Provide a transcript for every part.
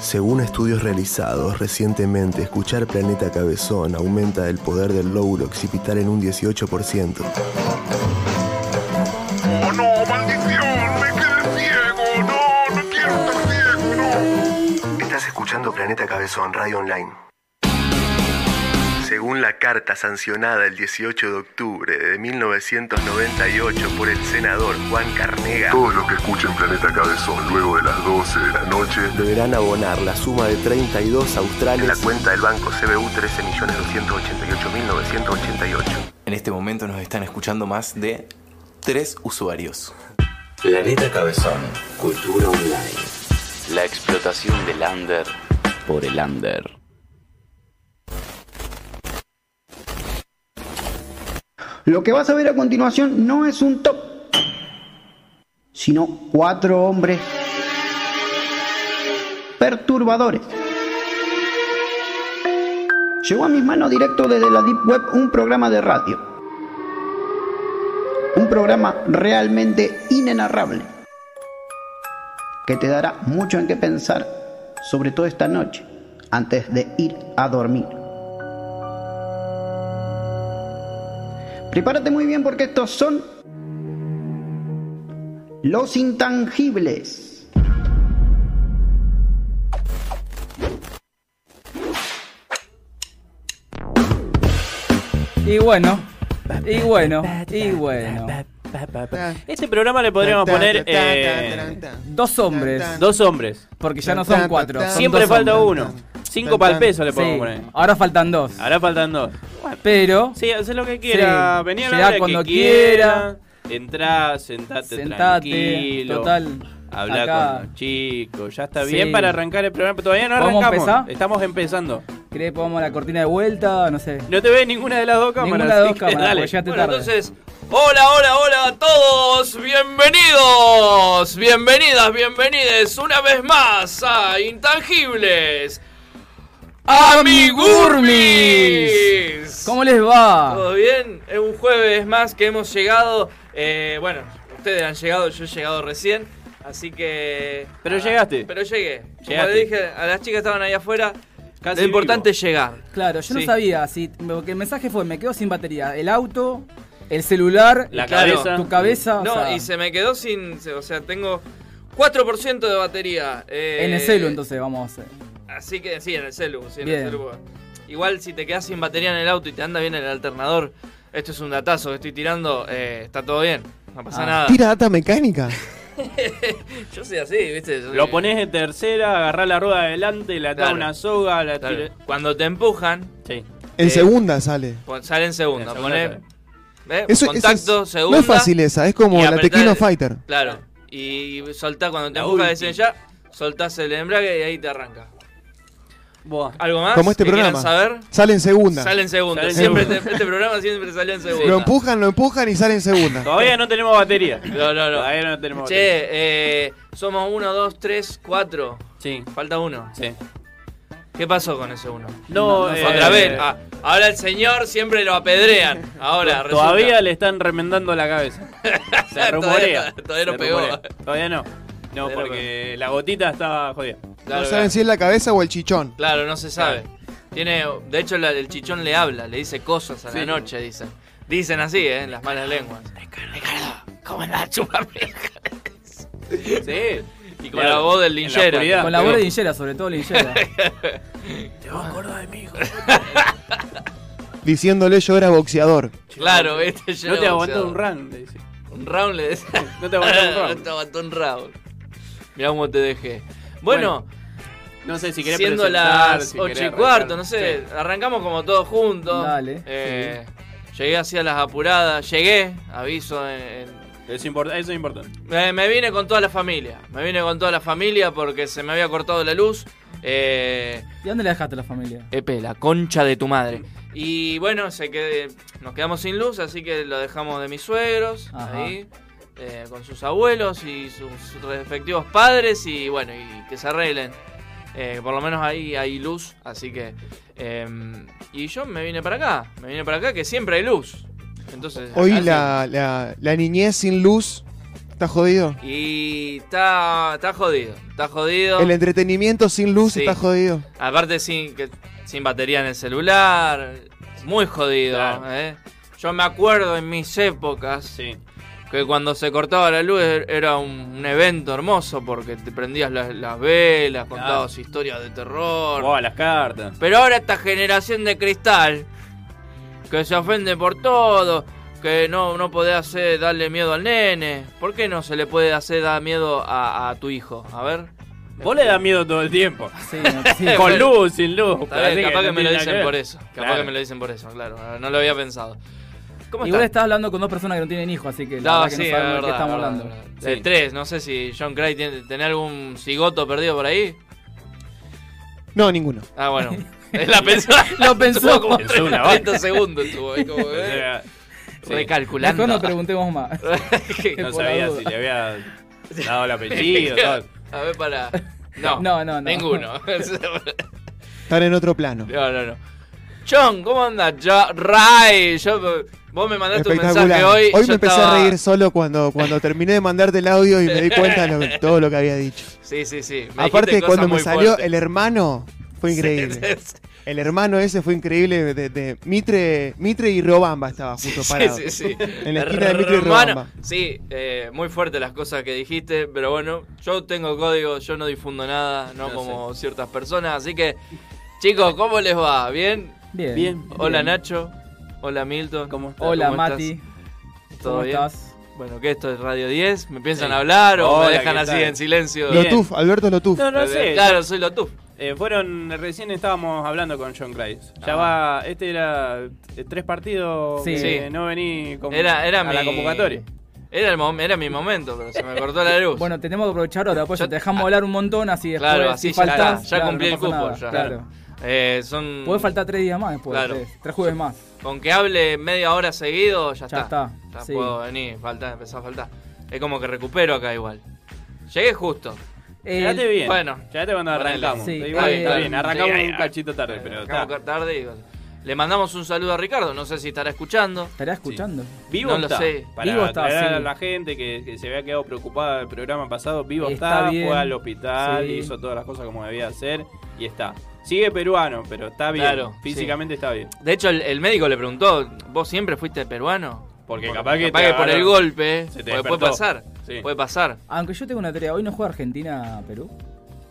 Según estudios realizados recientemente, escuchar Planeta Cabezón aumenta el poder del lóbulo occipital en un 18%. ¡Oh, no! ¡Maldición! ¡Me quedé ciego! ¡No! ¡No quiero estar ciego! ¡No! Estás escuchando Planeta Cabezón, radio online. Según la carta sancionada el 18 de octubre de 1998 por el senador Juan Carnega, Todos los que escuchen Planeta Cabezón luego de las 12 de la noche deberán abonar la suma de 32 australes En la cuenta del banco CBU 13.288.988. En este momento nos están escuchando más de tres usuarios. Planeta Cabezón, Cultura Online. La explotación del under por el under. Lo que vas a ver a continuación no es un top, sino cuatro hombres perturbadores. Llegó a mis manos directo desde la Deep Web un programa de radio. Un programa realmente inenarrable que te dará mucho en qué pensar, sobre todo esta noche, antes de ir a dormir. Prepárate muy bien porque estos son los intangibles. Y bueno, y bueno, y bueno. Este programa le podríamos poner eh, Dos hombres, dos hombres. porque ya no son cuatro. son Siempre dos falta hombres. uno. Cinco para el peso le podemos Sí, poner. ahora faltan dos. Ahora faltan dos. Pero Sí, haces lo que quiera. Sí, Venía a llegá la hora cuando que quiera. Entrá, sentate, sentate, tranquilo. total. Habla acá. con los chicos. Ya está Sí. bien para arrancar el programa, pero todavía no ¿Vamos a arrancamos. empezar? Estamos empezando. ¿Crees que pongamos la cortina de vuelta? No sé. No te ve ninguna de las dos cámaras. Ninguna de las así dos que cámaras, dale. porque llegaste Bueno, tarde. entonces, Hola, hola, hola a todos. Bienvenidos, bienvenidas, bienvenides una vez más a Intangibles. Amigurmis. ¿Cómo les va? Ah. ¿Todo bien? Es un jueves más que hemos llegado. eh, bueno, ustedes han llegado, yo he llegado recién. Así que. Pero Ah, llegaste. Pero llegué. Como Llegaste. le dije, a las chicas que estaban ahí afuera. Casi lo importante vivo. es llegar. Claro, yo no Sí. sabía si porque el mensaje fue me quedo sin batería, el auto, el celular, La Claro. cabeza. tu cabeza, o No, sea, y se me quedó sin. se- O sea, tengo 4% de batería. eh, en el celu entonces vamos. eh. Así que sí, en el celu. sí, en Bien. el celu. Igual si te quedas sin batería en el auto y te anda bien el alternador, esto es un datazo que estoy tirando, eh, está todo bien. No pasa Ah. nada. Tira data mecánica. Yo soy así, ¿viste? Yo lo soy- pones en tercera, agarrás la rueda de adelante, la atás a Claro. una soga, la Claro. tirás- Cuando te empujan, Sí. En Eh, segunda sale. pon- sale en segunda. En segunda poné- sale. ¿ves? Eso- eso es- Contacto, segunda. No es fácil esa, es como y la apretá Tequino el- Fighter. Claro. Y soltás cuando te La empuja ulti. dicen ya, soltás el embrague y ahí te arranca. ¿Algo más? Como este que quieran programa. saber? Sale en segunda. Sale en segunda. Sale en siempre segunda. te- este programa siempre salió en segunda. Lo empujan, lo empujan y sale en segunda. Todavía no tenemos batería. No, no, no. Todavía no tenemos batería. Che, eh, somos uno, dos, tres, cuatro. Sí. Falta uno. Sí. ¿Qué pasó con ese uno? No, eh, Otra vez. Ah, ahora el señor siempre lo apedrean. Ahora, resulta. Todavía le están remendando la cabeza. Se rumorea. Todavía- todavía no Se pegó. rumorea. Todavía no. No, porque la gotita estaba jodida. No saben si es la cabeza o el chichón. Claro, no se sabe. Tiene, de hecho, la- el chichón le habla, le dice cosas a la Sí. noche, dicen. Dicen así, ¿eh? En las malas lenguas. Ricardo, ¿cómo andás, chupapijas? Sí. Y con la voz del linchero. Con la voz de linchera, sobre todo linchera. Te vas a acordar de mí, hijo. Diciéndole yo era boxeador. Claro, este ya No era te aguantó boxeador. un round, le dice. Un round le decía. No te aguantó un round. no te aguantó un round. Mirá cómo te dejé. Bueno, No sé si querés siendo presentar, las si ocho querés y arrancar. cuarto, no sé, Sí. arrancamos como todos juntos. Dale, Eh, Llegué así a las apuradas, llegué, aviso en- en- Es import- eso es importante. Me, me vine con toda la familia, me vine con toda la familia porque se me había cortado la luz. Eh, ¿Y dónde la dejaste a la familia? Epe, la concha de tu madre. Y bueno, se quede- nos quedamos sin luz, así que lo dejamos de mis suegros, Ajá. ahí, eh, con sus abuelos y sus respectivos padres, y bueno, y que se arreglen. Eh, por lo menos ahí hay luz, así que... em, y yo me vine para acá, me vine para acá que siempre hay luz. Entonces, Hoy acá la, la, la niñez sin luz está jodido. sí. Y está, está jodido, está jodido. El entretenimiento sin luz Sí. está jodido. Aparte sin, que, sin batería en el celular, muy jodido. ¿eh? Yo me acuerdo en mis épocas que cuando se cortaba la luz er- era un, un evento hermoso porque te prendías las, las velas, contabas historias de terror. Jugaba las cartas. Pero ahora esta generación de cristal que se ofende por todo, que no, no podés hacer darle miedo al nene. ¿Por qué no se le puede hacer dar miedo a, a tu hijo? A ver. Vos le das miedo todo el tiempo. Sí, Con luz, sin luz. Está Así bien, capaz que, no me lo tiene nada dicen ver. por eso. Capaz Claro. que me lo dicen por eso, claro. No lo había pensado. ¿Cómo Igual está? estás hablando con dos personas que no tienen hijos, así que la No, verdad que sí, no es sabemos de verdad, qué estamos es verdad, hablando. es verdad. De tres, no sé si John Cray tiene, ¿tenés algún cigoto perdido por ahí. No, ninguno. Ah, bueno. la pensó. Lo pensó. Tuvo como Pensó una banda. 30 segundos estuvo ahí como, ¿eh? Recalculando. Mejor no preguntemos más. No Por la sabía duda. si le había dado el apellido. todo. A ver, para. No, No, no, no. Ninguno. Están en otro plano. No, no, no. John, ¿cómo andas? Ya- Ray, yo, vos me mandaste un mensaje Espectacular. hoy. Hoy, yo me empecé estaba- a reír solo cuando, cuando terminé de mandarte el audio y me di cuenta de lo- todo lo que había dicho. Sí, sí, sí. Me dijiste Aparte, cosas cuando me muy salió fuertes. el hermano, fue increíble. El hermano ese fue increíble. De, de Mitre, Mitre y Robamba estaba justo parado. Sí, sí, sí. En la esquina de Mitre y Hermano, Robamba. Sí, eh, muy fuerte las cosas que dijiste, pero bueno, yo tengo código, yo no difundo nada, no, No como ciertas personas, así que chicos, ¿cómo les va? ¿Bien? Bien. Bien. Hola Bien. Nacho, hola Milton. ¿Cómo estás? Hola, ¿Cómo Mati. estás? ¿Todo ¿Cómo bien? estás? Bueno, que esto es Radio 10, ¿me piensan hablar o Hola, me dejan ¿qué así tal? en silencio? Lotuf, Alberto Lotuf. No, no sé. Claro, soy Lotuf. Eh, fueron, recién estábamos hablando con John Grice. Ya va, este era eh, tres partidos Ah. Sí. que Sí. no vení con- Era, era a la mi- convocatoria. Era, el mom- era mi momento, pero se me cortó la luz. ah. Bueno, tenemos que aprovechar ahora, pues te dejamos hablar un montón, así después Claro, así si ya, está, faltás, ya claro, cumplí no el pasa cupo. nada, ya. Claro. Eh, son... Podés faltar tres días más después, Claro. tres, tres jueves más. Con que hable media hora seguido, ya, Ya está, Ya sí. puedo venir, falta, empezar a faltar. Es como que recupero acá igual. Llegué justo. Eh, Llegaste bien. Bueno. Llegaste cuando ponele. arrancamos. Sí, Igual eh, está bien. Arrancamos sí, ahí, Eh, un cachito tarde, pero está. arrancamos tarde y- Le mandamos un saludo a Ricardo, no sé si estará escuchando. ¿Estará escuchando? Vivo no lo está. sé. Para Vivo está, aclarar sí. a la gente que, que se había quedado preocupada del programa pasado, vivo Está está, bien. fue al hospital, Sí. hizo todas las cosas como debía hacer y está. Sigue peruano, pero está bien. Claro, Físicamente está bien. De hecho, el, el médico le preguntó, ¿vos siempre fuiste peruano? Porque capaz que te por el agarró- golpe, se te porque puede despertó. pasar. Sí. Puede pasar. Aunque yo tengo una teoría, hoy no juega Argentina a Perú.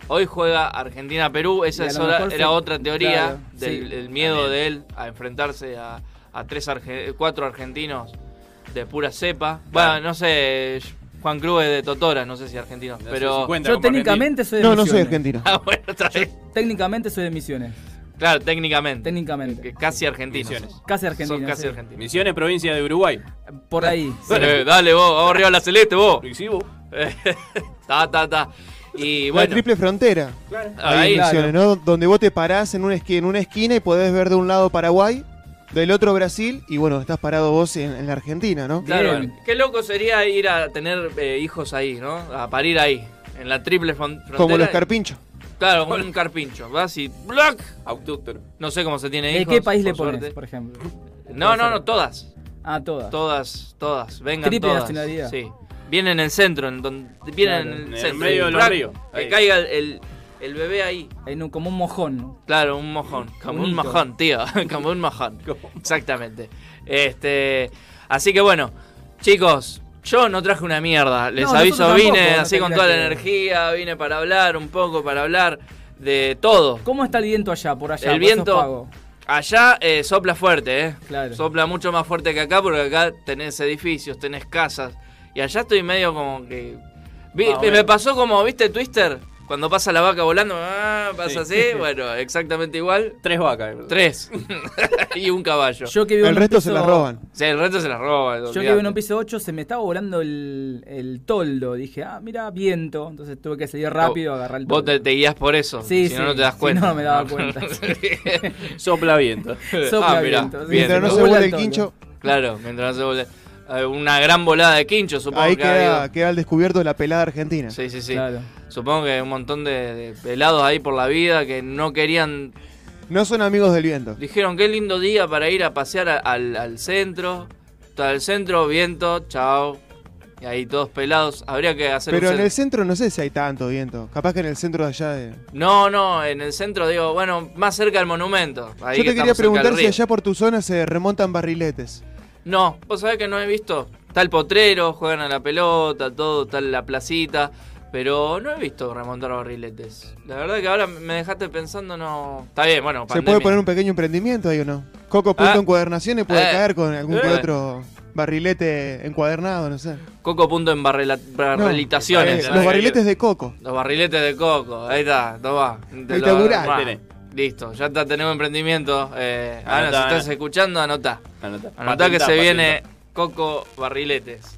Hoy juega Argentina-Perú, esa Y a es lo otra- mejor era sí. otra teoría Claro, del sí. el miedo de él a enfrentarse a, a tres arge- cuatro argentinos de pura cepa. Bueno, no sé, Juan Cruz es de Totora, no sé si argentino, sé pero... si cuenta Yo como técnicamente argentino. soy de No, no soy Misiones. argentino. Ah, bueno, está bien. Técnicamente soy de Misiones, Claro, técnicamente. Técnicamente. Que Casi argentinos. casi argentino. Sos casi sí. argentino. Misiones, provincia de Uruguay. Por ahí. sí. Eh, dale vos, vamos arriba a la celeste vos. Lo hicimos. Ta, ta, ta. Y La bueno, triple frontera. Claro. Hay Ahí. elecciones, ¿no? Donde vos te parás en una, esquina, en una esquina y podés ver de un lado Paraguay, del otro Brasil, y bueno, estás parado vos en, en la Argentina, ¿no? claro, eh, qué loco sería ir a tener eh, hijos ahí, ¿no? A parir ahí, en la triple fron- frontera. Como los carpinchos. Claro, con un carpincho. Vas y ¡black! Autóctono. No sé cómo se tiene ¿De hijos. qué país le por pones, suerte. por ejemplo? No, no, no, todas. Ah, todas. Todas, todas. Vengan Triple todas. nacionalidad. Sí. Vienen en el centro, en donde, Claro. vienen en En el el centro. medio de los Black, ríos. Que Ahí. caiga el, el- el bebé ahí. En un- como un mojón. Claro, un mojón. Como un Bonito. mojón, tío. Como un mojón. Exactamente. Este, así que bueno, chicos, yo no traje una mierda. Les No, aviso, nosotros vine tampoco, no así con tendrías toda la que- energía, vine para hablar un poco, para hablar de todo. ¿Cómo está el viento allá, por allá? El Por eso viento- pago. Allá eh, sopla fuerte, ¿eh? Claro. Sopla mucho más fuerte que acá porque acá tenés edificios, tenés casas. Y allá estoy medio como que... Vi- Más o me menos. pasó como, ¿viste Twister? Cuando pasa la vaca volando, ah, pasa Sí. así. Bueno, exactamente igual. Tres vacas. Tres. y un caballo. Yo que vivo en un piso- Sí, el resto se la roban. Yo que vivo en un piso 8 se me estaba volando el, el toldo. Dije, ah, mira, viento. Entonces tuve que salir rápido a agarrar el Vos toldo. te, te guías por eso. Sí, si sí, no, no te das si cuenta. no, no me daba cuenta. Sopla viento. ah, mirá, bien. Mientras no se Vuela vuele el todo. quincho. Claro, mientras no se vuele. eh, Una gran volada de quincho, supongo Ahí que ha habido. queda, queda al descubierto la pelada argentina. Sí, sí, sí. Supongo que un montón de, de helados ahí por la vida que no querían. No son amigos del viento. Dijeron, qué lindo día para ir a pasear a- al, al centro. Todo el centro, viento, chao. Y ahí todos pelados. Habría que hacer un Pero en centro. el centro no sé si hay tanto viento. Capaz que en el centro de allá de... No, no, en el centro, digo, bueno, más cerca del monumento. Ahí Yo que te quería estamos cerca del preguntar si río. allá por tu zona se remontan barriletes. No, vos sabés que no he visto. Está el potrero, juegan a la pelota, todo, está la placita. Pero no he visto remontar barriletes. La verdad que ahora me dejaste pensando, no. Está bien, bueno, ¿Se pandemia. puede poner un pequeño emprendimiento ahí o no? Coco Ah. punto encuadernaciones puede Eh. caer con algún que Eh. otro barrilete encuadernado, no sé. Coco punto en barrela- barrelitaciones. Eh, los barriletes de coco. Los barriletes de coco, ahí está, toma. Te lo- Inaugural. va. Ahí tenés. Listo, ya está, tenemos emprendimiento. Eh, Ana, Anotá, si estás Ana. escuchando, anota. Anotá. Anotá que Patentá, se patentá. viene coco barriletes.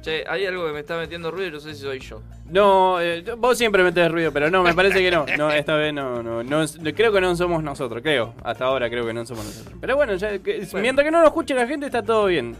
Che, hay algo que me está metiendo ruido y no sé si soy yo. No, eh, vos siempre metes ruido, pero no, me parece que no. No, esta vez no, no, no, es- creo que no somos nosotros, creo. Hasta ahora creo que no somos nosotros. Pero bueno, ya, que- mientras que no lo escuche la gente está todo bien.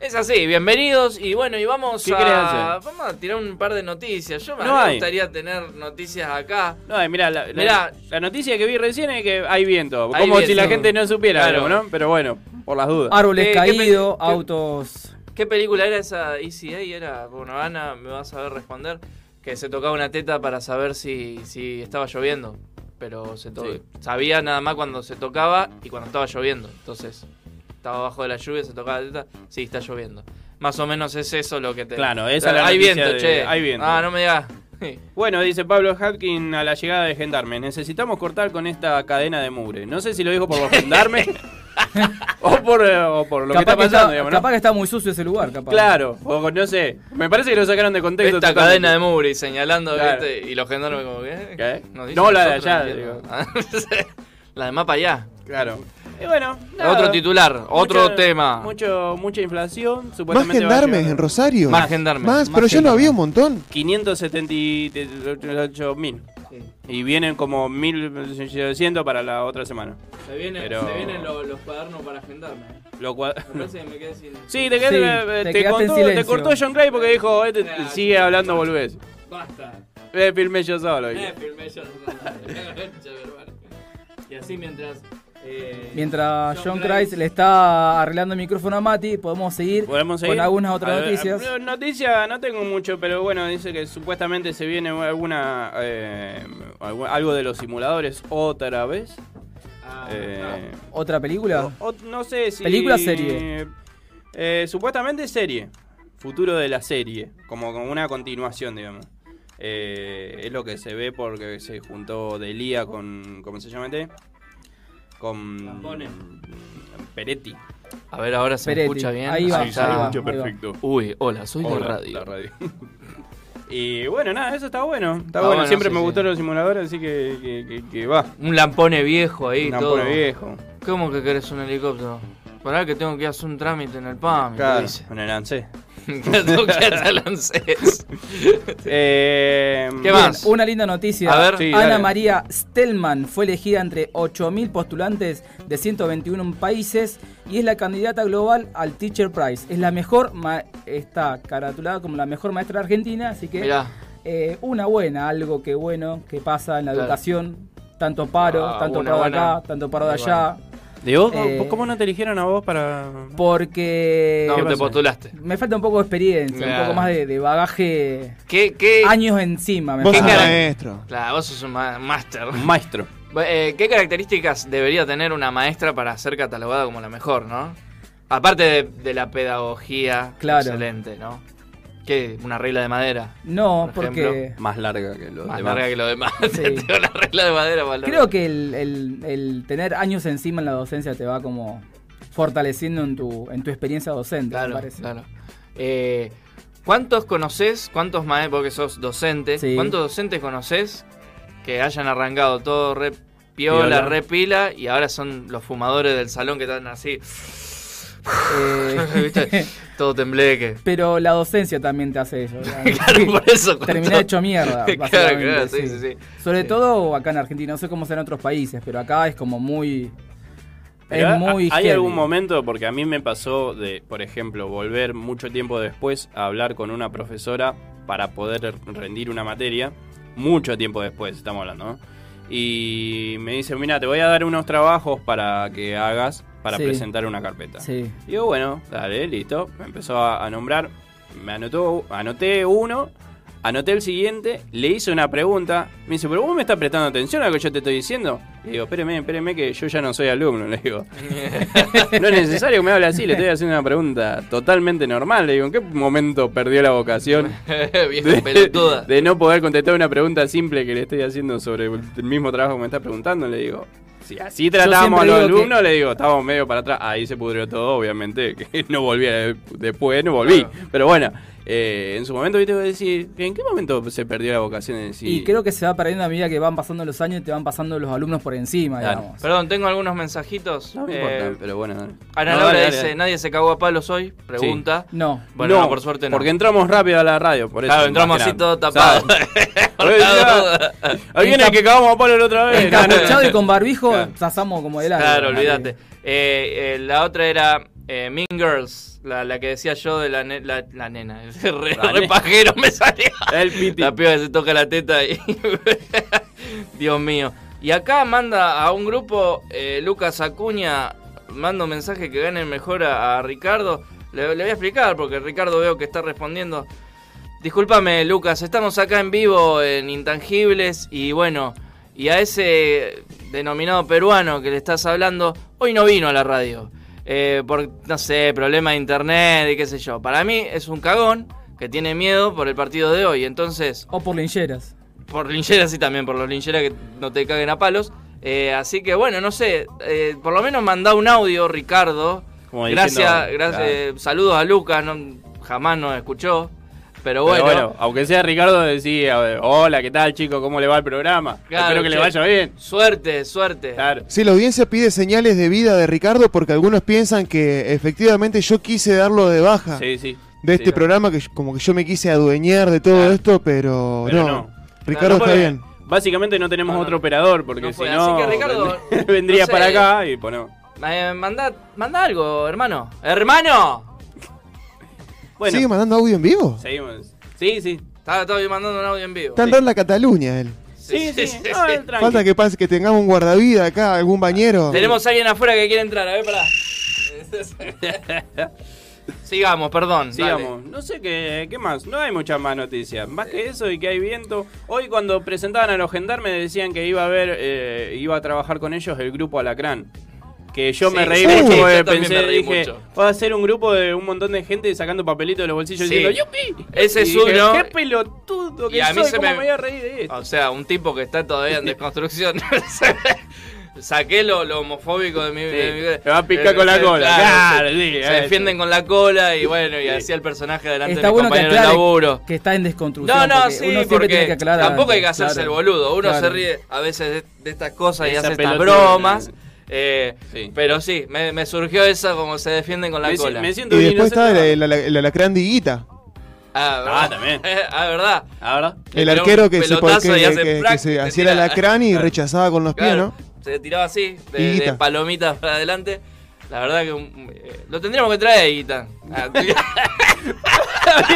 Es así, bienvenidos y bueno, y vamos ¿Qué querés a hacer? vamos a tirar un par de noticias. Yo me No hay. gustaría tener noticias acá. No, eh, mirá, la, la- Mirá. la noticia que vi recién es que hay viento. Hay como si viento. la gente no supiera, Claro. algo, ¿no? Pero bueno, por las dudas. Árboles Eh, ¿qué caídos, pe- qué- autos. ¿Qué película era esa ECA? Era, bueno, Ana me va a saber responder, que se tocaba una teta para saber si, si estaba lloviendo. Pero se to- Sí. sabía nada más cuando se tocaba y cuando estaba lloviendo. Entonces, estaba bajo de la lluvia, se tocaba la teta, sí, está lloviendo. Más o menos es eso lo que te... Claro, esa es la Hay noticia viento, de- che. hay viento. Ah, no me digas. Bueno, dice Pablo Hapkin a la llegada de gendarme. Necesitamos cortar con esta cadena de mugre. No sé si lo dijo por los gendarmes o, por, eh, o por lo que está pasando, digamos, ¿no? capaz que está muy sucio ese lugar, capaz. Claro, o no sé. Me parece que lo sacaron de contexto. Esta totalmente. cadena de Mubri señalando, Claro. ¿viste? Y los gendarmes como, ¿qué? ¿Qué? Nos dicen No, la de nosotros, allá, no entiendo. digo. la de mapa allá. Claro. Y bueno, Otro titular, otro tema. Mucho, mucha inflación, Más supuestamente. va a gendarmes llegar- en Rosario. Más gendarmes. Más, Más pero ya no gendarmes. había un montón. 578 mil. Y vienen como 1.700 para la otra semana. Se, viene, Pero- se vienen lo- los cuadernos para agendarme. Lo cual... Me parece que me quedé sin. Sí, te, quedaste- eh, te quedaste en contó- te silencio. cortó John Gray porque dijo, este sigue hablando boludez. Basta. Eh, filmé yo solo. Eh, filmé yo. Y así mientras. eh, Mientras John Christ le está arreglando el micrófono a Mati, podemos seguir, ¿Podemos seguir? con algunas otras A ver, noticias. eh, noticia no tengo mucho, pero bueno, dice que supuestamente se viene alguna eh, algu- algo de los simuladores otra vez. Eh, ¿Otra película? o- no sé si... ¿Película o serie? Eh, supuestamente serie. Futuro de la serie. Como, como una continuación, digamos. Eh, es lo que se ve porque se juntó Delia con... ¿Cómo se llama este? Con... Peretti. A ver, ahora se me Peretti. escucha bien. Ahí va, está. ahí va, Escucha ahí va. perfecto. Uy, hola, soy de Hola, radio. la Y bueno, nada, eso está bueno. Está, Está bueno. bueno, siempre sí, me sí. gustaron los simuladores, así que, que, que- que va. Un lampone viejo ahí, Un lampone todo. viejo. ¿Cómo que querés un helicóptero? Pará que tengo que hacer un trámite en el PAM. Claro, dice. en el ANSE. Toqué hasta el ANSES. ¿Qué Eh, Bien, más? Una linda noticia. A ver. Sí, Ana dale. María Stellman fue elegida entre 8.000 postulantes de 121 países y es la candidata global al Teacher Prize. Es la mejor, ma- está caratulada como la mejor maestra argentina, así que Mirá. eh, una buena, algo que bueno que pasa en la Claro. educación. Tanto paro, Ah, tanto una paro de buena. acá, tanto paro de Muy allá. Diego, ¿cómo- Eh, ¿cómo no te eligieron a vos para.? Porque. No, ¿Qué te pasó? Este. postulaste. Me falta un poco de experiencia, un Claro. poco más de, de bagaje. ¿Qué, qué? Años encima, me Vos falta. sos maestro. Claro, vos sos un ma- máster. Maestro. Eh, ¿Qué características debería tener una maestra para ser catalogada como la mejor, no? Aparte de, de la pedagogía Claro. excelente, ¿no? ¿Qué? ¿Una regla de madera? No, por porque. ejemplo? Más larga que lo Más demás. larga que lo demás. Tengo la regla de madera para Creo que el, el- el tener años encima en la docencia te va como fortaleciendo en tu, en tu experiencia docente, me parece. Claro. Eh, ¿Cuántos conoces? ¿Cuántos maestros? Porque sos docente. Sí. ¿Cuántos docentes conoces que hayan arrancado todo re piola, Piola. re pila y ahora son los fumadores del salón que están así? Eh. ¿Viste? Todo tembleque. Pero la docencia también te hace eso. Claro, por eso, cuando- Terminé hecho mierda. Claro, básicamente, claro, sí, sí, sí. Sobre Sí. todo acá en Argentina. No sé cómo será en otros países, pero acá es como muy. Pero es muy. ¿Hay heavy. algún momento? Porque a mí me pasó de, por ejemplo, volver mucho tiempo después a hablar con una profesora para poder rendir una materia. Mucho tiempo después, estamos hablando, ¿no? Y me dice, mira, te voy a dar unos trabajos para que hagas para Sí. presentar una carpeta. Sí. Y yo, bueno, dale, listo. Me empezó a, a nombrar. Me anotó, anoté uno, anoté el siguiente, le hice una pregunta. Me dice, pero vos me estás prestando atención a lo que yo te estoy diciendo. Le digo, espéreme, espéreme, que yo ya no soy alumno, le digo. no es necesario que me hable así, le estoy haciendo una pregunta totalmente normal. Le digo, ¿en qué momento perdió la vocación? Vieja pelotuda. de no poder contestar una pregunta simple que le estoy haciendo sobre el mismo trabajo que me está preguntando, le digo. Si así Yo tratamos a siempre los digo que- alumnos, le digo, estábamos medio para atrás. Ahí se pudrió todo, obviamente, que no volví. a- Después no volví. Pero bueno, eh, en su momento, viste, voy a decir, ¿en qué momento se perdió la vocación en sí? Y creo que se va perdiendo a medida que van pasando los años y te van pasando los alumnos por encima, Claro. digamos. Perdón, tengo algunos mensajitos. No me Eh, importa, pero bueno. dale. Ana No, Laura dale, dale, dice, dale. nadie se cagó a palos hoy, pregunta. Sí. No. Bueno, No, no, por suerte no. porque entramos rápido a la radio, por eso, Claro, entramos más que así todo nada. tapado. ¿Sabes? Ahí viene el que cagamos a palo la otra vez. Encapuchado y con barbijo, pasamos como de largo. Claro, olvídate. Eh, eh, la otra era eh, Mean Girls, la, la que decía yo de la, ne- la, la nena. Re, La re nena. pajero me salía. El piti. La piba que se toca la teta y... Dios mío. Y acá manda a un grupo, eh, Lucas Acuña, manda un mensaje que ganen mejor a, a Ricardo. Le, le voy a explicar porque Ricardo veo que está respondiendo. Discúlpame, Lucas, estamos acá en vivo en Intangibles y bueno, y a ese denominado peruano que le estás hablando, hoy no vino a la radio. eh, por, no sé, problema de internet y qué sé yo. Para mí es un cagón que tiene miedo por el partido de hoy. Entonces, O por lincheras. por lincheras y también por los lincheras que no te caguen a palos. Eh, así que bueno, no sé, eh, por lo menos mandá un audio, Ricardo. Como gracias, diciendo, gracias. claro. eh, Saludos a Lucas, no- jamás nos escuchó. Pero Pero bueno, bueno, aunque sea Ricardo, decía, hola, ¿qué tal, chicos? ¿Cómo le va el programa? Claro, Espero que le che. vaya bien. Suerte, suerte. Claro. Sí, la audiencia pide señales de vida de Ricardo porque algunos piensan que efectivamente yo quise darlo de baja Sí, sí. de este Sí, Ah. programa, que yo- como que yo me quise adueñar de todo esto, pero, Pero no. no. Ricardo No, está porque bien. Básicamente no tenemos otro operador, porque no fue. si no. Así que, Ricardo, vend- vendría no sé. para acá y ponemos. eh, mandá, mandá algo, hermano. ¡Hermano! Bueno. ¿Sigue mandando audio en vivo? Seguimos. Sí, sí. Estaba todavía mandando un audio en vivo. Está en la Cataluña él. Sí, sí, sí, Ah, sí. Falta que pase que tengamos un guardavida acá, algún bañero. Tenemos a alguien afuera que quiere entrar, a ver, pará. Sigamos, perdón. Sigamos. No sé qué, qué más. No hay muchas más noticias. Más que eso y que hay viento. Hoy cuando presentaban a los gendarmes decían que iba a haber, eh, iba a trabajar con ellos el grupo Alacrán. Que yo Sí, me reí sí, mucho yo porque también pensé, me reí dije, mucho. va a ser un grupo de un montón de gente sacando papelitos de los bolsillos Sí. diciendo, ¡Yupi! Ese Y es dije, uno. ¡Qué pelotudo que Y a mí soy! se ¿Cómo me- me... voy a reír de esto? O sea, un tipo que está todavía en desconstrucción. Saqué lo, lo homofóbico de mi. de mi- te va a picar con la se- cola, claro, se, sí, se eso. defienden con la cola y bueno, y hacía el personaje delante Está de mis bueno que compañeros de aclare laburo. que está en desconstrucción. No, no, porque sí, uno siempre porque tiene que aclarar tampoco hay que antes, hacerse claro. el boludo. Uno Claro. se ríe a veces de, de estas cosas y Esa hace estas pelotuda. bromas. Eh, Pero sí, me, me surgió esa como se defienden con la Me si- cola. me Y después está el, el- el alacrán Diguita, Ah, también. ah, verdad. el Le tiró arquero un que se, pelotazo y que- hace que- que prac, se te hacía el tira. alacrán y rechazaba con los pies, Claro, ¿no? Se tiraba así, de, de Higuita. palomitas para adelante. La verdad que un- eh, lo tendríamos que traer, Higuita. Ah,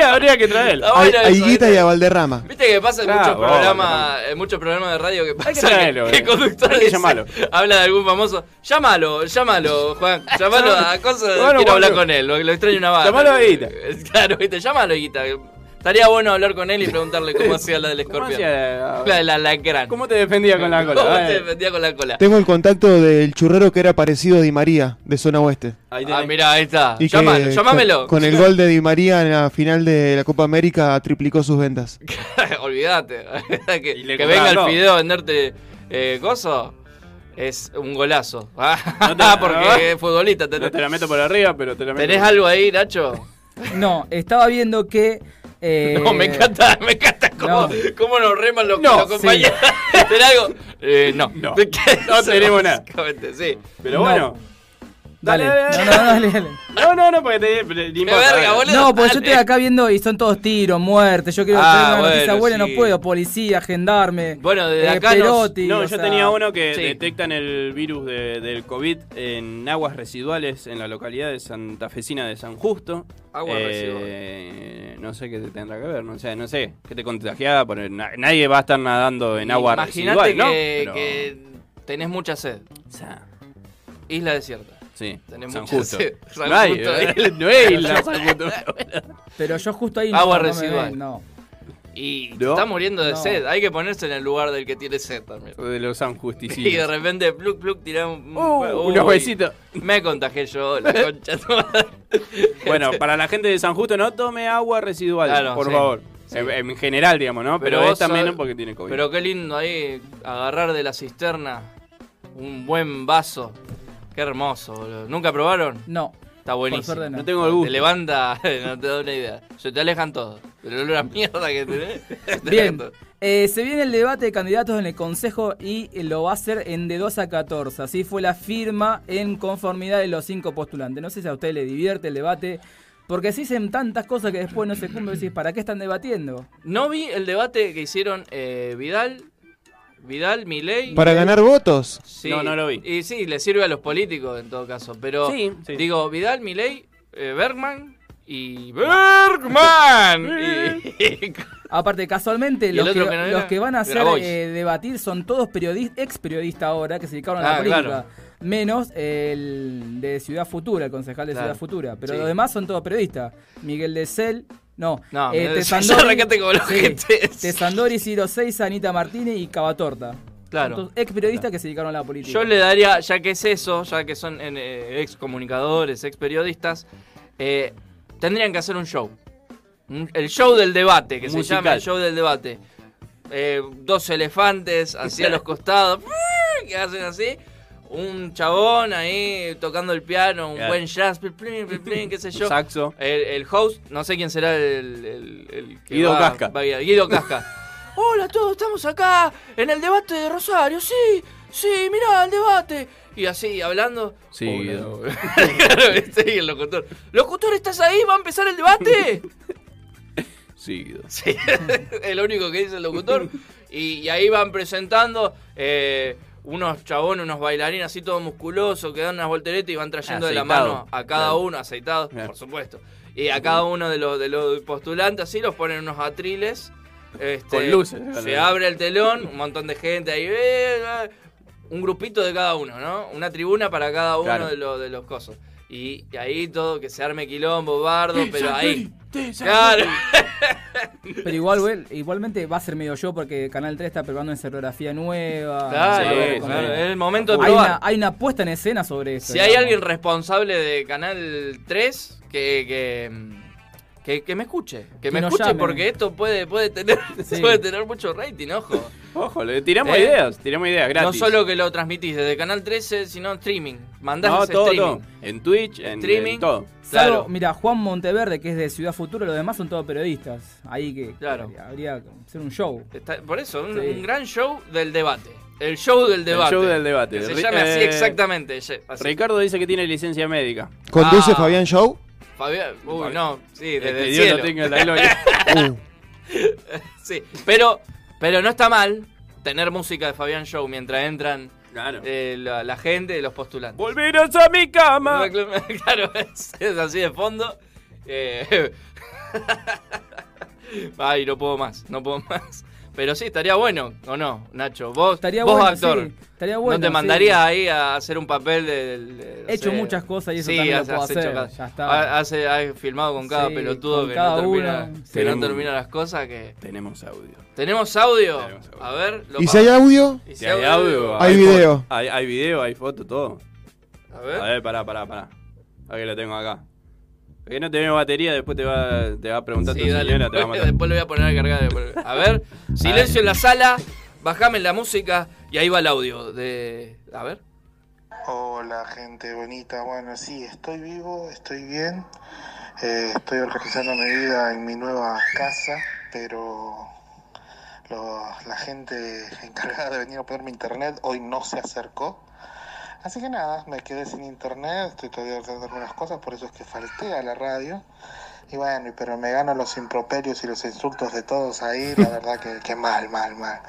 habría, que traerlo. A, a Higuita y a Valderrama. Viste que pasa en Claro, muchos vos, programas, en muchos programas de radio que pasa que, traerlo, que el eh. conductor Hay que dice- llamarlo. habla de algún famoso. Llámalo, llámalo, Juan. Llámalo a cosas. Bueno, quiero hablar Juan, con él, lo, lo extraño una banda. Llamalo a Higuita. Claro, viste, llámalo, Higuita. Estaría bueno hablar con él y preguntarle cómo hacía la del escorpión. hacía La del alacrán. ¿Cómo te defendía con la cola? Eh. ¿Cómo Vale. te defendía con la cola? Tengo el contacto del churrero que era parecido a Di María, de zona oeste. ah, mirá, ahí está. Y que Llámalo, con- llámamelo. Con, el gol de Di María en la final de la Copa América triplicó sus ventas. Olvídate. que que compraba venga el todo. video a venderte eh, coso. Es un golazo. Ah, porque es futbolista. No te la meto por arriba, pero te la meto ¿Tenés por- algo ahí, Nacho? No, estaba viendo que. eh, No, me encanta, me encanta cómo, cómo nos reman los, los compañeros. ¿Tenés algo? Eh, no. No, tenemos nada. Básicamente, sí. Pero bueno. Dale, dale, no, no, dale, dale. No, no, no, porque te. pero ni importa, dale. No, pues yo estoy acá viendo y son todos tiros, muertes. Yo quiero Ah, tener una noticia bueno, buena, no sí. puedo. Policía, gendarme. Bueno, De acá nos- Eh, Perotti, no, o yo sea, tenía uno que sí. detectan el virus de- del COVID en aguas residuales en la localidad de Santafesina de San Justo. Aguas residuales. No sé qué te tendrá que ver, no sé, no sé, que te contagiaba, porque na- nadie va a estar nadando en agua Imaginate residual, ¿no? que, Pero- que tenés mucha sed. Isla desierta. Sí, Tenés San mucha Justo. sed. San No hay, eh, Justo. no hay isla, San Justo. Pero yo justo ahí Agua no, no me residual. ven, no. Y ¿No? está muriendo de No. sed. Hay que ponerse en el lugar del que tiene sed también. Y De los de sanjusticinos. repente, pluk, pluk, tirá un. Uh, unos huesitos. Me contagié yo, la concha. de tu madre. Bueno, para la gente de San Justo, no tome agua residual, Claro, por sí, favor. sí. En, en general, digamos, ¿no? Pero, vos esta sabés- menos porque tiene COVID. Pero qué lindo ahí agarrar de la cisterna un buen vaso. Qué hermoso, boludo. ¿Nunca probaron? No. Está buenísimo. suerte no. No tengo el gusto. Te levanta, no te da una idea. Se te alejan todos. Pero el olor a mierda que tenés. se te alejan Bien. todos. eh, se viene el debate de candidatos en el Consejo y eh, lo va a hacer en de 2 a 14. Así fue la firma en conformidad de los cinco postulantes. No sé si a usted le divierte el debate, porque se dicen tantas cosas que después no se cumplen. Decís, ¿para qué están debatiendo? No vi el debate que hicieron eh, Vidal, Vidal, Milei. Para ganar votos. Sí, Y sí, le sirve a los políticos en todo caso. Pero Sí, sí. digo, Vidal, Milei, eh, Bergman y Bergman. Y- Aparte, ¿Y casualmente, el los que, otro que no era? los que van a hacer Grabois. eh, debatir son todos periodistas, ex periodistas ahora, que se dedicaron a Ah, la política. claro. Menos el de Ciudad Futura, el concejal de Claro. Ciudad Futura. Pero Sí. los demás son todos periodistas. Miguel de Cel, no. No, eh, Miguel de Tesandori- Cel, ya arrancaste como este los jetes. Tesandori, Ciro Seiza, Anita Martínez y Cavatorta. Claro. Son todos ex periodistas que se dedicaron a la política. Yo le daría, ya que es eso, ya que son eh, ex comunicadores, ex periodistas, eh, tendrían que hacer un show. Un- El show del debate, que se Musical. llama el show del debate. Eh, dos elefantes hacia los costados, que hacen así. Un chabón ahí tocando el piano, un Claro. buen jazz, plin, plin, plin, plin, qué sé yo. Saxo. El, el host, no sé quién será el, el- el que Guido va- Casca. va a guiar. Guido Casca. Hola a todos, estamos acá en el debate de Rosario, sí, sí, mirá el debate. Y así, hablando. Sí, Guido. Claro, sí, el locutor. Locutor, ¿estás ahí? ¿Va a empezar el debate? Sí, Guido. Sí, es lo único que dice el locutor. Y, y ahí van presentando eh, unos chabones, unos bailarines así todos musculosos que dan unas volteretas y van trayendo de la Aceitado. mano a cada Claro. uno, aceitados, Claro. por supuesto. Y a cada uno de los, de los postulantes así los ponen en unos atriles. este, Con luces. Se abre el telón, un montón de gente ahí. eh, eh, un grupito de cada uno, ¿no? Una tribuna para cada uno Claro. de, los, de los cosos. Y, y ahí todo, que se arme quilombo, bardo, pero ahí. Sartori. Claro. Pero igual, güey, igualmente va a ser medio yo porque Canal 3 está preparando escenografía nueva. Claro, Se va a ver sí, con- claro, es el momento de hay probar. una, hay una puesta en escena sobre eso. Si hay alguien responsable de Canal 3 que, que, mm, Que, que me escuche, que, Que me nos escuche llamen. porque esto puede, puede, tener, Sí. puede tener mucho rating, ojo. Ojo, le tiramos Eh, ideas, tiramos ideas gratis. No solo que lo transmitís desde Canal 13, sino streaming. Mandás No, ese todo, streaming. todo. En Twitch, en, Streaming. en todo. Claro. Salvo, mira, Juan Monteverde, que es de Ciudad Futuro, los demás son todos periodistas. Ahí que Claro. habría que hacer un show. Está- por eso, un, Sí. un gran show del debate. El show del debate. El show del debate. Que se Ri- llame así eh, exactamente. ye- así. Ricardo dice que tiene licencia médica. Ah. ¿Conduce Fabián Show? Fabián, uy, no, sí, Eh, desde que el Dios cielo. lo tenga en la gloria. Uh. sí, pero, pero no está mal tener música de Fabián Show mientras entran eh, la, la gente, los postulantes. ¡Volveros a mi cama! Claro, es, es así de fondo. Eh, Ay, no puedo más, no puedo más. Pero sí, estaría bueno, ¿o no, Nacho? Vos, Estaría vos bueno, actor. sí, estaría Ah, bueno, ¿No te sí. mandarías ahí a hacer un papel del... del- He hecho no sé? muchas cosas y eso Sí, también lo has- puedo has hecho hacer, cada- ya está. ha- has- has filmado con cada Sí, pelotudo con que, cada no termina, uno. que no Tenemos- termina las cosas. que Tenemos audio. ¿Tenemos audio? A ver. lo ¿Y si pa- hay audio? ¿Y Si hay audio, Hay foto- video. Hay, hay video, hay foto, todo. A ver. A ver, pará, pará, pará. A ver, lo tengo acá. Que no tenés batería, después te va, te va a preguntar Sí, tu dale, señora, te va a matar. después lo voy a poner a cargar. después. A ver, silencio en la sala, bajame la música y ahí va el audio de... A ver. Hola gente bonita, bueno sí, estoy vivo, estoy bien, Eh, estoy organizando mi vida en mi nueva casa, pero lo- la gente encargada de venir a ponerme internet hoy no se acercó, así que nada, me quedé sin internet, estoy todavía tratando algunas cosas, por eso es que falté a la radio, y bueno, pero me gano los improperios y los insultos de todos ahí, la verdad que, que mal, mal, mal.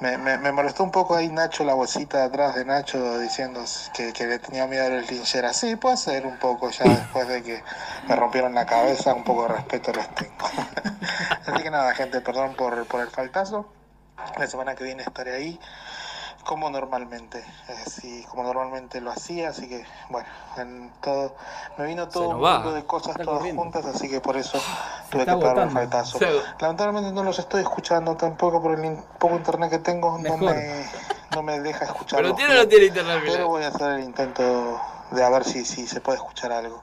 Me, me, me molestó un poco ahí Nacho, la bolsita de atrás de Nacho, diciendo que, que le tenía miedo a los lincheras. Sí, puede ser un poco ya después de que me rompieron la cabeza, un poco de respeto les tengo. Así que nada, gente, perdón por, por el faltazo. La semana que viene estaré ahí, como normalmente, así como normalmente lo hacía, así que bueno, en todo, me vino todo nos un va. mundo de cosas todas juntas, así que por eso tuve está que pegar el agotando. faltazo. Se- Lamentablemente no los estoy escuchando tampoco por el in- poco internet que tengo, no me, no me deja escuchar. ¿Pero los tiene o no juegos. tiene internet? Miguel? Pero voy a hacer el intento de a ver si, si se puede escuchar algo.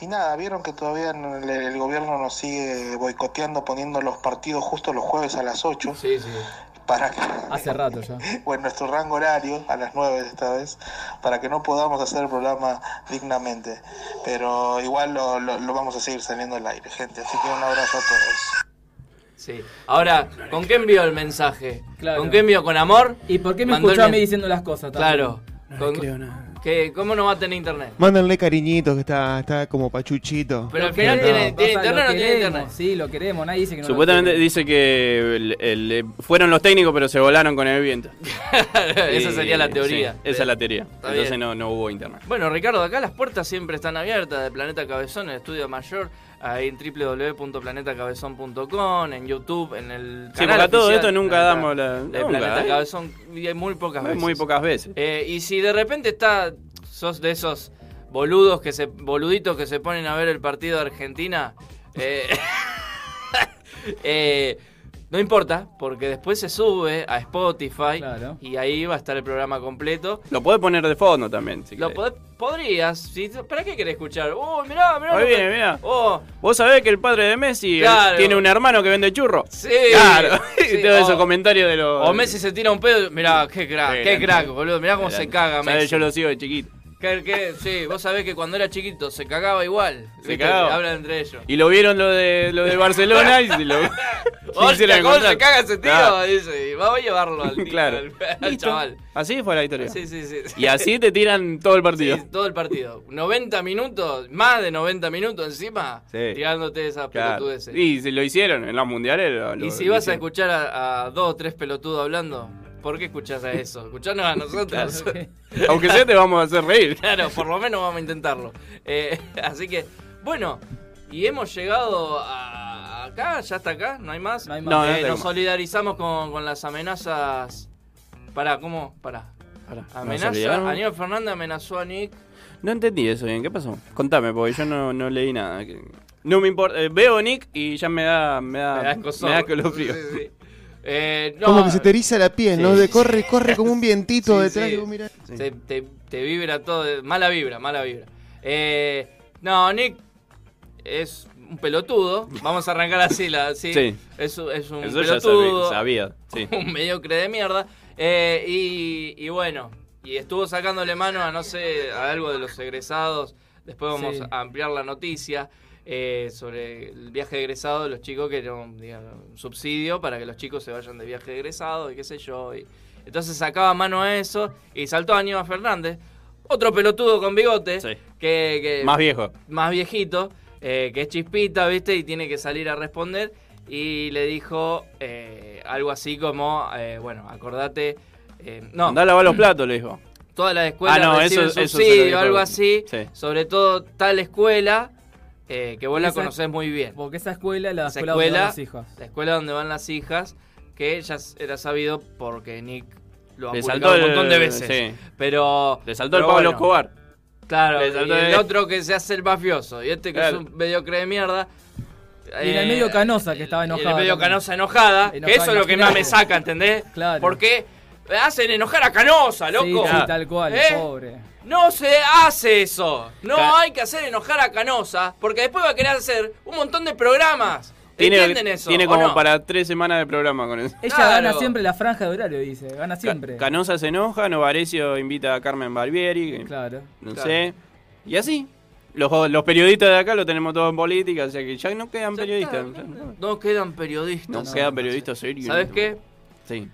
Y nada, vieron que todavía no- el, el gobierno nos sigue boicoteando, poniendo los partidos justo los jueves a las 8. Sí, sí. Para que, Hace rato ya. o en nuestro rango horario, a las 9 esta vez, para que no podamos hacer el programa dignamente. Pero igual lo, lo- lo vamos a seguir saliendo al aire, gente. Así que un abrazo a todos. Sí. Ahora, ¿con qué envió el mensaje? ¿Con qué envió? ¿Con amor? ¿Y por qué me Mandó el escuchó a mí men- diciendo las cosas? también? Claro. ¿Con- ¿Qué- ¿Cómo no va a tener internet? Mándenle cariñitos, que está, está como pachuchito. Pero al que final no, tiene, tiene o sea, internet o lo no tiene queremos, internet. Sí, lo queremos, nadie dice que no. lo Supuestamente quiere. dice que el- el- eh, fueron los técnicos, pero se volaron con el viento. Esa Y- sería la teoría. sí, esa es la teoría. bien. Entonces no, no hubo internet. Bueno, Ricardo, acá las puertas siempre están abiertas de Planeta Cabezón, el estudio mayor, ahí en www.planetacabezón.com, en YouTube, en el canal Sí, porque a todo oficial esto nunca de damos la. de nunca, Planeta ¿eh? Cabezón, y hay muy pocas veces. Muy pocas veces. Eh, y si de repente está, sos de esos boludos que se, boluditos que se ponen a ver el partido de Argentina, eh, eh, no importa, porque después se sube a Spotify y ahí va a estar el programa completo. Lo podés poner de fondo también. si Lo querés. pod- podrías, si- ¿para qué querés escuchar? ¡Oh, mirá, mirá! Ahí lo que- viene, mirá. ¡Oh! Vos sabés que el padre de Messi eh, Claro. tiene un hermano que vende churro. Sí. Claro. Sí, y todo o- esos comentarios de los. O Messi eh, se tira un pedo, mirá, qué crack, qué, grande. crack, boludo, mirá cómo se Grande. caga Sabés, Messi. Yo lo sigo de chiquito. Que- que- sí, vos sabés que cuando era chiquito se cagaba igual. Se ¿viste? cagaba. Hablan entre ellos. Y lo vieron lo de, lo de Barcelona y se lo. Hostia, hicieron ¿cómo se contrato. caga ese tío? Claro. Dice, y vamos a llevarlo al, tío, Claro. al, al chaval. Así fue la historia. Sí, sí, sí. Y así te tiran todo el partido. Sí, todo el partido. 90 minutos, más de 90 minutos encima, Sí. tirándote esas Claro. pelotudeces. Y se lo hicieron en los mundiales. lo- lo- Y si lo vas a hicieron. escuchar a, a dos o tres pelotudos hablando, ¿por qué escuchás a eso? Escuchanos a nosotros. Aunque sea, te vamos a hacer reír. Claro, por lo menos vamos a intentarlo. Eh, así que, bueno, y hemos llegado a acá, ya está acá, no hay más. más. No, no Eh, tengo nos más. solidarizamos con, con las amenazas. Pará, ¿cómo? Pará. ¿Nos Amenaza. olvidaron? Aníbal Fernández amenazó a Nick. No entendí eso bien. ¿Qué pasó? Contame, porque yo no, no leí nada. Que- No me importa. eh, veo Nick y ya me da. Me da, Me da escozor. me da escalofrío. Sí, sí. Eh, no, Como que se te eriza la piel, Sí, ¿no? De sí, corre, corre como un vientito Sí, detrás. sí. y vos mirás. Se- te, te vibra todo. Mala vibra, mala vibra. Eh, no, Nick es un pelotudo. Vamos a arrancar así. La, sí. Sí. Es, un- es un Eso ya pelotudo. sabía, sabía, sí. Un mediocre de mierda. Eh, y, y bueno, y estuvo sacándole mano a no sé, a algo de los egresados. Después vamos Sí. a ampliar la noticia eh, sobre el viaje de egresado de los chicos que no, digamos, un subsidio para que los chicos se vayan de viaje de egresado y qué sé yo. y- entonces sacaba mano a eso y saltó a Aníbal Fernández, otro pelotudo con bigote, que, que- Más viejo. más viejito, eh, que es chispita, ¿viste? Y tiene que salir a responder. Y le dijo eh, algo así como, eh, bueno, acordate... eh, no, Andá a lavar los platos, le dijo. todas las escuelas Ah, no, reciben eso- eso se lo subsidio, dijo. algo así. Sí. Sobre todo tal escuela eh, que vos la Esa- conocés muy bien. Porque esa escuela es la Esa escuela, donde escuela- van las hijas. La escuela donde van las hijas, que ya s- era sabido porque Nick lo ha Le publicado saltó un montón de el- veces. sí. Pero. Le saltó el pero Pablo bueno. Escobar. Claro, Le y saltó el el- otro que se hace el mafioso. Y este que Claro. es un mediocre de mierda. Y en el eh, medio Canosa, que estaba y en enojada. el medio también. Canosa enojada, Enojada, que eso es lo que más me imagínate. saca, ¿entendés? Claro. Porque hacen enojar a Canosa, loco. Sí, sí, tal cual, ¿Eh? pobre. No se hace eso. No Ca- hay que hacer enojar a Canosa, porque después va a querer hacer un montón de programas. ¿Entienden eso? Tiene o como no? para tres semanas de programa con eso. Ella Claro. gana siempre la franja de horario, dice. Gana siempre. Canosa se enoja, Novarecio invita a Carmen Barbieri. que- Claro. No Claro. sé. Y así. Los, los periodistas de acá lo tenemos todos en política, o sea que ya no quedan periodistas. No quedan periodistas. No, quedan periodistas serios. ¿Sabes qué? Sí.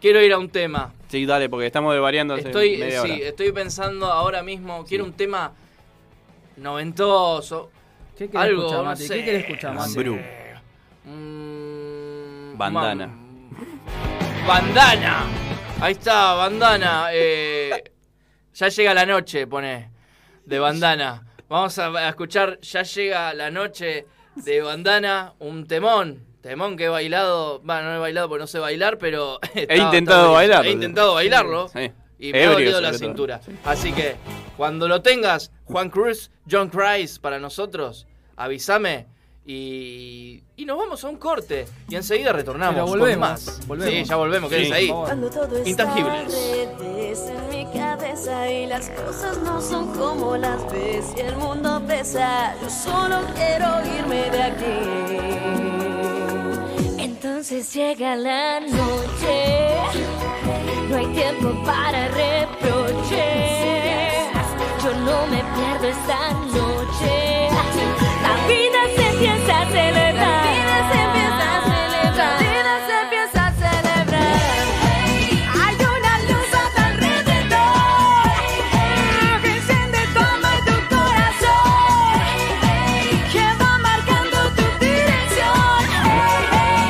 Quiero ir a un tema. Sí, dale, porque estamos variando hace Estoy, media hora. sí, estoy pensando ahora mismo, quiero un tema noventoso. ¿Qué querés algo, escuchar, no Mati? ¿Qué sé, querés escuchar, no Mati? sé. Bru. Mm, Bandana. Bandana. Ahí está, bandana. eh, ya llega la noche, pone. De bandana. Vamos a, a escuchar Ya llega la noche de bandana. Un temón. Temón que he bailado. Bueno, no he bailado porque no sé bailar, pero. He intentado bailarlo. He bailarlo. intentado bailarlo. Sí. Y me ha Ebrio, dolido la sobre todo. cintura. Así que, cuando lo tengas, Juan Cruz, John Christ, para nosotros, avísame. Y, y nos vamos a un corte. Y enseguida retornamos. Pero con volvemos, más. volvemos. Sí, ya volvemos. Sí, Quédense ahí. por favor. Cuando todo está Intangibles. al revés en mi cabeza y las cosas no son como las ves y el mundo pesa, yo solo quiero irme de aquí. Entonces llega la noche, no hay tiempo para reproches. Yo no me pierdo esta noche. La vida se empieza a celebrar. La vida se empieza a celebrar. La vida se empieza a celebrar. Hay una luz a tu alrededor que enciende tu alma y tu corazón que va marcando tu dirección. Hey, hey,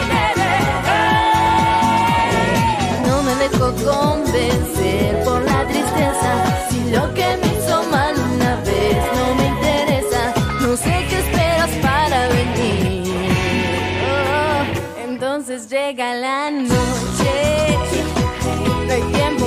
bebé, hey. No me dejo convencer por la tristeza si lo que me hizo mal una vez no me Oh,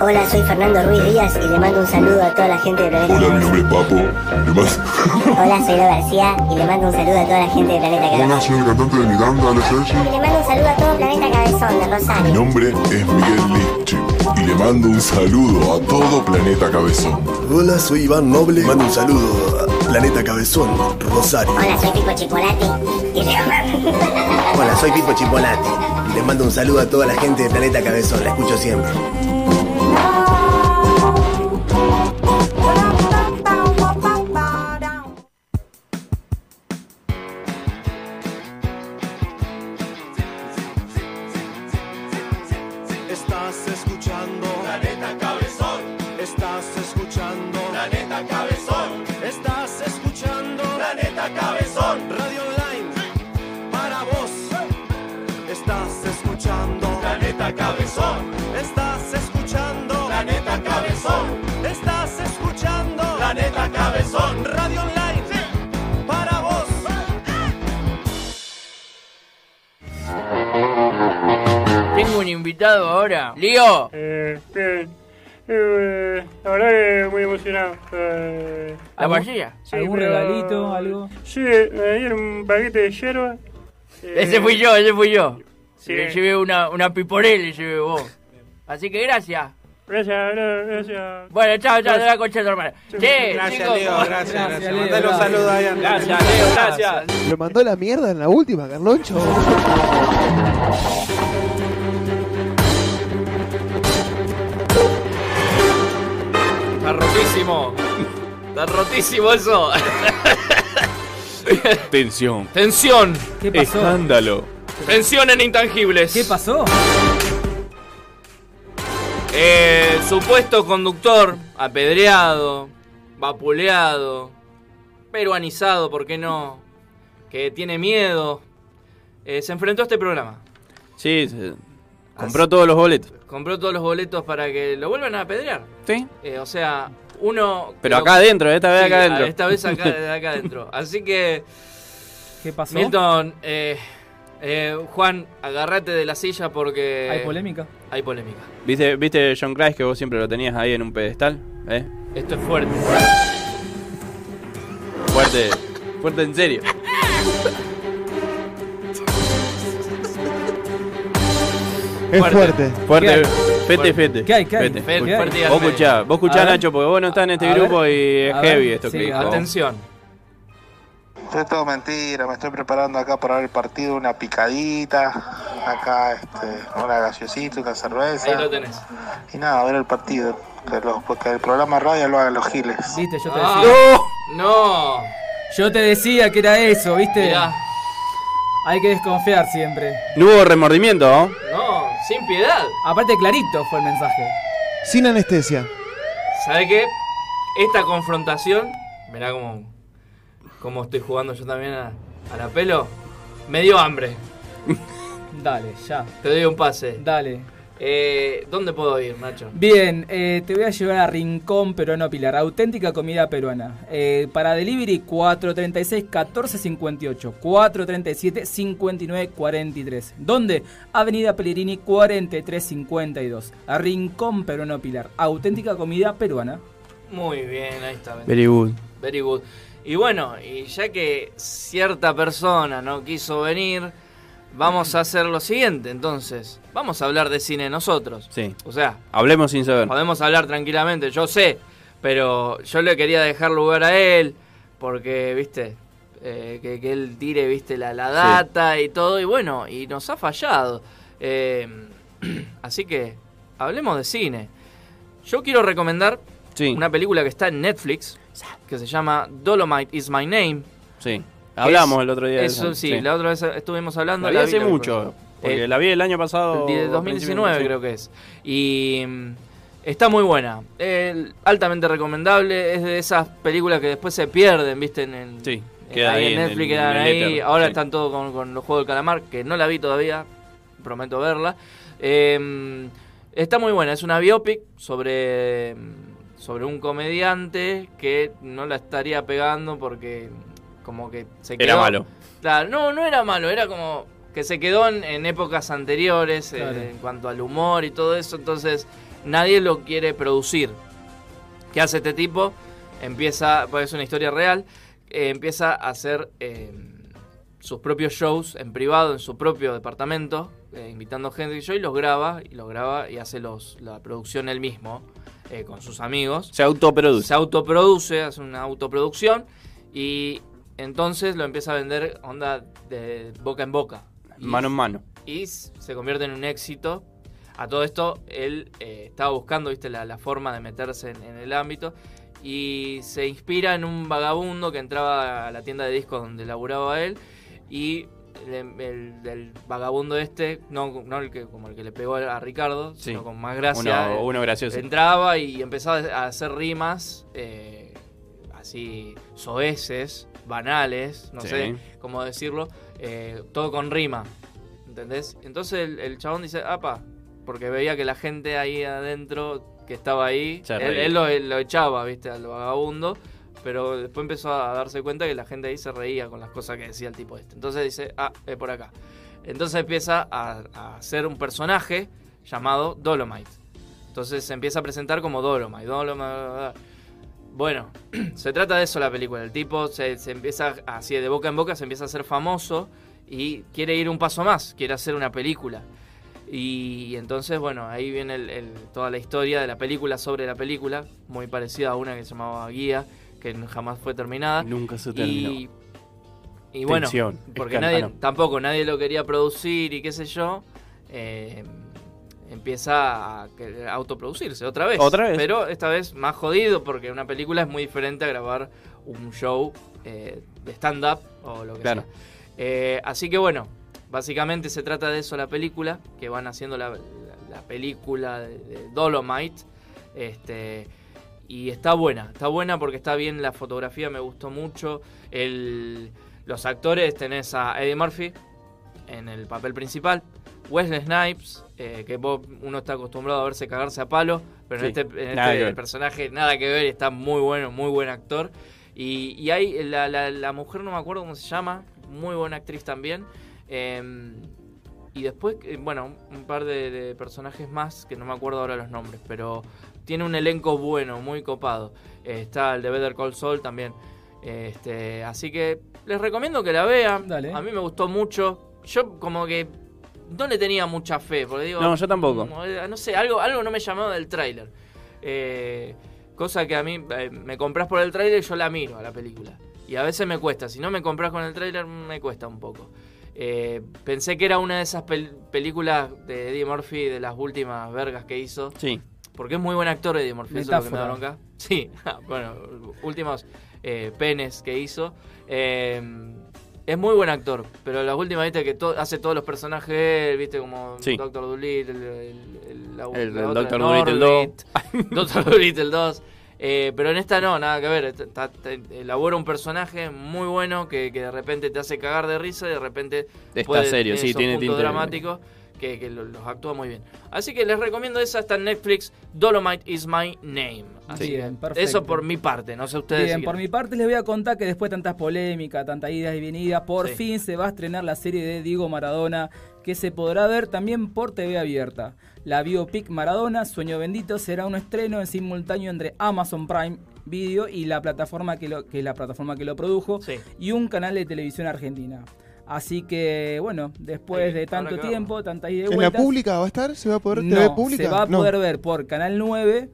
Hola, soy Fernando Ruiz Díaz y le mando un saludo a toda la gente de Planeta Hola, mi nombre es Papo. Le mando- Cabezón. Hola, soy Lo García y le mando un saludo a toda la gente de Planeta Hola, Cabezón. soy el cantante de Miranda, Alex Elsi. Le mando un saludo a todo Planeta Cabezón de Mi Rosario. nombre es Miguel Lichi y le mando un saludo a todo Planeta Cabezón. Hola, soy Iván Noble. Mando un saludo a Planeta Cabezón, Rosario. Hola, soy Pipo Chipolati y le Hola, soy Pipo Chipolati. Les mando un saludo a toda la gente de Planeta Cabezón. La escucho siempre. Estás escuchando Planeta Cabezón. Estás escuchando Planeta Cabezón. Estás escuchando Planeta Cabezón. Radio Online para vos. Estás escuchando Planeta Cabezón. Estás escuchando Planeta Cabezón. Estás escuchando Planeta Cabezón. Radio Online para vos. Tengo un invitado ahora. Lío. Eh, bien. Eh, la verdad que muy emocionado. Eh, ¿La parrilla? ¿Algún pero- eh, regalito, algo? Sí, me dieron un paquete de yerba. Eh, Ese fui yo, ese fui yo. Sí. Le llevé una, una piporé, le llevé vos. Así que gracias. Gracias, bro, gracias. Bueno, chao, chao, de la concha de tu hermana. Che, Gracias, chicos, Leo, vos- gracias, gracias. Leo, Mandale un saludo ahí a- Gracias, Leo, gracias. Lo mandó a la mierda en la última, Carloncho. Está rotísimo. Está rotísimo eso. Tensión. Tensión. ¿Qué pasó? Escándalo. Tensión en intangibles. ¿Qué pasó? Eh, supuesto conductor apedreado, vapuleado, peruanizado, ¿por qué no? Que tiene miedo. eh, se enfrentó a este programa. Sí, se- compró todos los boletos. Compró todos los boletos para que lo vuelvan a apedrear. Eh, Sí. o sea, uno. Pero acá adentro, esta vez Sí, acá adentro. Esta vez acá, eh. acá adentro. Así que. ¿Qué pasó? Milton, eh, eh, Juan, agarrate de la silla porque. ¿Hay polémica? Hay polémica. ¿Viste, ¿Viste John Christ que vos siempre lo tenías ahí en un pedestal? ¿Eh? Esto es fuerte. Fuerte. Fuerte en serio. Es fuerte. Fuerte. ¿Qué hay? Fete, fete. ¿Qué hay? ¿Qué hay? Fete. Fete, ¿qué hay? Fuerte y al Vos medio. escuchá, vos escuchá, A ver. Nacho, porque vos no estás en este A ver. grupo y es A ver. heavy esto que dijo. Atención. Fue todo mentira, me estoy preparando acá para ver el partido, una picadita, acá este, una gaseosita, una cerveza. Ahí lo tenés. Y nada, a ver el partido, que, los- que el programa radio lo hagan los giles. Viste, yo te Ah, decía. ¡No! Yo te decía que era eso, ¿viste? Mirá. Hay que desconfiar siempre. No hubo remordimiento, ¿no? No, sin piedad. Aparte, clarito fue el mensaje. Sin anestesia. ¿Sabe qué? Esta confrontación, mirá cómo, cómo estoy jugando yo también a, a la pelo, me dio hambre. Dale, ya. Te doy un pase. Dale. Eh, ¿Dónde puedo ir, Nacho? Bien, eh, te voy a llevar a Rincón Peruano Pilar, auténtica comida peruana. Eh, para delivery 436-1458, 437-5943. ¿Dónde? Avenida Pellegrini 4352. A Rincón Peruano Pilar, auténtica comida peruana. Muy bien, ahí está. Very good. Very good. Y bueno, y ya que cierta persona no quiso venir, vamos a hacer lo siguiente entonces. Vamos a hablar de cine nosotros. Sí. O sea, Hablemos sin saber. podemos hablar tranquilamente, yo sé, pero yo le quería dejar lugar a él, porque, viste, eh, que, que él tire, viste, la, la data y todo, y bueno, y nos ha fallado. Eh, así que, hablemos de cine. Yo quiero recomendar una película que está en Netflix, que se llama Dolomite is My Name. Sí. Hablamos Es- el otro día de eso, eso, sí, sí. la otra vez estuvimos hablando. La vi hace creo. mucho, porque Eh, la vi el año pasado. de a principios 2019 sí. creo que es. Y mm, está muy buena. Eh, altamente recomendable. Es de esas películas que después se pierden, ¿viste? En el, en- queda ahí ahí en en Netflix, el- quedan en el ahí. éter, Ahora sí. están todos con, con los Juegos del Calamar, que no la vi todavía. Prometo verla. Eh, está muy buena. Es una biopic sobre, sobre un comediante que no la estaría pegando porque como que se Era quedó... malo. Claro, no, no era malo, era como que se quedó en, en épocas anteriores eh, Claro. en cuanto al humor y todo eso, entonces nadie lo quiere producir. ¿Qué hace este tipo? Empieza, pues es una historia real, eh, empieza a hacer eh, sus propios shows en privado, en su propio departamento, eh, invitando gente y yo, y los graba, y los graba y hace los, la producción él mismo eh, con sus amigos. Se autoproduce. Se autoproduce, hace una autoproducción y entonces lo empieza a vender onda de boca en boca. Y- Mano en mano. Y s- se convierte en un éxito. A todo esto, él eh, estaba buscando ¿viste? La, la forma de meterse en, en el ámbito y se inspira en un vagabundo que entraba a la tienda de discos donde laburaba él y el, el- el vagabundo este, no, no el que, como el que le pegó a Ricardo, Sí. sino con más gracia. Uno- eh, uno gracioso. Entraba y empezaba a hacer rimas eh, así soeces, banales, no Sí. sé cómo decirlo, eh, todo con rima. ¿Entendés? Entonces el, el chabón dice, apa, porque veía que la gente ahí adentro que estaba ahí, Se él, reía. él lo, lo echaba, viste, al vagabundo, pero después empezó a darse cuenta que la gente ahí se reía con las cosas que decía el tipo este. Entonces dice, ah, es por acá. Entonces empieza a, a hacer un personaje llamado Dolomite. Entonces se empieza a presentar como Dolomite, Dolomite. Dolomite. Bueno, se trata de eso la película. El tipo se, se empieza así de boca en boca, se empieza a ser famoso y quiere ir un paso más, quiere hacer una película. Y entonces, bueno, ahí viene el- el- toda la historia de la película sobre la película, muy parecida a una que se llamaba Guía, que n- jamás fue terminada. Nunca se Y, terminó. y bueno, Tensión, porque escándalo. nadie, tampoco nadie lo quería producir y qué sé yo, eh, empieza a que- a autoproducirse otra vez. Otra vez. Pero esta vez más jodido, porque una película es muy diferente a grabar un show eh, de stand-up o lo que Claro. sea. Eh, así que bueno, básicamente se trata de eso la película, que van haciendo la, la- la película de, de Dolomite. Este, y está buena, está buena porque está bien la fotografía, me gustó mucho. El, los actores tenés a Eddie Murphy en el papel principal. Wesley Snipes, eh, que vos- uno está acostumbrado a verse cagarse a palo, pero en Sí, este, en nada este que ver. personaje nada que ver, está muy bueno, muy buen actor. Y, y hay la, la- la mujer, no me acuerdo cómo se llama, muy buena actriz también. Eh, y después, eh, bueno, un par de, de personajes más, que no me acuerdo ahora los nombres, pero tiene un elenco bueno, muy copado. Eh, está el de Better Call Saul también. Este, así que les recomiendo que la vean. A mí me gustó mucho. Yo como que no le tenía mucha fe, porque digo... No, yo tampoco. "Mm, eh, No sé, algo, algo no me llamaba del tráiler. Eh, cosa que a mí eh, me compras por el tráiler y yo la miro a la película. Y a veces me cuesta. Si no me compras con el tráiler, me cuesta un poco. Eh, pensé que era una de esas pel- películas de Eddie Murphy, de las últimas vergas que hizo. Sí. Porque es muy buen actor Eddie Murphy, eso es lo que me da Metáfora. bronca. Sí, bueno, últimos eh, penes que hizo. Eh, es muy buen actor, pero las últimas, viste, que to- hace todos los personajes, él, viste, como Sí. Doctor Dolittle, el, el, el- la- El- el la otra, Dr. Dolittle Norbit, 2. Doctor Dolittle 2. Eh, pero en esta no, nada que ver. Está- está- está- elabora un personaje muy bueno que, que de repente te hace cagar de risa y de repente. Está serio, sí, esos tiene puntos tinte- dramáticos que, que lo- los actúa muy bien. Así que les recomiendo esa. Está en Netflix. Dolomite is my name. Así Bien, que perfecto. Eso por mi parte. No sé ustedes. Bien, si por mi parte les voy a contar que después de tantas polémicas, tantas idas y venidas, por Sí. fin se va a estrenar la serie de Diego Maradona, que se podrá ver también por TV abierta. La biopic Maradona, Sueño Bendito, será un estreno en simultáneo entre Amazon Prime Video y la plataforma que, lo, que es la plataforma que lo produjo y un canal de televisión argentina. Así que, bueno, después de tanto habrá que tiempo, tantas idas y ¿En la vueltas... pública va a estar? ¿Se va a poder No, TV pública? se va a No. poder ver por Canal 9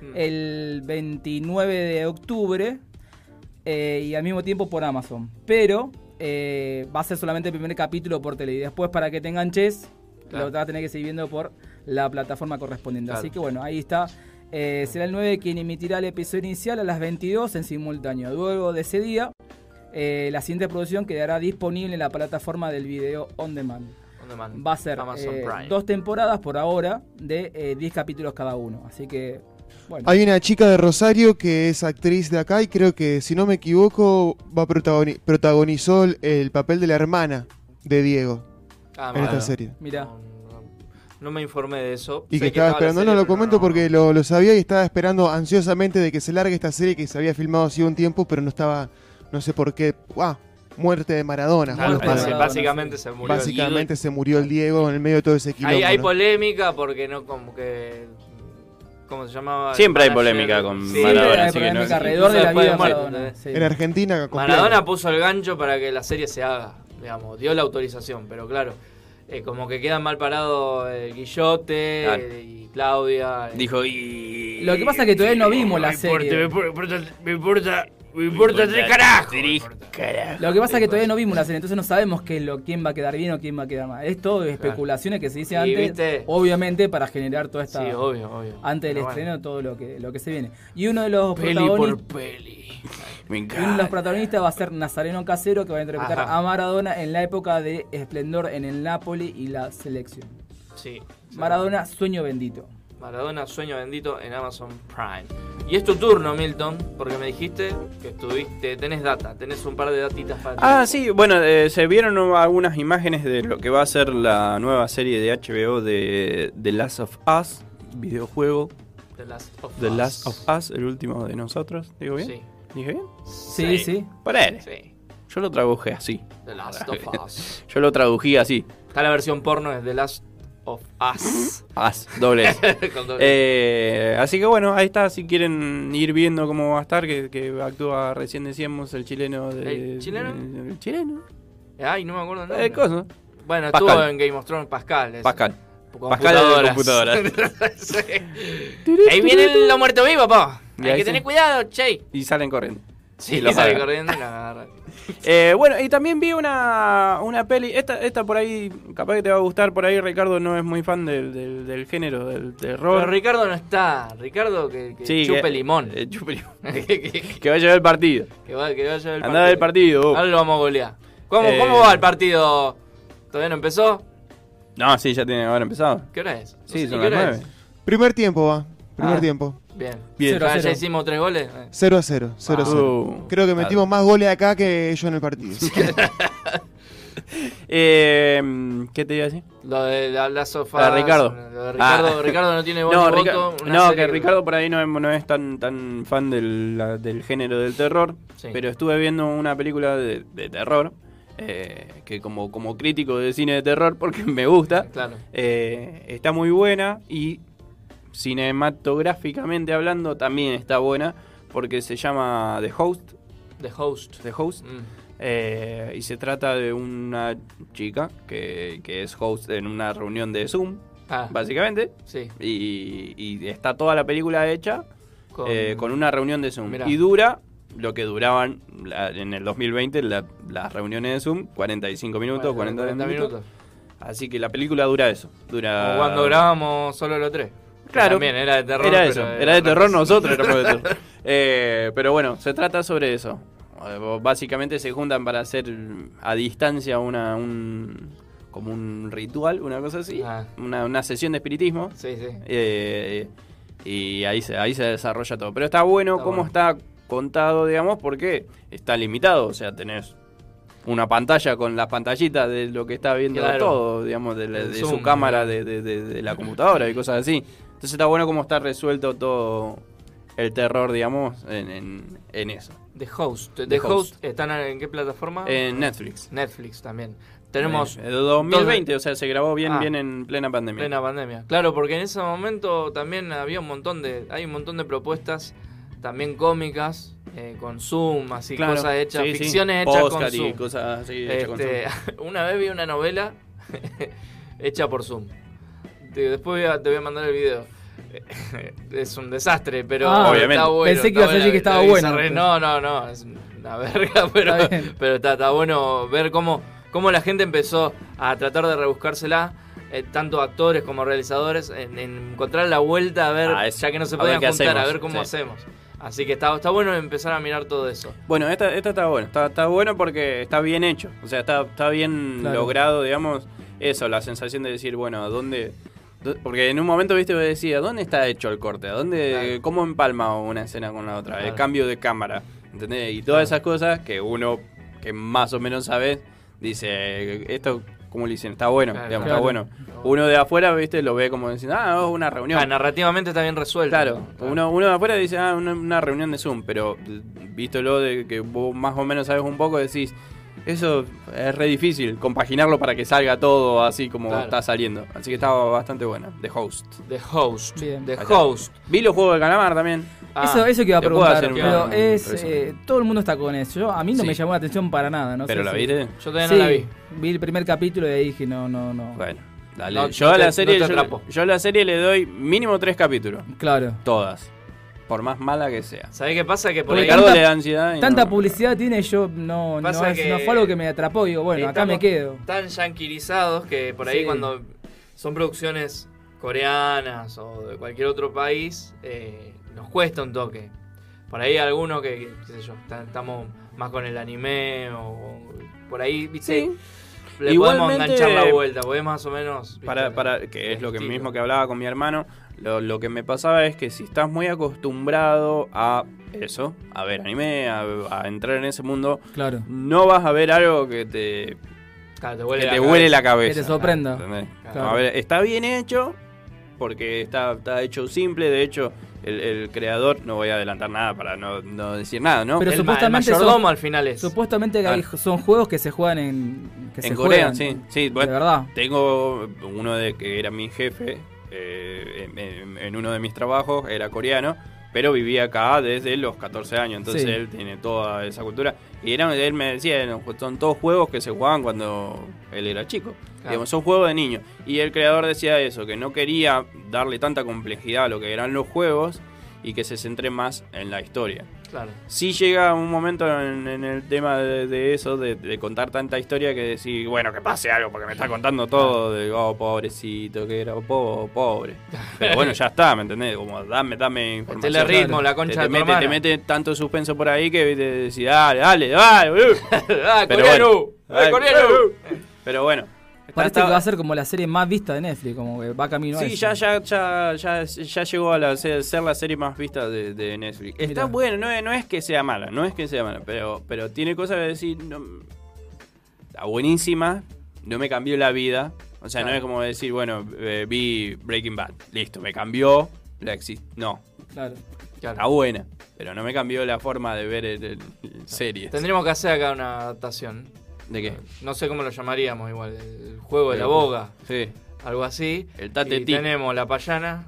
Hmm. el 29 de octubre eh, y al mismo tiempo por Amazon. Pero eh, va a ser solamente el primer capítulo por tele y después para que te enganches Claro. lo vas a tener que seguir viendo por la plataforma correspondiente. Claro. Así que bueno, ahí está. Eh, será el 9 quien emitirá el episodio inicial a las 22 en simultáneo. Luego de ese día, eh, la siguiente producción quedará disponible en la plataforma del video on demand. On demand. Va a ser Amazon eh, Prime. dos temporadas por ahora de eh, 10 capítulos cada uno. Así que, bueno. Hay una chica de Rosario que es actriz de acá y creo que, si no me equivoco, va a protagoni- protagonizó el, el papel de la hermana de Diego Ah, en mira. esta serie. Mirá. No me informé de eso. Y Sé que estaba la esperando, no serie, lo pero comento porque lo, lo sabía y estaba esperando ansiosamente de que se largue esta serie que se había filmado hace un tiempo, pero no estaba, no sé por qué. ¡Ah! Muerte de Maradona. Claro, Algo basi- parecido. básicamente se murió el Básicamente se murió el Diego en el medio de todo ese quilombo. Hay, hay ¿no? polémica porque no como que ¿Cómo se llamaba? Siempre hay Manager. polémica con Sí, Maradona, hay así que polémica no- alrededor de la Después vida de muerto, Maradona, ¿no? sí. En Argentina, completa. Maradona puso el gancho para que la serie se haga, digamos, dio la autorización, pero claro, eh, como que quedan mal parados eh, Guillote Claro. eh, y Claudia. eh. Dijo, y. Lo que pasa es que todavía no vimos la serie. me importa, me importa, me importa tres carajos. Tres Lo que pasa es que todavía no vimos la serie, entonces no sabemos qué es lo, quién va a quedar bien o quién va a quedar mal. Es todo especulaciones que se dice antes, Y viste- obviamente para generar toda esta... Sí, obvio, obvio. Antes del Pero bueno. estreno, todo lo que, lo que se viene. Y uno de los Peli protagonistas... por peli. Me Y uno de los protagonistas va a ser Nazareno Casero, que va a interpretar Ajá. a Maradona en la época de esplendor en el Napoli y la selección. Sí. Maradona, sueño bendito. Maradona, sueño bendito en Amazon Prime. Y es tu turno, Milton, porque me dijiste que estuviste, tenés data, tenés un par de datitas para ti. Ah, sí, bueno, eh, se vieron o- algunas imágenes de lo que va a ser la nueva serie de HBO de The Last of Us, videojuego. The Last of The Us. Last of Us, el último de nosotros, ¿digo bien? Sí. ¿Dije bien? Sí, sí. Para él. Sí. Yo lo traduje así. The Last of Us. Yo lo tradují así. Está la versión porno de The Last of Us. As, doble S. Con doble Eh, así que bueno, ahí está. Si quieren ir viendo cómo va a estar, que, que actúa recién decíamos el chileno. De, ¿El chileno? El Eh, chileno. Ay, no me acuerdo el Eh, nombre. cosa. Bueno, Pascal. estuvo en Game of Thrones Pascal. ese. Pascal. Pascal de Computadoras. computadoras. Sí. Ahí viene lo muerto vivo, papá. Y Hay ahí que sí. tener cuidado, che. Y salen corriendo. Sí, Y lo sale pagan. corriendo y la agarra. Eh, bueno, y también vi una, una peli, esta, esta por ahí, capaz que te va a gustar, por ahí Ricardo no es muy fan del, del- del género, del terror. Pero Ricardo no está. Ricardo que, que Sí, chupe que- limón. eh, chupe limón. que, que- que vaya a ver el partido. que va- que vaya al Andá del partido. vos. Ahora lo vamos a golear. ¿Cómo, Eh. ¿Cómo va el partido? ¿Todavía no empezó? No, sí, ya tiene haber empezado. ¿Qué hora es? No Sí, sé, son ¿qué las hora nueve. Primer tiempo va. Primer Ah. tiempo. Bien. Bien. Ya, Cero a ya cero. hicimos tres goles. Eh. 0 a 0. 0 a 0. Uh, Creo que metimos más goles acá que ellos en el partido. Eh, ¿Qué te iba a decir? Lo de la, la sofá. Para Ricardo. Lo de Ricardo, Ah. Ricardo no tiene voz no, ni Rica- voto, una no, serie que Ricardo por ahí no, es- no es tan tan fan del, la- del género del terror, Sí. pero estuve viendo una película de, de terror, eh, que como, como crítico de cine de terror, porque me gusta, Claro. eh, está muy buena y cinematográficamente hablando también está buena, porque se llama The Host, The Host. The Host. Mm. eh, y se trata de una chica que, que es host en una reunión de Zoom, Ah, básicamente. sí. Y, y eh, está toda la película hecha eh, Con- con, una reunión de Zoom. Mirá. Y dura lo que duraban la- en el 2020 la- las reuniones de Zoom, 45 minutos, Bueno, 40, 40 minutos. Así que la película dura eso. Dura... Como cuando grabamos solo los tres. Que Claro. También era de terror. Era pero eso, era de terror otra cosa. nosotros. éramos de terror. Eh, pero bueno, se trata sobre eso. Eh, Básicamente se juntan para hacer a distancia una, un, como un ritual, una cosa así. Ah. Una, una sesión de espiritismo. Sí, sí. Eh, y ahí se, ahí se desarrolla todo. Pero está bueno Está cómo bueno. está contado, digamos, porque está limitado. O sea, tenés una pantalla con las pantallitas de lo que está viendo Claro. todo, digamos, de, la- El de zoom, su cámara, de, de- de- de la computadora y cosas así. Entonces está bueno cómo está resuelto todo el terror, digamos, en, en- en eso. The Host. The, The Host. Host. ¿Están en qué plataforma? En Netflix. Netflix también. Tenemos Eh, 2020, o sea, se grabó bien, Ah. bien en plena pandemia. plena pandemia. Claro, porque en ese momento también había un montón de. Hay un montón de propuestas también cómicas. eh, con Zoom, así Claro. cosas hechas, Sí, sí. ficciones hechas Oscar con y Zoom. cosas así hechas con Este, Una vez vi una novela hecha por Zoom. Te- Después voy a- te voy a mandar el video. Es un desastre, pero Ah, Obviamente. está bueno. pensé que está ibas a decir buena, que estaba la bueno, bizarre- pero- No, no, no, es una verga, pero Está pero bien. está, está bueno ver cómo, cómo la gente empezó a tratar de rebuscársela. eh, tanto actores como realizadores en, en encontrar la vuelta a ver Ah, es- ya que no se a ver podían qué juntar a hacemos, ver cómo sí. hacemos así que está, está bueno empezar a mirar todo eso Bueno, esta, esta está buena. Está, está bueno porque está bien hecho. O sea, está, está bien Claro. logrado, digamos, eso, la sensación de decir, bueno, ¿a dónde? dó- Porque en un momento, viste, vos decía, ¿dónde está hecho el corte? ¿A dónde, ¿Cómo empalma una escena con la otra? Claro. El cambio de cámara. ¿Entendés? Y todas esas cosas que uno, que más o menos sabe, dice, "Eh, esto, ¿cómo le dicen? Está bueno, Claro, digamos, claro. está bueno. Uno de afuera, viste, lo ve como diciendo, ah, es una reunión. Ah, narrativamente está bien resuelto Claro, uno, uno de afuera dice, ah, una, una reunión de Zoom, pero eh, visto lo de que vos más o menos sabes un poco, decís, Eso es re difícil, compaginarlo para que salga todo así como Claro. está saliendo. Así que estaba bastante buena. The Host. The Host. The Allá. Host. Vi los juegos del calamar también. eso, eso que iba a Ah, Te puedo preguntar, hacer pero un- es, un resumen. eh, todo el mundo está con eso. Yo- a mí no Sí. me llamó la atención para nada. No ¿Pero sé la si- viste? Yo todavía no la Sí, vi. Vi el primer capítulo y ahí dije, no, no, no. Bueno, dale. No, yo, no a te- la no serie, te yo, atrapo. yo a la serie le doy mínimo tres capítulos. Claro. Todas. Por más mala que sea. ¿Sabés qué pasa? Que por Porque ahí- Ricardo le da ansiedad. y Tanta no- publicidad tiene, yo no, no, Pasa es- que no fue algo que me atrapó. Digo, bueno, acá me Estamos quedo. Tan yanquilizados que por ahí Sí. cuando son producciones coreanas o de cualquier otro país, eh, nos cuesta un toque. Por ahí algunos que, que, qué sé yo, ta- estamos más con el anime o, o por ahí, ¿viste? Le podemos Igualmente, enganchar la vuelta, porque es más o menos... ¿viste? Para, para, que es lo que mismo que hablaba con mi hermano, lo, lo que me pasaba es que si estás muy acostumbrado a eso, a ver anime, a, a entrar en ese mundo, Claro. no vas a ver algo que te, Claro, te huele que la te cabeza. huele la cabeza. Que te sorprenda. ¿entendés? Claro. A ver, está bien hecho, porque está, está hecho simple, de hecho... El, el creador, no voy a adelantar nada para no, no decir nada, ¿no? Pero el, ma- el supuestamente son- mayordomo al final es. Supuestamente que hay- son juegos que se juegan en. Que en se Corea, juegan. sí. sí bueno, verdad. Tengo uno de que era mi jefe eh, en, en- en uno de mis trabajos, era coreano, pero vivía acá desde los 14 años, entonces Sí. él tiene toda esa cultura. Y era, él me decía, "No, son todos juegos que se jugaban cuando él era chico. Claro. Digamos, son juegos de niños. Y el creador decía eso, que no quería darle tanta complejidad a lo que eran los juegos y que se centre más en la historia. Claro. Sí llega un momento en, en el tema de, de eso, de, de contar tanta historia que decir, bueno, que pase algo, porque me está Ah. contando todo de, oh, pobrecito, que era po- pobre. Pero bueno, ya está, ¿me entendés? Como, dame, dame información. Metele ritmo, la concha te, de te tu mete, hermana. te mete tanto suspenso por ahí que te decís, dale, dale, dale, boludo. ¡Ah, Pero coreano! bueno, ¡Ah, dale, coreano! Pero bueno. está- Parece está- que va a ser como la serie más vista de Netflix, como que va camino a Sí, eso. ya, ya, ya, ya, ya llegó a la- ser ser la serie más vista de, de Netflix. Está Mirá. bueno, no es, no es que sea mala, no es que sea mala, pero, pero tiene cosas que decir. no- está buenísima, no me cambió la vida. O sea, no Claro. es como decir, bueno, eh, vi Breaking Bad, listo, me cambió la exist No, Claro. está buena, pero no me cambió la forma de ver el, el- el series. Tendríamos que hacer acá una adaptación. ¿De qué? No sé cómo lo llamaríamos igual. El juego de la Pero- boga. Sí. Algo así. El tate Y ti. Tenemos la payana.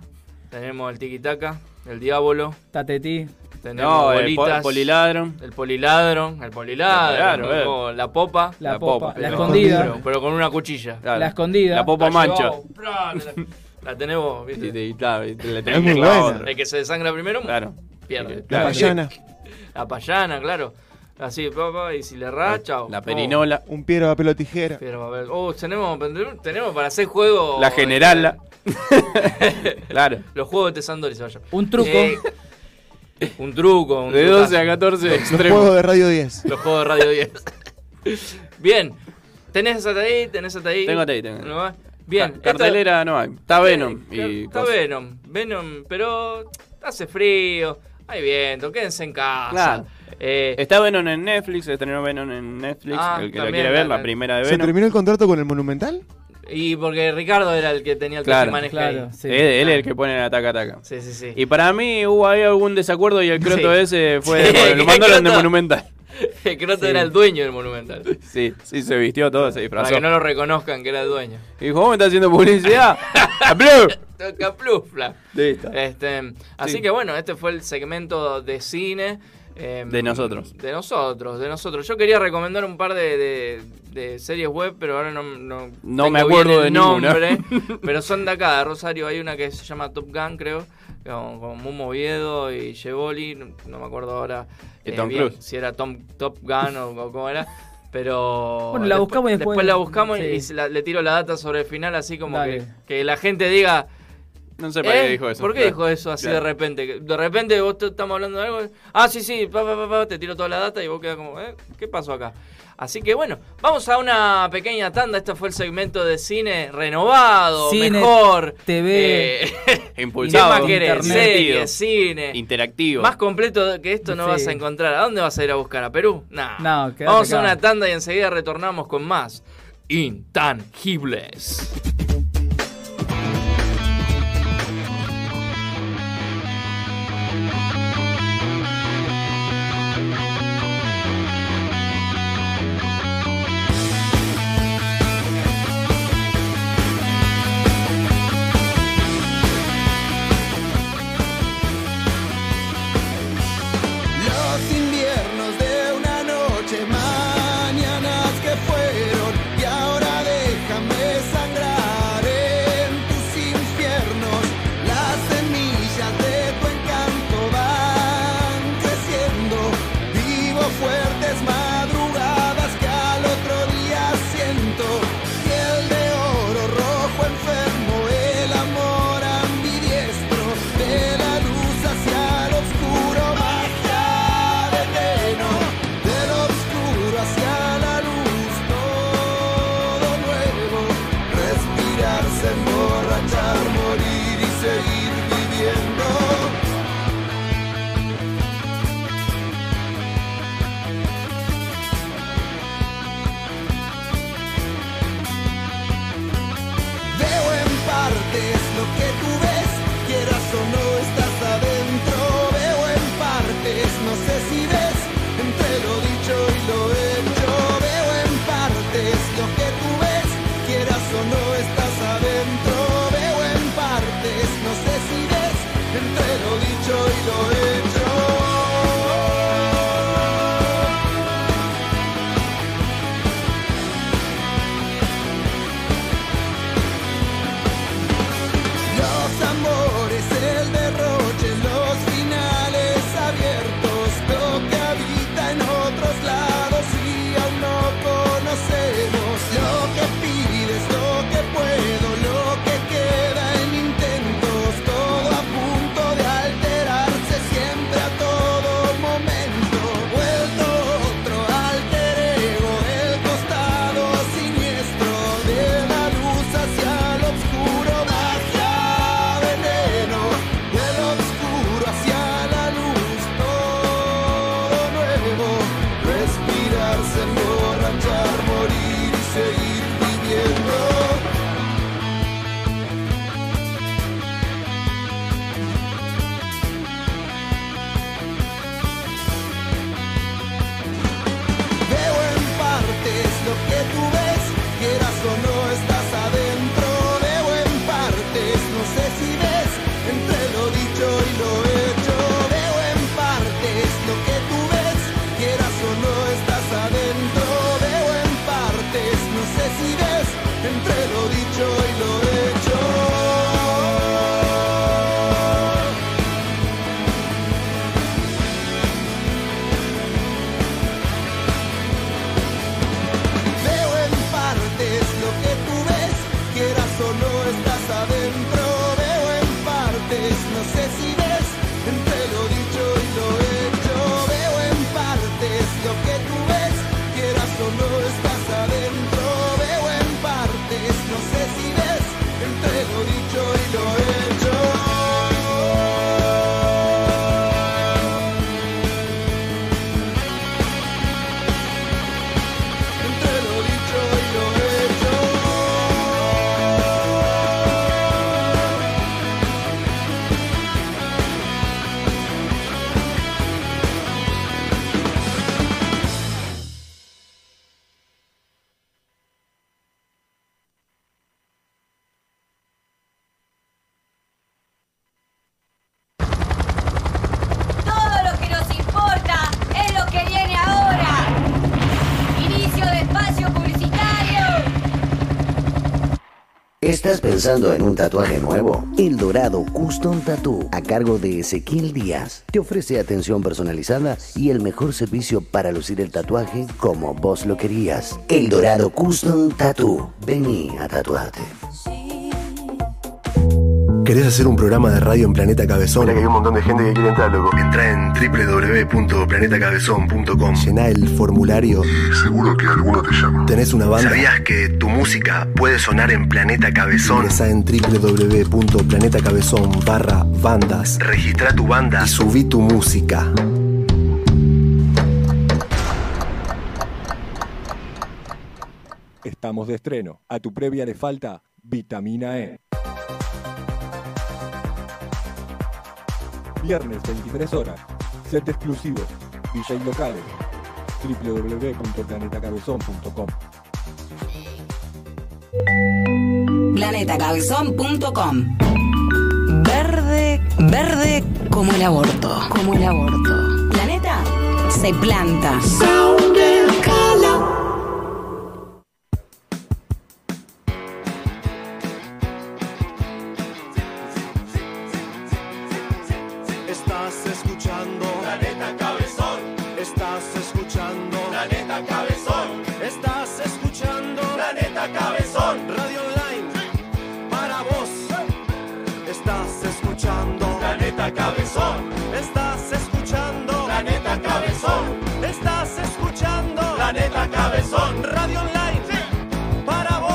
Tenemos el tiquitaca. El diablo. Tatetí. Tenemos No, eh, el bolitas. po- poliladron. eh. El poliladron. El poliladron. El poliladron, el- la popa. La La popa, popa. la escondida. Pero, pero con una cuchilla. Claro. La escondida. La popa La mancha. llevamos, pra, oh, la- La tenemos, ¿viste? Y- y- claro, y te le Es tenés muy que clavar buena. otra. El que se desangra primero Claro. pierde. Claro. La payana. La payana, claro. Así, papá, y si le racha. La perinola. Un piedra, papel o tijera. Pero, a ver, oh, tenemos, tenemos para hacer juegos. La generala. claro. Los juegos de Tesandori se vayan. Eh, Un truco. un truco. un De 12 a trucazo. 14 Los extremo. juegos de Radio 10. Los juegos de Radio 10. Bien. Tenés hasta ahí, tenés hasta ahí. Tengo hasta ahí, tengo. ¿No va? Bien. Ca- esta- Cartelera no hay. Está Venom. y Está cosas. Venom. Venom, pero hace frío, hay viento, quédense en casa. Eh, Claro. Está Venom en Netflix, estrenó Venom en Netflix. Ah, el que la también, quiere ver, la también. primera de ¿Se Venom. terminó el contrato con el Monumental? Y porque Ricardo era el que tenía el que maneja ahí. Él, él es el que pone el ataca ataca. Ah. Sí, sí, sí. Y para mí hubo ahí algún desacuerdo y el croto Sí. ese fue Sí, bueno, lo el mandaron de croto. Monumental. El Croto era el dueño del Monumental. Sí, sí, se vistió todo, se Para disfrazó. que no lo reconozcan que era el dueño. Y dijo, ¿cómo me está haciendo publicidad? ¡Aplausos! Toca plufla. Listo. Este, así Sí. que bueno, este fue el segmento de cine. em, De nosotros. De nosotros, de nosotros. Yo quería recomendar un par de, de- de series web, pero ahora no, no, No me tengo acuerdo bien el de ninguna. nombre. pero son de acá, de Rosario. Hay una que se llama Top Gun, creo, con, con Mumo Oviedo y Chevoli. No, no me acuerdo ahora eh, Y Tom bien Cruise. si era Tom, Top Gun o, o cómo era. Pero Bueno, la buscamos y después- la buscamos y sí. se la- le tiro la data sobre el final, así como Dale. que, que la gente diga, No sé para ¿Eh? qué dijo eso. ¿Por qué Claro. dijo eso así Claro. de repente? Que De repente vos te- estamos hablando de algo. Ah, sí, sí, pa, pa, pa, pa, te tiro toda la data y vos quedás como, ¿eh? ¿Qué pasó acá? Así que bueno, vamos a una pequeña tanda. Este fue el segmento de cine renovado, Cine, mejor. eh, TV, Impulsado, ¿Qué más querés? internet. Series, cine. Interactivo. Más completo que esto no Sí. vas a encontrar. ¿A dónde vas a ir a buscar? ¿A Perú? Nah. No, quédate Vamos a acá. una tanda y enseguida retornamos con más. Intangibles. Intangibles. Cuando estás adentro veo en partes, no sé si ves entre lo dicho y lo hecho. Los amores, el derroche, los finales abiertos, lo que habita en otros lados y aún no conocemos lo que pides, lo que puedo, lo que queda en intentos, todo a punto de alterarse siempre a todo momento. Vuelto otro alter ego, el costado siniestro de la luz hacia lo oscuro, hacia veneno, del oscuro hacia la luz, todo nuevo, respirarse, emborrachar, morir y seguir viviendo. Veo en partes lo que tú ves, quieras o no estás adentro. Veo en partes, no sé si ves, entre lo dicho y lo hecho. Veo en partes lo que tú ves, quieras o no estás adentro. Veo en partes, no sé si ves, entre lo dicho y lo hecho. Veo en partes lo que tú ves, quieras o no estás adentro. Veo en partes, no sé si ves, entre lo dicho y lo hecho. Veo en partes lo que tú ves, quieras o no estás adentro. Veo en partes, no sé si ves, entre lo dicho y lo hecho. Entre lo dicho y lo hecho. Todo lo que nos importa es lo que viene ahora. Inicio de espacio publicitario. ¿Estás pensando en un tatuaje nuevo? El Dorado Custom Tattoo, a cargo de Ezequiel Díaz, te ofrece atención personalizada y el mejor servicio para lucir el tatuaje como vos lo querías. El Dorado Custom Tattoo, vení a tatuarte. ¿Querés hacer un programa de radio en Planeta Cabezón? que hay un montón de gente que quiere entrar, loco. Entra en www.planetacabezón.com. Llená el formulario. seguro que alguno te llama. ¿Tenés una banda? ¿Sabías que tu música puede sonar en Planeta Cabezón? Ingresá en www.planetacabezón barra bandas. Registra tu banda. Y subí tu música. Estamos de estreno. A tu previa le falta vitamina E. Viernes 23 horas. Set exclusivo. DJs locales. www.planetacabezón.com. Planetacabezón.com Verde, verde como el aborto. Como el aborto. Planeta se planta. Estás escuchando Planeta Cabezón. Estás escuchando Planeta Cabezón. Estás escuchando Planeta Cabezón. Radio Online para vos. Estás escuchando Planeta Cabezón. Estás escuchando Planeta Cabezón. Estás escuchando Planeta Cabezón. Radio Online para vos.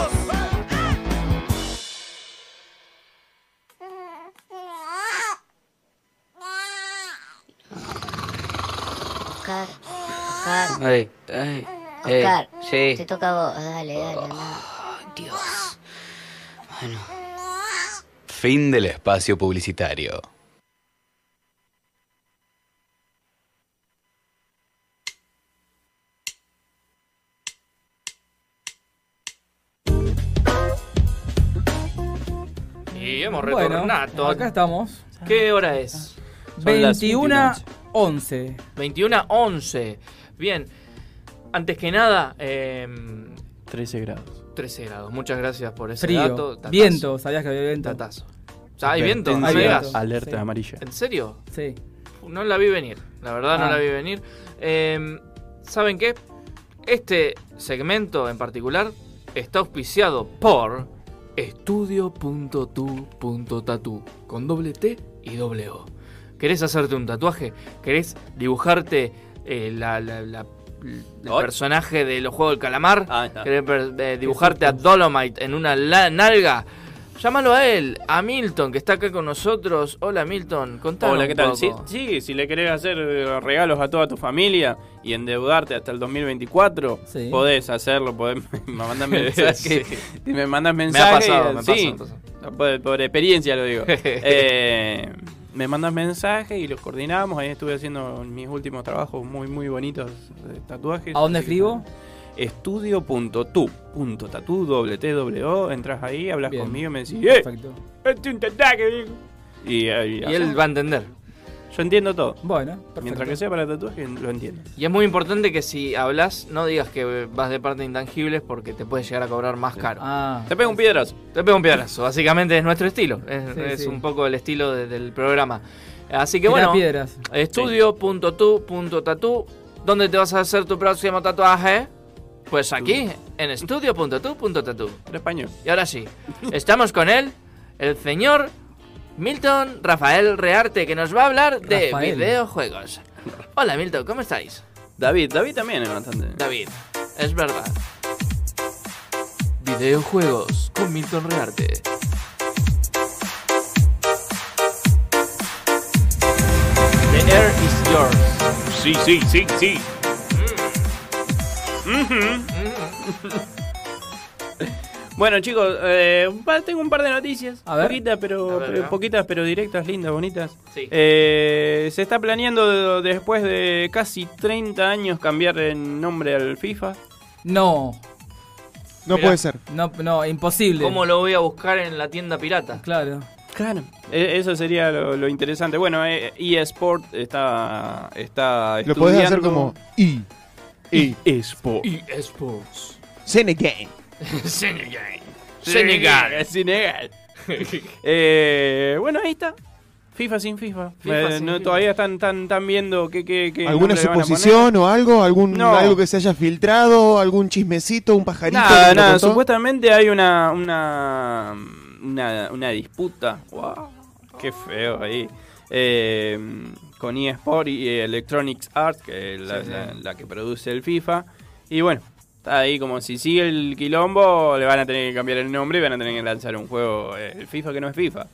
Oscar, Oscar, Ay, ay, ay. Oscar, Sí. te toca a vos, dale, dale, anda. Oh, Dios. Bueno. Fin del espacio publicitario. Y hemos Bueno, retornado. acá estamos. ¿Qué hora es? Son las 21 11. 21 11. Bien. Antes que nada, em, 13 grados. 13 grados. Muchas gracias por ese Frío. dato. Tatazo. viento, sabías que había viento. O sea, ¿Hay viento? ¿No Advertencia, veas? alerta amarilla. ¿En serio? Sí. No la vi venir. La verdad, no Ah. la vi venir. Em, ¿Saben qué? Este segmento en particular está auspiciado por estudio.tu.tatu con doble T y doble O. ¿Querés hacerte un tatuaje? ¿Querés dibujarte eh, la- la- la- el Ay. Ah, personaje de los Juegos del Calamar? está. ¿Querés per- eh, dibujarte a Dolomite en una la- nalga? Llámalo a él, a Milton, que está acá con nosotros. Hola Milton, contanos Hola, un ¿qué tal? poco. Sí, sí, si le querés hacer eh, regalos a toda tu familia y endeudarte hasta el 2024, Sí. podés hacerlo, podés, me mandas Sí. mensaje, me mandas Me ha mensaje, pasado, me sí, pasa, Por, por experiencia lo digo. Eh, me mandas mensaje y los coordinamos, ahí estuve haciendo mis últimos trabajos muy muy bonitos de tatuajes. ¿A dónde así que- escribo? Estudio.tu.tatu, doble T, doble O, entras ahí, hablas Bien. conmigo y me decís, ¡eh! Perfecto. hazte un tatuaje, viejo". Y, Y él va a entender. Yo entiendo todo. Bueno, Mientras que sea para tatuaje, lo entiendo. Y es muy importante que si hablas, no digas que vas de parte de intangibles porque te puedes llegar a cobrar más caro. Ah. Te pega un piedrazo. Te pega un piedrazo. Básicamente es nuestro estilo. Es, Sí, es sí. un poco el estilo de- del programa. Así que Tirá bueno, piedras. estudio.tu.tatu. ¿Dónde te vas a hacer tu próximo tatuaje? Pues aquí, en estudio.tu.tatu. En español. Y ahora sí, estamos con él, el señor Milton Rafael Rearte, que nos va a hablar de Rafael. videojuegos. Hola Milton, ¿cómo estáis? David, David también es bastante. David, es verdad. Videojuegos con Milton Rearte. The air is yours. Sí, sí, sí, sí. Bueno, chicos, eh, un par- tengo un par de noticias. A ver. Poquitas, pero, A ver, pero- ¿no? poquitas, pero directas, lindas, bonitas. Sí. Eh, se está planeando de- después de casi 30 años cambiar el nombre al FIFA. No. No Mirá. puede ser. No, no, imposible. ¿Cómo lo voy a buscar en la tienda pirata? Claro. Claro. E- Eso sería lo, lo interesante. Bueno, eh, eSport está, está Lo podés hacer estudiando- como E. E. Sport. Sports. Senegame. Senegal. Senegal. Senegal. Eh, bueno, ahí está. FIFA sin FIFA. FIFA Eh, sin no, FIFA. Todavía están, están, están viendo qué, qué, qué ¿Alguna nombre le van a poner. suposición o algo? ¿Algún, No. ¿Algo que se haya filtrado? ¿Algún chismecito? ¿Un pajarito? que Nada, te lo nada, contó? supuestamente hay una una, una, una disputa. Wow, qué feo ahí. Eh, con eSport y Electronics Arts, que es la, Sí, sí. la- la que produce el FIFA. Y bueno, está ahí como si sigue el quilombo, le van a tener que cambiar el nombre y van a tener que lanzar un juego, eh, el FIFA que no es FIFA.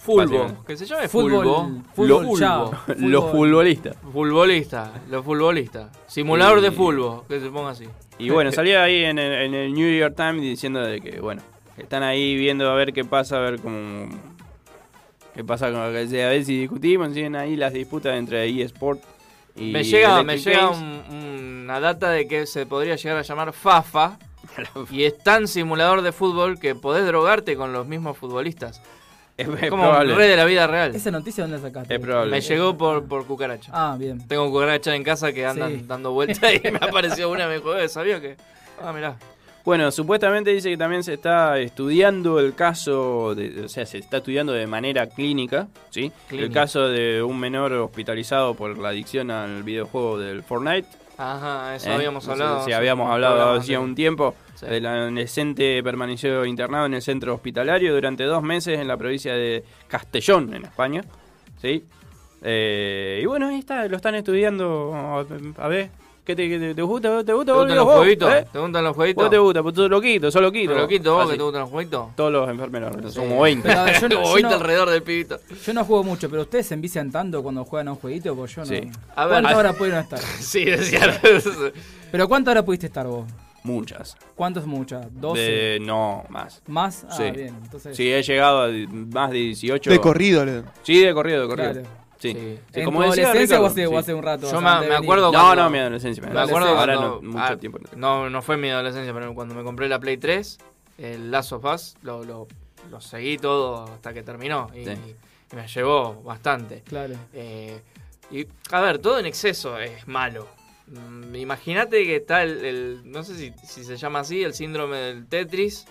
Fulbo. Básicamente. Que se llame Fútbol- Fulbo. fútbol, Lo- chao. Fulbo. Los futbolistas. Futbolista, los futbolistas. Simulador Y- de fulbo, que se ponga así. Y bueno, salía ahí en el, en el New York Times diciendo de que, bueno, están ahí viendo a ver qué pasa, a ver cómo. qué pasa con. A ver si discutimos, siguen ahí las disputas entre eSport y. Me llega, me Electric llega Games. un- una data de que se podría llegar a llamar Fafa. y es tan simulador de fútbol que podés drogarte con los mismos futbolistas. Es, como probable. un re de la vida real. ¿Esa noticia dónde la sacaste? Es probable. Me llegó por, por cucaracha. Ah, bien. Tengo cucarachas en casa que andan Sí. dando vueltas y me apareció una y me dijo, "Eh, ¿sabía que? Ah, mirá. Bueno, supuestamente dice que también se está estudiando el caso, de- o sea, se está estudiando de manera clínica, ¿sí? Clínica. El caso de un menor hospitalizado por la adicción al videojuego del Fortnite. Ajá, eso ¿Eh? habíamos No sé hablado. Si hace habíamos un hablado programa hacía anterior. un tiempo. Sí. El adolescente permaneció internado en el centro hospitalario durante dos meses en la provincia de Castellón, en España. ¿Sí? Eh, y bueno, ahí está, lo están estudiando. A, a ver, ¿qué te, qué te- te gusta? ¿Te ¿Te gusta vos gustan el los videojuego? jueguitos? ¿Eh? ¿Te gustan los jueguitos? ¿Vos te gusta? Pues tú loquito, sos loquito. ¿Los loquitos vos Así. que te gustan los jueguitos? Todos los enfermeros, somos Sí. 20. Pero, a ver, yo no- Como yo 20 no- alrededor del pibito. Yo no juego mucho, pero ustedes se envician tanto cuando juegan a un jueguito, porque yo no. Sí. A ver, ¿Cuántas a- horas pudieron estar? Sí, es cierto. Pero ¿cuántas horas pudiste estar vos? Muchas. ¿Cuántas muchas? ¿12? De- no, más. ¿Más? Ah, sí. bien, entonces- Sí, he llegado a di- más de 18. De corrido, le- Sí, de corrido, de corrido. Claro. Sí. Sí. Sí, ¿En como tu decía adolescencia Ricardo, o hace- o sí. hace un rato? Yo me, me acuerdo No, cuando- no, mi adolescencia. mi Me acuerdo adolescencia. Ahora cuando- no, mucho ah, tiempo. no. No, no fue mi adolescencia, pero cuando me compré la Play 3, el Last of Us, lo, lo, lo seguí todo hasta que terminó. Y, Sí. y me llevó bastante. Claro. Eh, y, a ver, todo en exceso es malo. Mm, Imagínate que está el, el- no sé si, si se llama así, el síndrome del Tetris,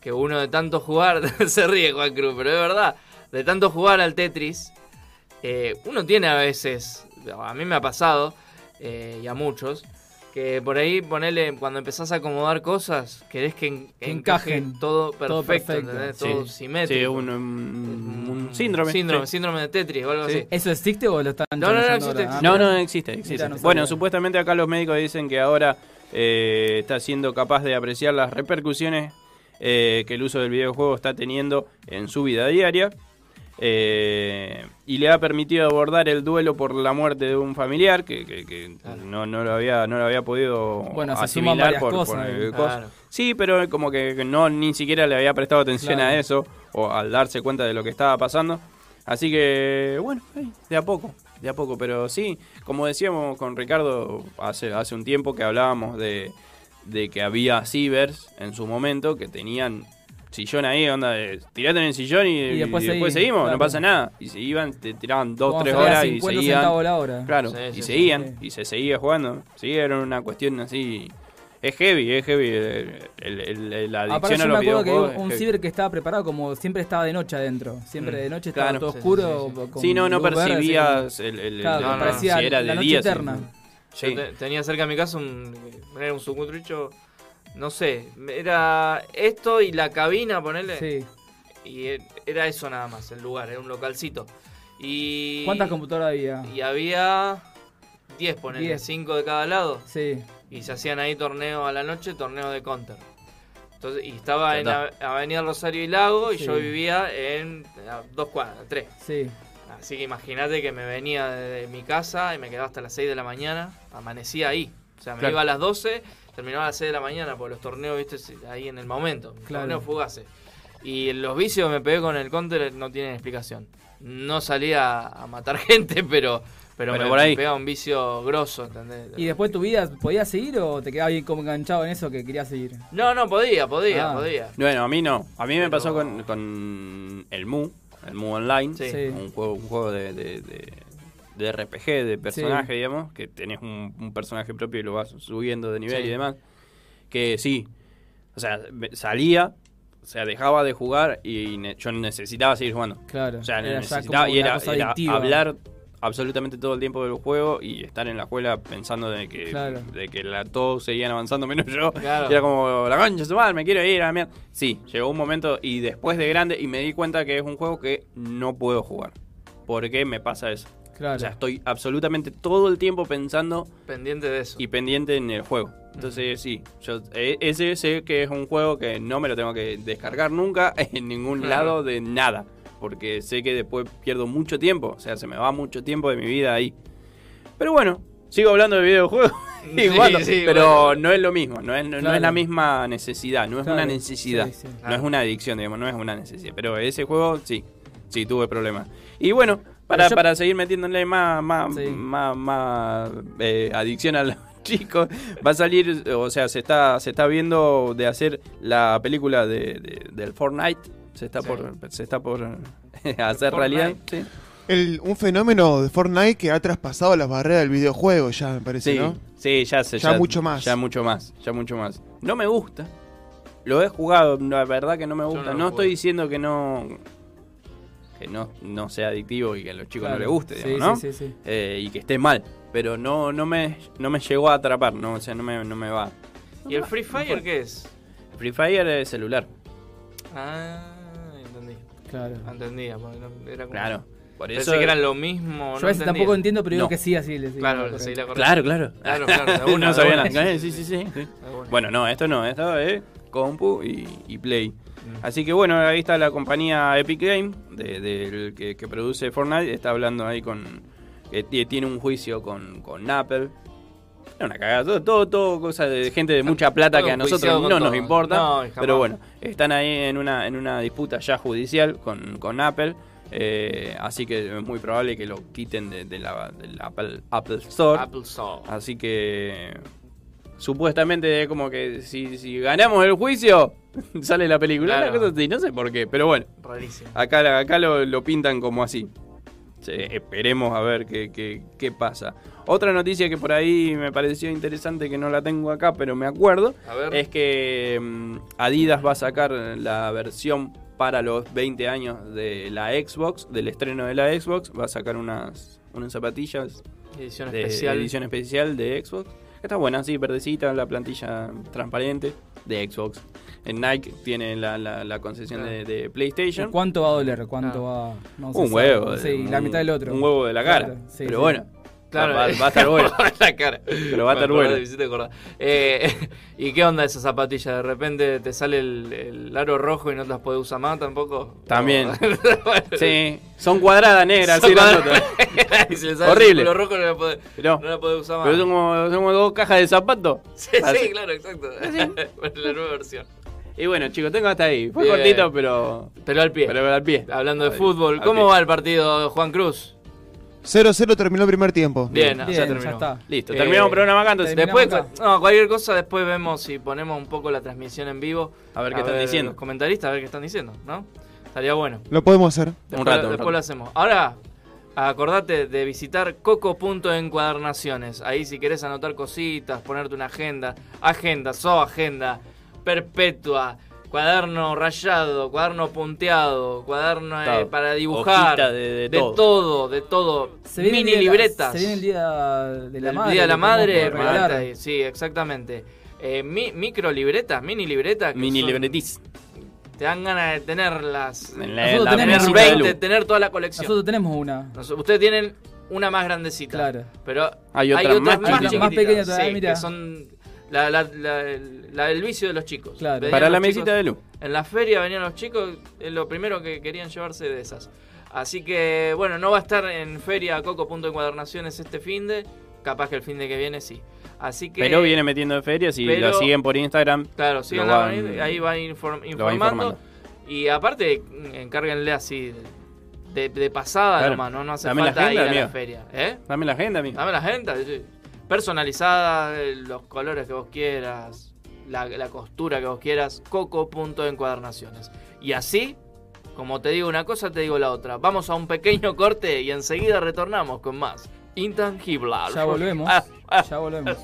que uno de tanto jugar, se ríe Juan Cruz, pero es verdad, de tanto jugar al Tetris, eh, uno tiene a veces, a mí me ha pasado, eh, y a muchos, que por ahí ponele, cuando empezás a acomodar cosas, querés que, en- Que encaje encajen. todo perfecto, Todo todo, perfecto. Sí. todo simétrico. Sí, un, um, un síndrome. Síndrome, Sí. síndrome de Tetris o algo Sí. así. ¿Eso existe o lo están No, no, no, chanzando existe, ahora? Ah, No, mira. no, existe, existe. Mira, no sabía. bueno, supuestamente acá los médicos dicen que ahora eh, está siendo capaz de apreciar las repercusiones eh, que el uso del videojuego está teniendo en su vida diaria. eh, y le ha permitido abordar el duelo por la muerte de un familiar que, que- que no, no lo había no lo había podido Bueno, se suman asimilar varias por, cosas, por el ¿no? coso. Claro. Sí, pero como que no ni siquiera le había prestado atención Claro. a eso o al darse cuenta de lo que estaba pasando. Así que, bueno, eh, de a poco, de a poco. Pero sí, como decíamos con Ricardo hace, hace un tiempo que hablábamos de, de que había cibers en su momento que tenían sillón ahí, onda, de, tirate en el sillón y, Y y después después, seguí, seguimos, claro. no pasa nada. Y se iban, te tiraban dos, Vamos a tres sacar horas y 50 seguían. centavos la hora. Claro, Sí, y sí, sí, seguían, sí. y se seguía jugando. Sí, era una cuestión así. Es heavy, es heavy. eh, el- el- el- la Aparte adicción yo a me los acuerdo que videojuegos. un- eh. es un heavy. ciber que estaba preparado como siempre estaba de noche adentro. Siempre de noche estaba Claro. todo Sí, sí, oscuro. con Sí, no, no luz verde, así percibías como- el, el- Claro, el- parecía si era la de noche día. si- eterna. Sí. Yo te- tenía cerca de mi casa un, eh, era un sucutricho, no sé, era esto y la cabina, ponele. Sí. Y e- era eso nada más, el lugar, era un localcito. Y, ¿Cuántas computadoras había? Y había 10, ponele, Diez. 5 de cada lado. Sí. Y se hacían ahí torneos a la noche, torneos de counter. Entonces, y estaba en Total. Ave- Avenida Rosario y Lago y Sí. yo vivía en a dos cuadras, tres. Sí. Así que imagínate que me venía de mi casa y me quedaba hasta las 6 de la mañana, amanecía ahí. O sea, me Claro. iba a las 12, terminaba a las 6 de la mañana, porque los torneos, viste, se- ahí en el momento. Claro. Torneos fugaces. Y los vicios que me pegué con el counter no tienen explicación. No salía a matar gente, pero, pero, Pero me, por ahí. me pegaba un vicio grosso, ¿entendés? ¿Y después tu vida podías seguir o te quedabas bien como enganchado en eso que querías seguir? No, no, podía, podía, Ah. podía. Bueno, a mí no. A mí me pasó con, con el Mu, el Mu Online, Sí. Sí. un juego, un juego de, de- de- de RPG, de personaje, digamos, que tenés un, un personaje propio y lo vas subiendo de nivel Sí. y demás. Que sí, o sea, me- salía, o sea, dejaba de jugar y ne- yo necesitaba seguir jugando. Claro, O sea, era ya necesitaba, como y una era, cosa era adictiva. hablar absolutamente todo el tiempo del juego y estar en la escuela pensando de que, Claro. de que la, todos seguían avanzando menos yo. Claro. Y era como, la concha, de su madre, me quiero ir a la mierda. Sí, llegó un momento y después de grande y me di cuenta que es un juego que no puedo jugar. Porque me pasa eso. Claro. O sea, estoy absolutamente todo el tiempo pensando Pendiente de eso. y pendiente en el juego. Entonces, sí, yo eh, ese sé que es un juego que no me lo tengo que descargar nunca en ningún Claro. lado de nada. Porque sé que después pierdo mucho tiempo. O sea, se me va mucho tiempo de mi vida ahí. Pero bueno, sigo hablando de videojuegos. y Sí, jugando, sí, pero bueno. no es lo mismo, no es, no, no Claro. es la misma necesidad, no es Claro, una necesidad, sí, sí. no Claro. es una adicción, digamos, no es una necesidad. Pero ese juego sí, sí tuve problemas. Y bueno, para, yo- para seguir metiéndole más, más, más, más, eh, adicción a los chicos, va a salir, o sea, se está, se está viendo de hacer la película de, de- del Fortnite, se está por, se está por hacer realidad. Sí. El- un fenómeno de Fortnite que ha traspasado las barreras del videojuego ya, me parece, Sí, ¿no? sí, ya sé. Ya mucho más. Ya mucho más, ya mucho más. No me gusta. Lo he jugado, la verdad que no me gusta. no No, lo estoy diciendo que no que no, no sea adictivo y que a los chicos Claro. no les guste, Sí, digamos, sí, ¿no? sí, sí. Eh, y que esté mal. Pero no, no me no me llegó a atrapar, no, o sea, no me, no me va. ¿Y el Free Fire qué es? Free Fire es celular. Ah, entendí. Claro. Entendía, porque no- era como- Claro, por Pensé eso- que eran lo mismo. Yo a no veces tampoco entendía. entiendo, pero digo que sí, así le- Claro, la seguí la Claro, corriente. claro. Claro, claro, de una, no de sabía una. Ah, nada. Sí, sí, sí. sí. Bueno, no, esto no, esto es compu y, y play. Mm. Así que bueno, ahí está la compañía Epic Game, de- del que, que produce Fortnite, está hablando ahí con... que ti- tiene un juicio con, con Apple. Era una cagada, todo, todo, todo cosa de gente de mucha plata Todo que a nosotros enjuiciado no con nos todo. importa. No, y jamás. pero bueno, están ahí en una, en una disputa ya judicial con, con Apple. eh, así que es muy probable que lo quiten de, de la, del Apple, Apple Store. Apple Store. Así que supuestamente es como que si, si ganamos el juicio, Sale la película, Claro. una cosa así, no sé por qué, pero bueno. Rarísimo. Acá, acá lo, lo pintan como así. Sí, esperemos a ver qué, qué- qué pasa. Otra noticia que por ahí me pareció interesante, que no la tengo acá, pero me acuerdo, A ver. es que mm, Adidas va a sacar la versión para los 20 años de la Xbox, del estreno de la Xbox, va a sacar unas, unas zapatillas Edición de- especial. edición especial de Xbox. que Está buena, sí, verdecita, la plantilla transparente de Xbox. En Nike tiene la, la- la Ah. concesión de, de PlayStation. ¿Cuánto va a doler? ¿Cuánto va no se un sabe. huevo. Sí, un- la mitad del otro. Un huevo de la cara. Claro, sí, pero sí. bueno. Claro, eh, Va, va- va a estar bueno. la cara. Pero va a Me estar acordé, bueno. me hiciste acordar. Eh, ¿Y qué onda esa zapatilla? ¿De repente te sale el, el aro rojo y no te las podés usar más tampoco? También. Bueno. sí. Son cuadradas negras. Son sí, cuadradas nosotros. Y se le sale Horrible. el color rojo no la podés, No. no la podés usar más. Pero son como, son como dos cajas de zapatos. Sí, sí, Así. Ah, claro, exacto. Bueno, la nueva versión. Y bueno, chicos, tengo hasta ahí. Fue Bien. cortito, pero. Pero al pie. Oh. Pero al pie. Hablando de Al- fútbol, al ¿cómo pie. va el partido, Juan Cruz? 0-0 terminó el primer tiempo. Bien, ya terminó. Listo, terminamos el programa acá, entonces. Después, Eh, Terminamos no, cualquier cosa, después vemos si ponemos un poco la transmisión en vivo. A ver qué están diciendo. Los comentaristas, a ver qué están diciendo, ¿no? Estaría bueno. Lo podemos hacer. Después, Un rato, un Después rato. lo hacemos. Ahora, acordate de visitar coco.encuadernaciones. Ahí si querés anotar cositas, ponerte una agenda, agenda, so agenda, perpetua, cuaderno rayado, cuaderno punteado, cuaderno eh, Todo. para dibujar. Hojita de- de todo. todo, de todo. Se viene el Mini día de la- libretas. Se viene el día de la El madre. Día que de la podemos Madre, poder regalar. ponete ahí, sí, exactamente. Eh, mi- micro libretas, mini libretas. que Mini son- libretiz. Te dan ganas de tenerlas. En la- Nosotros la tenemos mesita una. de luz. De tener toda la colección. Nosotros tenemos una. Nos- ustedes tienen una más grandecita. Claro. Pero Hay otra más otras chiquitita. chiquititas, Más pequeña todavía, sí, mira. que son la, la, la- el- la del vicio de los chicos. Claro. Venían Para los la chicos- mesita de luz. En la feria venían los chicos, eh, lo primero que querían llevarse de esas. Así que, bueno, no va a estar en feria coco.encuadernaciones este fin de. Capaz que el fin de que viene sí. Así que. Pero viene metiendo de ferias y Pero- la siguen por Instagram. Claro, sí, lo van a van- venir, ahí van inform- lo van informando, informando. Y aparte, encárguenle así de, de pasada Claro. nomás, no, no hace Dame la falta agenda, ir a la amigo. feria. ¿Eh? Dame la agenda, amigo. Dame la agenda. sí. Personalizada, eh, los colores que vos quieras, la, la costura que vos quieras, coco.encuadernaciones. Y así, como te digo una cosa, te digo la otra. Vamos a un pequeño corte y enseguida retornamos con más. Intangible. Ya volvemos. Ah, ah. Ya volvemos.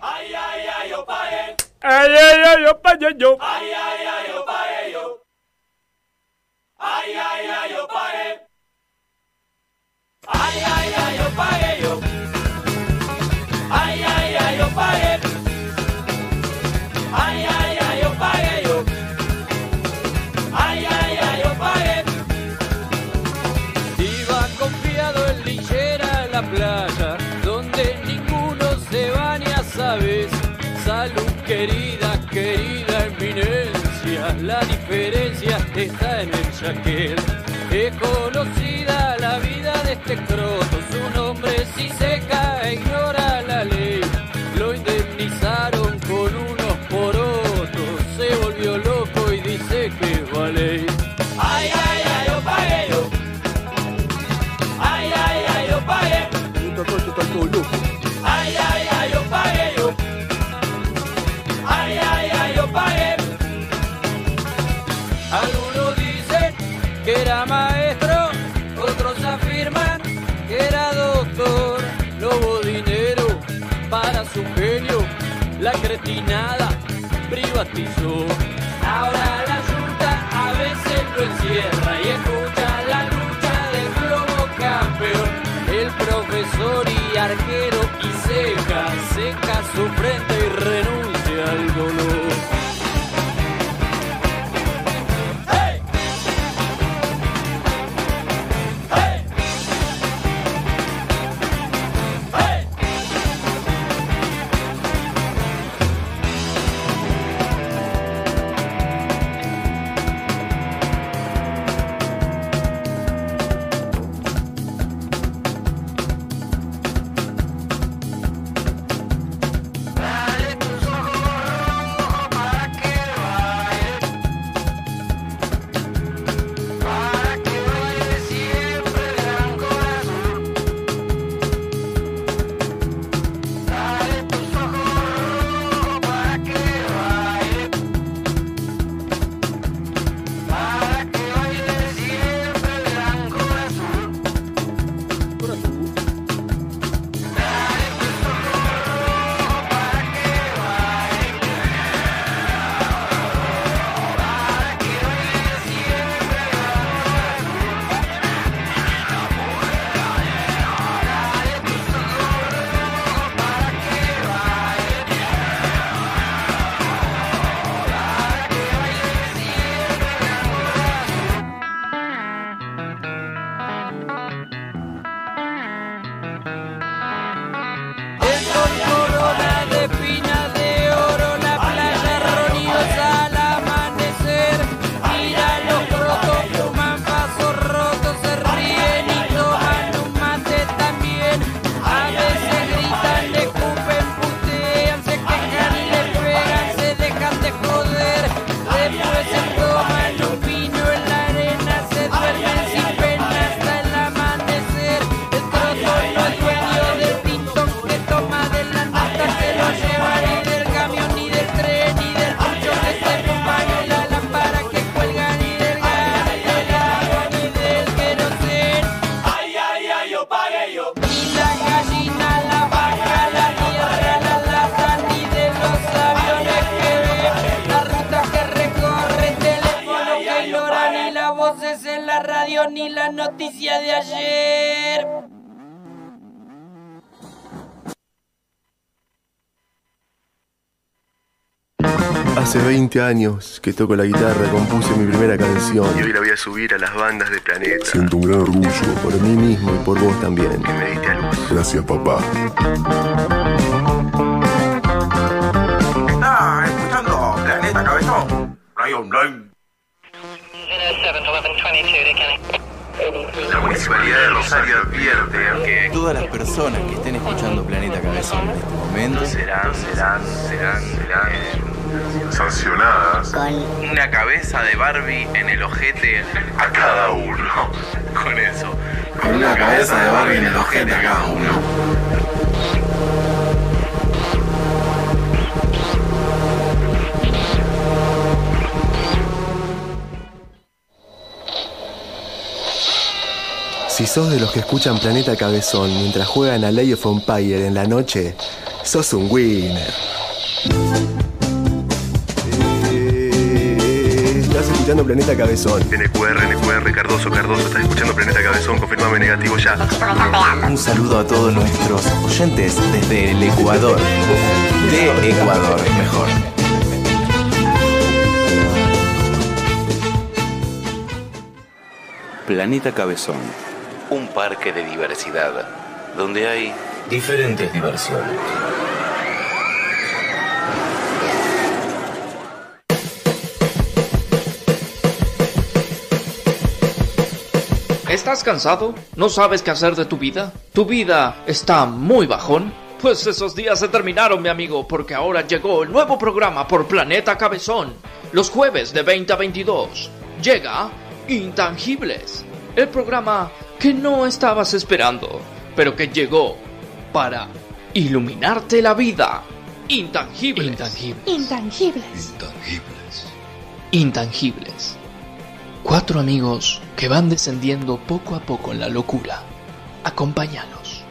Ay, ay, ay, opa, yo, yo. Ay, ay, ay, yo pagué. Ay, ay, ay, yo pagué yo. Ay, ay, ay, yo pagué. Iba confiado en linchera a la playa, donde ninguno se baña, sabes. Salud querida, querida eminencia, la diferencia está en el chaquel. Es conocida la vida de este croto, su nombre si seca e ignora la ley. Lo indemnizaron con unos porotos, se volvió loco y dice que vale. Ay, ay, ay, yo pagué yo. Ay, ay, ay, yo pagué. Ay, ay, ay, yo pagué yo. Ay, ay, ay, yo pagué. Algunos dicen que era maestro, otros afirman que era doctor. No hubo dinero para su genio, la cretinada privatizó. Ahora la junta a veces lo encierra y escucha la lucha del globo campeón. El profesor y arquero y seca, seca su frente y renuncia al dolor. voces en la radio ni la noticia de ayer. Hace 20 años que toco la guitarra, compuse mi primera canción. Y hoy la voy a subir a las bandas de planeta. Siento un gran orgullo. Por mí mismo y por vos también. Que me diste a luz. Gracias, papá. Está escuchando Planeta Cabezón. Radio Online. La Municipalidad de Rosario advierte que todas las personas que estén escuchando Planeta Cabezón en este momento serán, serán, serán, serán eh, Sancionadas una cabeza de Barbie en el ojete a cada uno. con eso. Con una cabeza de Barbie en el ojete a cada uno. Si sos de los que escuchan Planeta Cabezón mientras juegan a Ley of Empire en la noche, sos un winner. Eh, Estás escuchando Planeta Cabezón. NQR, NQR, Cardoso, Cardoso, estás escuchando Planeta Cabezón, confirmame negativo ya. Un saludo a todos nuestros oyentes desde el Ecuador. De Ecuador, mejor. Planeta Cabezón. Un parque de diversidad, donde hay diferentes diversiones. ¿Estás cansado? ¿No sabes qué hacer de tu vida? ¿Tu vida está muy bajón? Pues esos días se terminaron, mi amigo, porque ahora llegó el nuevo programa por Planeta Cabezón. Los jueves de 20 a 22 llega Intangibles, el programa que no estabas esperando, pero que llegó para iluminarte la vida. Intangibles. Intangibles. Intangibles. Intangibles. Cuatro amigos que van descendiendo poco a poco en la locura. Acompáñanos.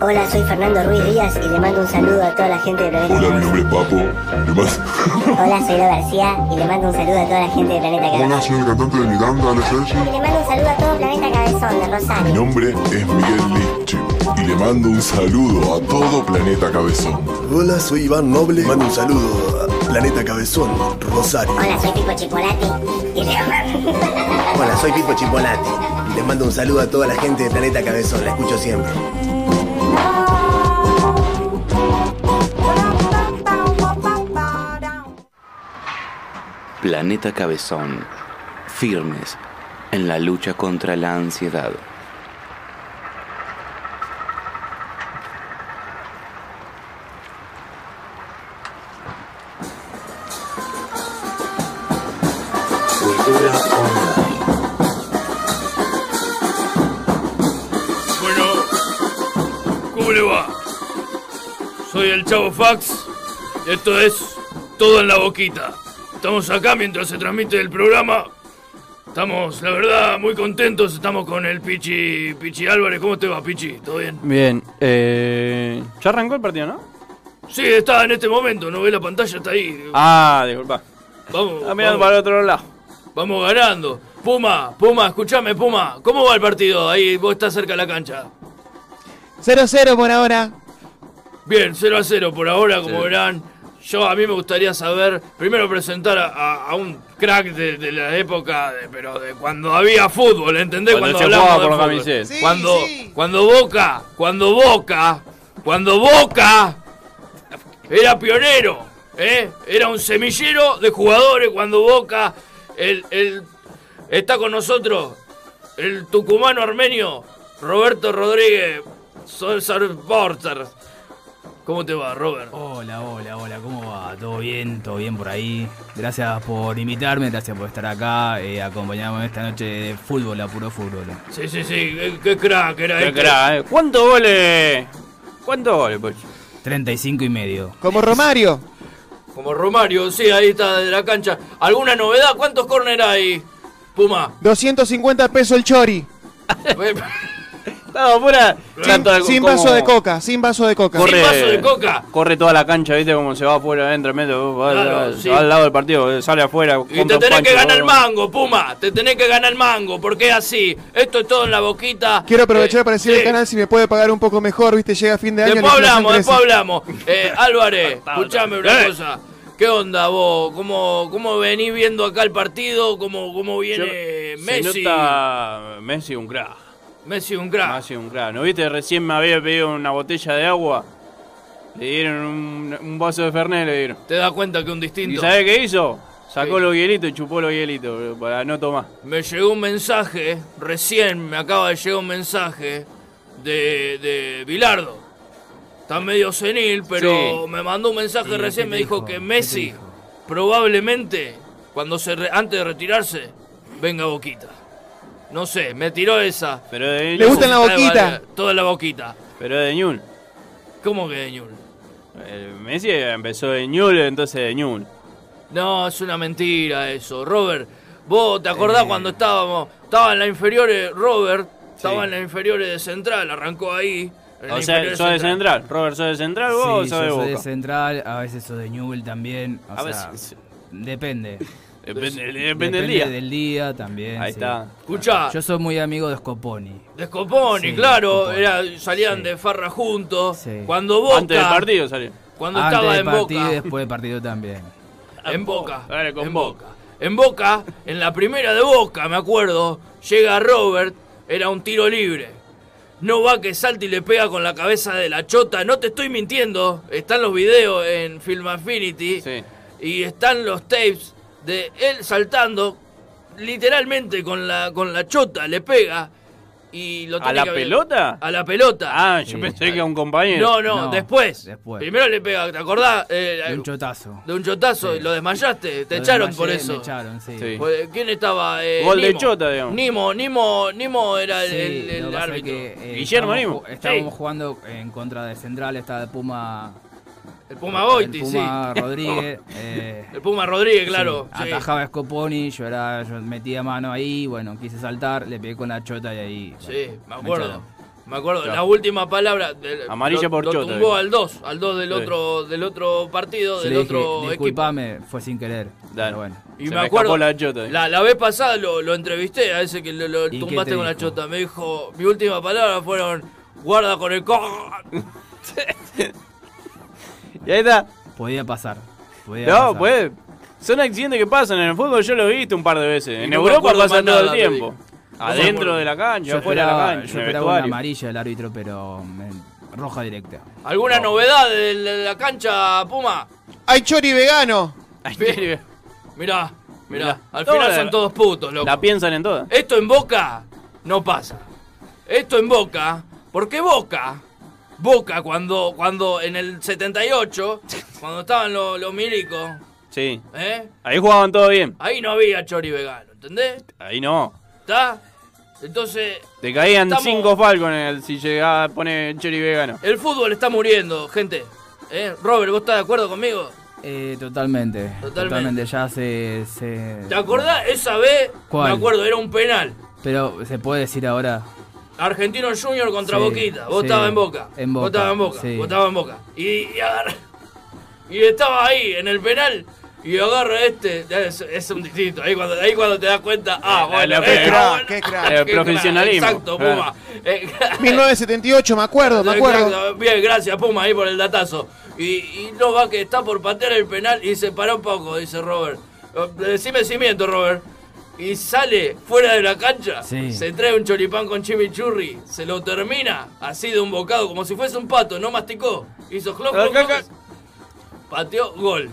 Hola, soy Fernando Ruiz Díaz y le mando un saludo a toda la gente de Planeta Hola, mi nombre es Papo. Le mando- Cabezón. Hola, soy Lo García y le mando un saludo a toda la gente de Planeta Hola, Cabezón. soy el cantante de Miranda, Alex Sánchez. Le mando un saludo a todo Planeta Cabezón de Mi Rosario. nombre es Miguel Liche y le mando un saludo a todo Planeta Cabezón. Hola, soy Iván Noble. Mando un saludo a Planeta Cabezón, Rosario. Hola, soy Pipo Chipolati y le Hola, soy Pipo Chipolati. y Les mando un saludo a toda la gente de Planeta Cabezón, la escucho siempre. Planeta Cabezón. Firmes en la lucha contra la ansiedad. Bueno, ¿cómo le va? Soy el Chavo Fax. y Esto es Todo en la Boquita. Estamos acá mientras se transmite el programa. Estamos, la verdad, muy contentos. Estamos con el Pichi, Pichi Álvarez. ¿Cómo te va, Pichi? ¿Todo bien? Bien, eh, ya arrancó el partido, ¿no? Sí, está en este momento. No ve la pantalla, está ahí. Ah, disculpa. Vamos, Está mirando vamos. para el otro lado. Vamos ganando. Puma, Puma, escúchame, Puma. ¿Cómo va el partido? Ahí vos estás cerca de la cancha. 0-0 por ahora. Bien, 0 a 0 por ahora, como Sí. verán. Yo a mí me gustaría saber, primero presentar a, a- a un crack de, de la época, de- pero de cuando había fútbol, ¿entendés? Cuando, Cuando se hablamos jugaba de por fútbol. camiseta. Sí, cuando, cuando Boca, cuando Boca, cuando Boca era pionero, ¿eh? Era un semillero de jugadores cuando Boca, el, el- está con nosotros el tucumano armenio Roberto Rodríguez, Solskjaer Porter. ¿Cómo te va, Robert? Hola, hola, hola, ¿cómo va? ¿Todo bien? ¿Todo bien por ahí? Gracias por invitarme, gracias por estar acá, eh, acompañarme esta noche de fútbol, a puro fútbol. Sí, sí, sí, qué, qué crack era Qué este. crack, eh. ¿Cuántos goles? ¿Cuántos goles, pues? 35 y medio. Como Romario. Como Romario, sí, ahí está de la cancha. ¿Alguna novedad? ¿Cuántos córner hay, Puma? Eh, 250 pesos el chori. Estado pura. Sin, sin vaso de coca, sin vaso de coca. Corre, Corre toda la cancha, viste cómo se va afuera, entra, mete, va, Claro, va- sí. va al lado del partido, sale afuera. Y te tenés que ganar el mango, Puma. Te tenés que ganar el mango, porque es así. Esto es todo en la boquita. Quiero aprovechar Eh, para decirle sí. al canal si me puede pagar un poco mejor, viste, llega fin de año. Después la inflación hablamos, crece. después hablamos. Eh, Álvarez, escuchame una Eh. cosa. ¿Qué onda vos? ¿Cómo, ¿Cómo venís viendo acá el partido? ¿Cómo, cómo viene Eh, Messi? Messi un crack. Messi un crack. Messi un crack. ¿No viste? Recién me había pedido una botella de agua. Le dieron un, un vaso de Fernet, le dieron. ¿Te das cuenta que un ¿Y distinto? sabés qué hizo? Sacó los hielitos y chupó los hielitos para no tomar. Me llegó un mensaje, recién me acaba de llegar un mensaje de, de Bilardo. Está medio senil, pero Sí. me mandó un mensaje Sí, recién, ¿qué me te dijo, dijo? que Messi probablemente, cuando se re- antes de retirarse, venga a Boquita. No sé, me tiró esa. Pero de Le gusta en gustan la boquita. Toda la boquita. Pero de Ñul. ¿Cómo que de Ñul? El Messi empezó de Ñul, entonces de Ñul. No, es una mentira eso. Robert, vos te Eh. acordás cuando estábamos, estaba en la inferiores, Robert, estaba en las inferiores de Central, arrancó ahí. en O las sea, inferiores sos de Central. Robert, ¿sos de Central vos o Sí, sos de yo soy de Boca? Central, a veces soy de Newell también. o A sea, veces- Depende. Depende- depende del día. del día también. Ahí sí. está. Escuchá. Yo soy muy amigo de Scoponi. De Scoponi, Sí, claro, Scoponi. era- salían de farra juntos. Sí. Cuando Boca. Antes del partido salían. Cuando Antes estaba del en partido Boca. y después del partido también. En Boca. en Boca. En Boca, en la primera de Boca, me acuerdo, llega Robert, era un tiro libre. No va que salta y le pega con la cabeza de la chota. No te estoy mintiendo. Están los videos en Film Affinity. Y están los tapes de él saltando literalmente con la, con la chota. Le pega. Y lo ¿A tiene la que haber- pelota? A la pelota. Ah, yo pensé que a un compañero. No, no, después. después. Primero le pega, ¿te acordás? Eh, De un chotazo. de un chotazo y lo desmayaste. Te Lo echaron desmayé, por me eso. echaron, sí. Pues, ¿Quién estaba? Eh, Gol de Nimo. chota, digamos. Nimo, Nimo, Nimo era el, Sí, el- el lo que pasa es árbitro. que, eh, Guillermo estábamos, Nimo. ju- Estábamos Sí, jugando en contra de Central, está de Puma. el Puma Goiti, el sí. Puma Rodríguez. eh, el Puma Rodríguez, claro. sí, sí. Atajaba Scoponi, yo, era, yo metía mano ahí, bueno, quise saltar, le pegué con la chota y ahí. Sí, bueno, me acuerdo. echaron. Me acuerdo, Claro. la última palabra. del- Amarilla lo- por lo chota, tumbó digo. al 2, al 2 del, Sí. otro, del otro partido, Sí, del le dije, otro equipo. Disculpame, fue sin querer. Pero bueno. Y me, acuerdo, la, la, vez pasada lo, lo entrevisté a ese que lo, lo qué tumbaste te con la dijo? chota. Me dijo, mi última palabra fueron, guarda con el co... Y ahí está. Podía pasar. Podía No, pasar. pues. Son accidentes que pasan en el fútbol, yo lo he visto un par de veces. Y en no me Europa acuerdo pasa más todo el nada, te tiempo. digo. Adentro de la Yo cancha, afuera de la esperaba- cancha. Yo en el esperaba una vestuario. amarilla del árbitro, pero me- roja directa. ¿Alguna novedad de la, de la cancha, Puma? Hay chori vegano. Mirá, mirá, Mirá. al Toda final la- son todos putos, loco. La piensan en todas. Esto en Boca no pasa. Esto en Boca, porque Boca, Boca cuando, cuando en el 78, cuando estaban los, los milicos, Sí. ¿eh? Ahí jugaban todo bien. ahí no había chori vegano, ¿entendés? Ahí no. ¿Está? Entonces, Te caían Estamos- cinco falcones si llegaba a poner chori vegano. el fútbol está muriendo, gente. ¿Eh? Robert, ¿vos estás de acuerdo conmigo? Eh, totalmente, Totalmente. totalmente. ya se. se- ¿Te acordás? Esa vez, ¿Cuál? me acuerdo, era un penal. Pero se puede decir ahora. Argentino Junior contra Sí, Boquita. Vos sí, estabas en Boca. en Boca, Vos estabas en Boca. sí. Vos estabas en Boca. Y, y agarra- y estaba ahí, en el penal. Y agarra este. Ya Es, es un distinto. Ahí cuando, ahí cuando te das cuenta. Ah, La- bueno. la- eh, qué ah, crack, bueno, qué ah, crack. El profesionalismo. Exacto, Claro. Puma. Eh, 1978, me acuerdo, me acuerdo. exacto. Bien, gracias, Puma, ahí por el datazo. Y, y no va que está por patear el penal y se para un poco, dice Robert. Eh, Decime si miento, Robert. Y sale fuera de la cancha, Sí. se trae un choripán con chimichurri, se lo termina así de un bocado, como si fuese un pato, no masticó. Hizo cloc, cloc, cloc, pateó gol.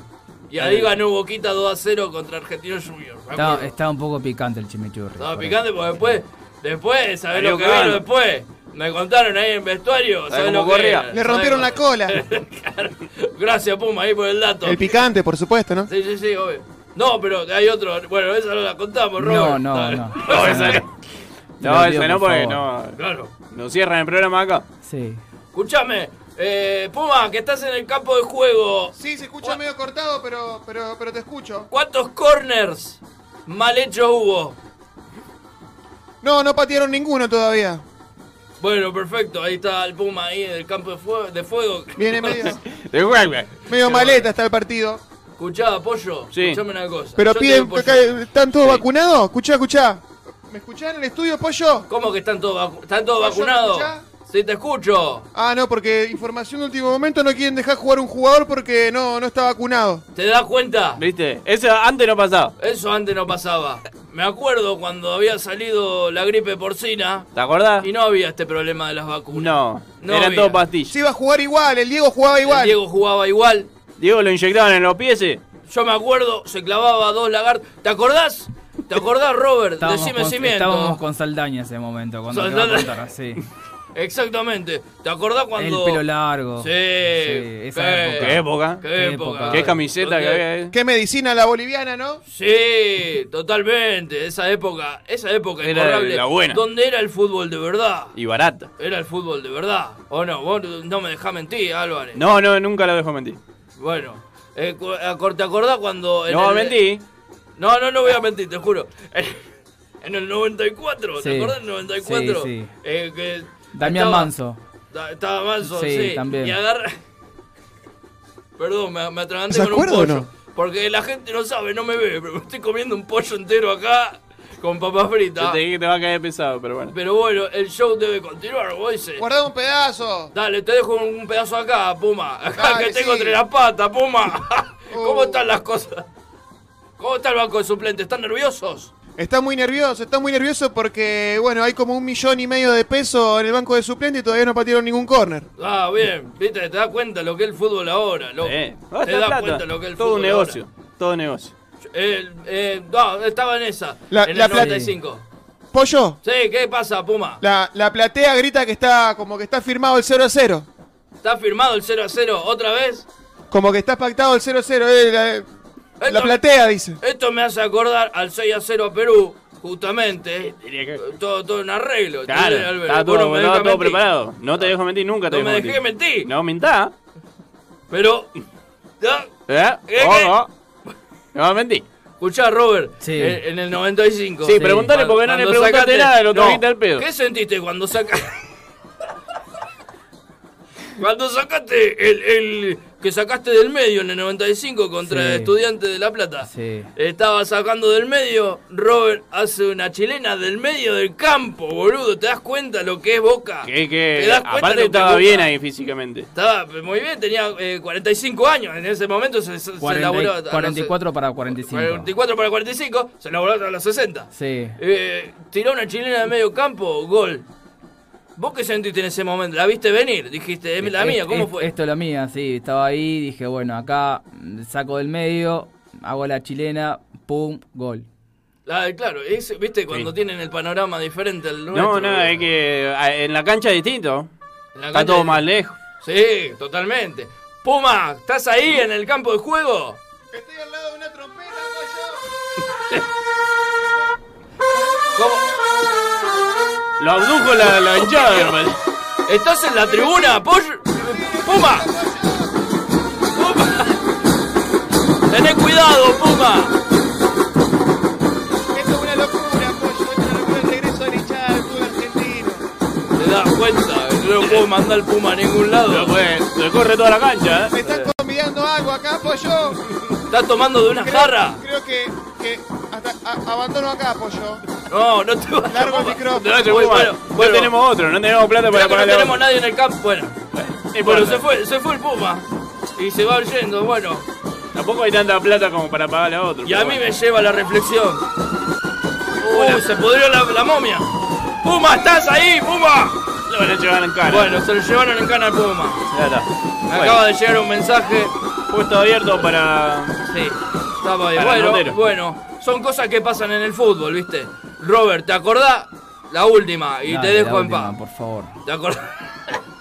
Y ahí Eh. ganó Boquita 2 a 0 contra Argentino Junior. me acuerdo. Estaba, estaba un poco picante el chimichurri. Estaba por picante porque después, después, ¿sabés Salió lo que cagando. vino después? Me contaron ahí en vestuario, ¿Sabés ¿sabés cómo lo que corría? era? Le rompieron la cola. Gracias, Puma, ahí por el dato. El picante, por supuesto, ¿no? Sí, sí, sí, obvio. No, pero hay otro. Bueno, esa no la contamos, Robert. No, no, no. No, esa no. No, Dios, ese no por porque favor. no. Claro. Nos cierran el programa acá. Sí. Escuchame, eh, Puma, que estás en el campo de juego. Sí, se escucha medio cortado, pero, pero, pero te escucho. ¿Cuántos corners mal hechos hubo? No, no patearon ninguno todavía. Bueno, perfecto. Ahí está el Puma ahí en el campo de fuego. De fuego. Viene medio, De huelga. medio maleta hasta el partido. Escuchá, Pollo, Sí. escuchame una cosa. Pero pues, Yo piden, tengo pollo. acá, ¿están todos vacunados? Escuchá, escuchá. ¿Me escuchás en el estudio, Pollo? ¿Cómo que están todos, vacu- están todos Pollo, ¿me vacunados? escuchás? Sí, te escucho. Ah, no, porque información de último momento no quieren dejar jugar un jugador porque no, no está vacunado. ¿Te das cuenta? ¿Viste? Eso antes no pasaba. Eso antes no pasaba. Me acuerdo cuando había salido la gripe porcina ¿Te acordás? y no había este problema de las vacunas. No, No eran había. todos pastillas. Se iba a jugar igual, el Diego jugaba igual. Diego jugaba igual. Diego lo inyectaban en los pies. eh. Yo me acuerdo, se clavaba dos lagartos. ¿Te acordás? ¿Te acordás, Robert? Estábamos Decime con- si miento. Estábamos con Saldaña en ese momento, cuando te va a Saldaña. contar, sí. Exactamente. ¿Te acordás cuando...? El pelo largo. Sí. esa qué- época. ¿Qué época? Qué época. ¿Qué camiseta que había? eh. Qué medicina la boliviana, ¿no? Sí, totalmente. Esa época, esa época Era incorrable, la buena. Donde era el fútbol de verdad. Y barata. Era el fútbol de verdad. O no, vos no me dejás mentir, Álvarez. No, no, nunca lo dejo mentir. Bueno, eh, cu- acor- ¿te acordás cuando.? en No, el- mentí. No, no, no voy a mentir, te juro. En el 94, Sí. ¿te acordás del Sí, 94? sí. Eh, que Damián estaba- Manso. da- Estaba manso, sí. Sí, también. Y agarra. Perdón, me, me atraganté ¿Se con un acuerda o pollo. no? Porque la gente no sabe, no me ve, pero me estoy comiendo un pollo entero acá con papas fritas. Yo te dije que te va a caer pesado, pero bueno. Pero bueno, el show debe continuar, vos dices. Guardá un pedazo. Dale, te dejo un pedazo acá, Puma. Acá Dale, que tengo sí. Uh. entre las patas, Puma. ¿Cómo están las cosas? ¿Cómo está el banco de suplentes? ¿Están nerviosos? Está muy nervioso, está muy nervioso porque, bueno, hay como un millón y medio de pesos en el banco de suplente y todavía no patearon ningún córner. Ah, bien. Viste, te das cuenta lo que es el fútbol ahora, loco. Eh, te das plata. cuenta lo que es el Todo fútbol un negocio. Todo un negocio. ahora. El- eh, no, estaba en esa. La- en la el plata- 95. Pollo, Sí, ¿qué pasa, Puma? la, la platea grita que está como que está firmado el 0 a 0. ¿Está firmado el 0 a 0 otra vez? Como que está pactado el 0 a 0. eh, la, la Esto- platea dice. Esto me hace acordar al 6 a 0 a Perú, justamente. Todo, todo un arreglo. Claro, ¿entendés, Alberto? estaba Vos no todo, me estaba dejas todo mentir. preparado. No te dejo mentir, nunca te No dejo me dejé mentir. mentir. No mintá. Pero. ¿Ah? ¿Eh? ¿Qué, Oh, oh. No mentí. eh. Escuchá, Robert, Sí. eh, en el 95. Sí, preguntale porque no le Cuando preguntaste sacaste- nada, lo trajiste al pedo. ¿Qué sentiste cuando sacaste? cuando sacaste el, el- que sacaste del medio en el 95 contra Sí. Estudiantes de La Plata. Sí. Estaba sacando del medio, Robert hace una chilena del medio del campo, boludo. ¿Te das cuenta lo que es Boca? Que, ¿Te que das cuenta lo aparte que estaba busca? bien ahí físicamente. Estaba muy bien, tenía eh, 45 años. En ese momento se, se, se laburó a- Cuarenta- a- 44 para 45. 44 para 45, se la volaron a los 60. Sí. Eh, tiró una chilena de medio campo, gol. ¿Vos qué sentiste en ese momento? ¿La viste venir? Dijiste, es la Es- mía, ¿cómo es- fue? Esto es la mía, sí. Estaba ahí, dije, bueno, acá mm, saco del medio, hago la chilena, pum, gol. Ah, claro, es- viste cuando tienen el panorama diferente al nuestro. No, no, es que ah, en la cancha es distinto. En la Está cancha todo de- más lejos. Sí, totalmente. Puma, ¿estás ahí en el campo de juego? Lo abdujo la, la hinchada, hermano. ¿Estás en la tribuna, Poy- Puma? Puma. Tené cuidado, Puma. Esto es una locura, Pollo. Esto es una locura el regreso de la hinchada del club argentino. ¿Te das cuenta? eh. No lo puedo mandar el Puma a ningún lado. Lo puede- lo corre toda la cancha, Me ¿eh? están convidando algo acá, Pollo. ¿Estás tomando de una Creo- jarra? Creo que, que hasta a- abandono acá, Pollo. No, no te vas Largo el Puma. micrófono. Te vas, No, bueno, bueno, bueno, no bueno, tenemos otro, no tenemos plata para creo que no pagarle. tenemos nadie en el campo. Bueno, Eh, bueno, bueno, se fue, se fue el Puma. Y se va yendo, bueno. Tampoco hay tanta plata como para pagarle a otro. Y pero a mí bueno. Uh, me lleva a la reflexión. Uy, se pudrió la, la momia. ¡Puma, estás ahí, Puma! Lo van a llevar en cara. Bueno, se lo llevaron en cana al Puma. Ya está. Me Bueno. acaba de llegar un mensaje. Puesto abierto para. Sí, estaba ahí. Para Bueno, Notero. bueno, son cosas que pasan en el fútbol, ¿viste? Robert, ¿te acordás? La última, y Dale, te dejo la en última, paz. Por favor. ¿Te acordás?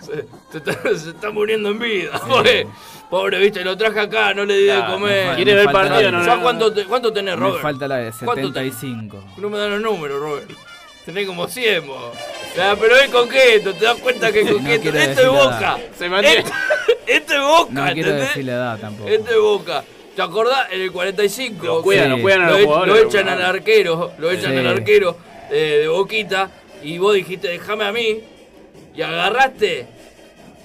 se, se está, se está muriendo en vida, pobre. Pobre, viste, lo traje acá, no le di de Claro, me comer. falta- ¿Quiere me ver falta partido? la- No, ¿Ya no, cuánto, te- cuánto tenés, Me Robert? falta la de ¿Cuánto tenés? 75. No me dan los números, Robert. Tenés como 100, vos. Ah, pero es coqueto, te das cuenta que es coqueto. quiero Esto decir es nada. boca. Se mantiene. Esto, esto es boca, No quiero ¿entendés? decir la edad tampoco. Este es Boca. ¿Te acordás? En el 45. Lo cuidan, lo cuidan a los Lo, e- jugadores, lo lo echan cuidan. al arquero, lo echan Sí. al arquero eh, de Boquita. y vos dijiste, déjame a mí, y agarraste,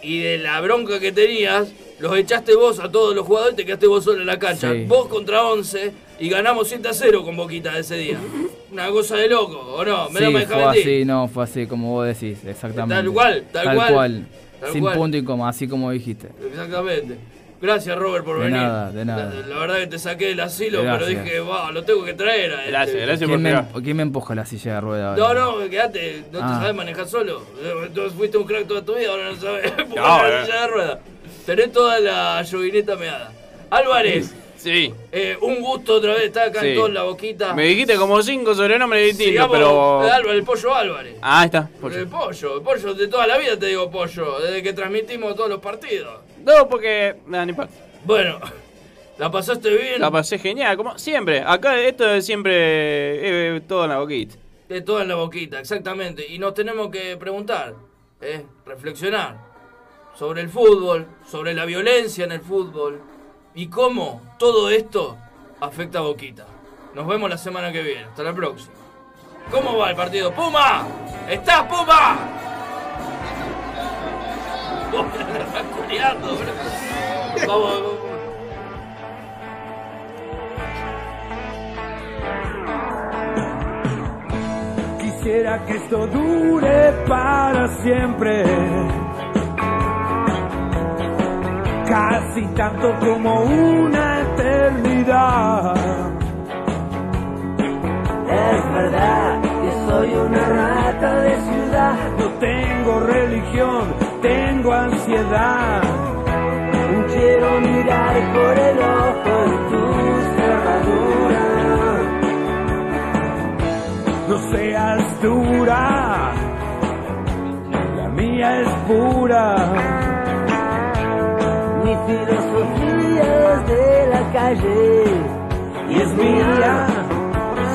y de la bronca que tenías, los echaste vos a todos los jugadores y te quedaste vos solo en la cancha. Sí. Vos contra 11 y ganamos 7 a 0 con Boquita ese día. Una cosa de loco, ¿o no? Me sí, lo me fue dejá mentir. así, no, fue así, como vos decís, exactamente. Tal cual, tal cual, tal Sin cual. punto y coma, así como dijiste. Exactamente. Gracias, Robert, por De venir. nada, de nada. La, la verdad que te saqué del asilo, pero Gracias. dije, wow, lo tengo que traer. a este". ¿Quién me, ¿Quién me empuja la silla de rueda? ahora? No, no, quédate, no Ah. te sabes manejar solo. Eh, tú fuiste un crack toda tu vida, ahora no sabes. Porque No, la eh. silla de rueda. Tenés toda la llovineta meada. Álvarez, Sí. eh, un gusto otra vez estar acá Sí. en todo en la boquita. Me dijiste como cinco sobrenombres distintos, Sigamos, pero. eh, Álvarez, el pollo Álvarez. Ah, ahí está. pollo. El pollo, el pollo de toda la vida te digo pollo, desde que transmitimos todos los partidos. No, porque. Nada, ni parte. Bueno, ¿la pasaste bien? La pasé genial, como siempre. Acá esto es siempre. eh, todo en la boquita. De toda la boquita, exactamente. Y nos tenemos que preguntar, ¿eh? reflexionar sobre el fútbol, sobre la violencia en el fútbol y cómo todo esto afecta a Boquita. Nos vemos la semana que viene. Hasta la próxima. ¿Cómo va el partido? ¡Puma! ¡Estás, Puma! Vos me estás culiando, bro. Vamos, vamos. Quisiera que esto dure para siempre. Casi tanto como una eternidad. Es verdad que soy una rata de ciudad. No tengo religión, tengo ansiedad. Quiero mirar por el ojo de tu cerradura no seas dura, la mía es pura. Mi filosofía es de la calle y es mía.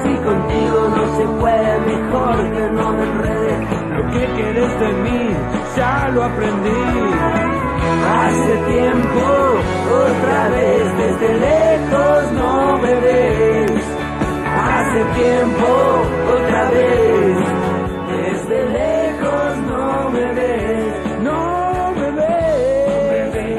Si contigo no se puede, mejor que no me enrede. Lo que querés de mí, ya lo aprendí. Hace tiempo, otra vez, desde lejos no me ves. Hace tiempo, otra vez, desde lejos no me ves, no me ves.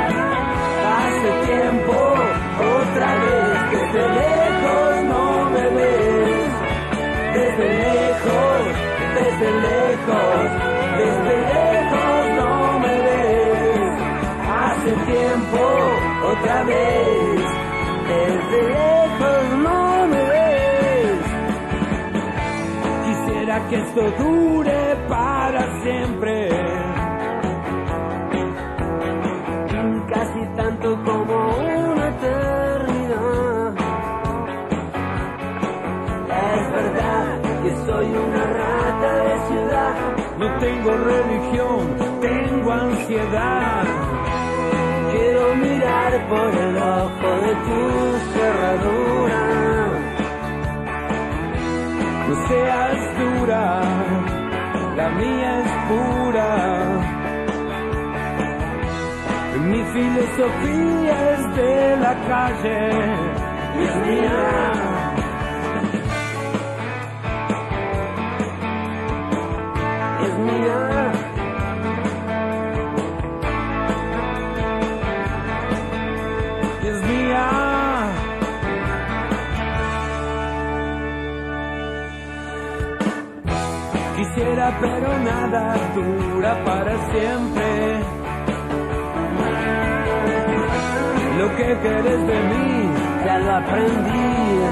Hace tiempo, otra vez, desde lejos no me ves. Desde lejos, desde lejos, desde lejos no me ves. Hace tiempo, otra vez, desde lejos no me ves. Quisiera que esto dure para siempre. casi tanto como una eternidad. Es verdad que soy una rata de ciudad. No tengo religión, tengo ansiedad. Quiero mirar por el ojo de tu cerradura. No seas dura, la mía es pura. Mi filosofía es de la calle y es mía. Es mía. Es mía. Quisiera, pero nada dura para siempre. Lo que querés de mí, ya lo aprendí.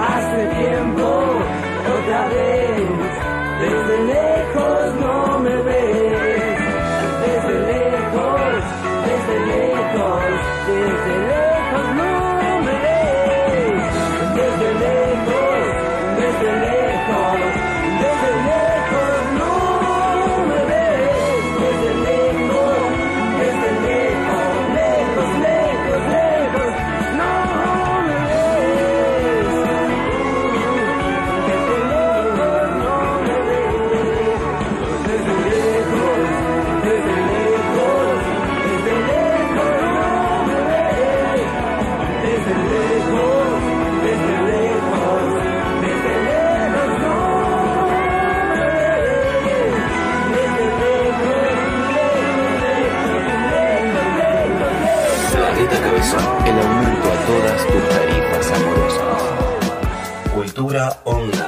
Hace tiempo, otra vez, desde lejos no me ves. Desde lejos, desde lejos, desde lejos no me ves. Desde lejos, desde lejos, desde lejos no me ves. Desde lejos, desde lejos, lejos, lejos, lejos. Cultura online.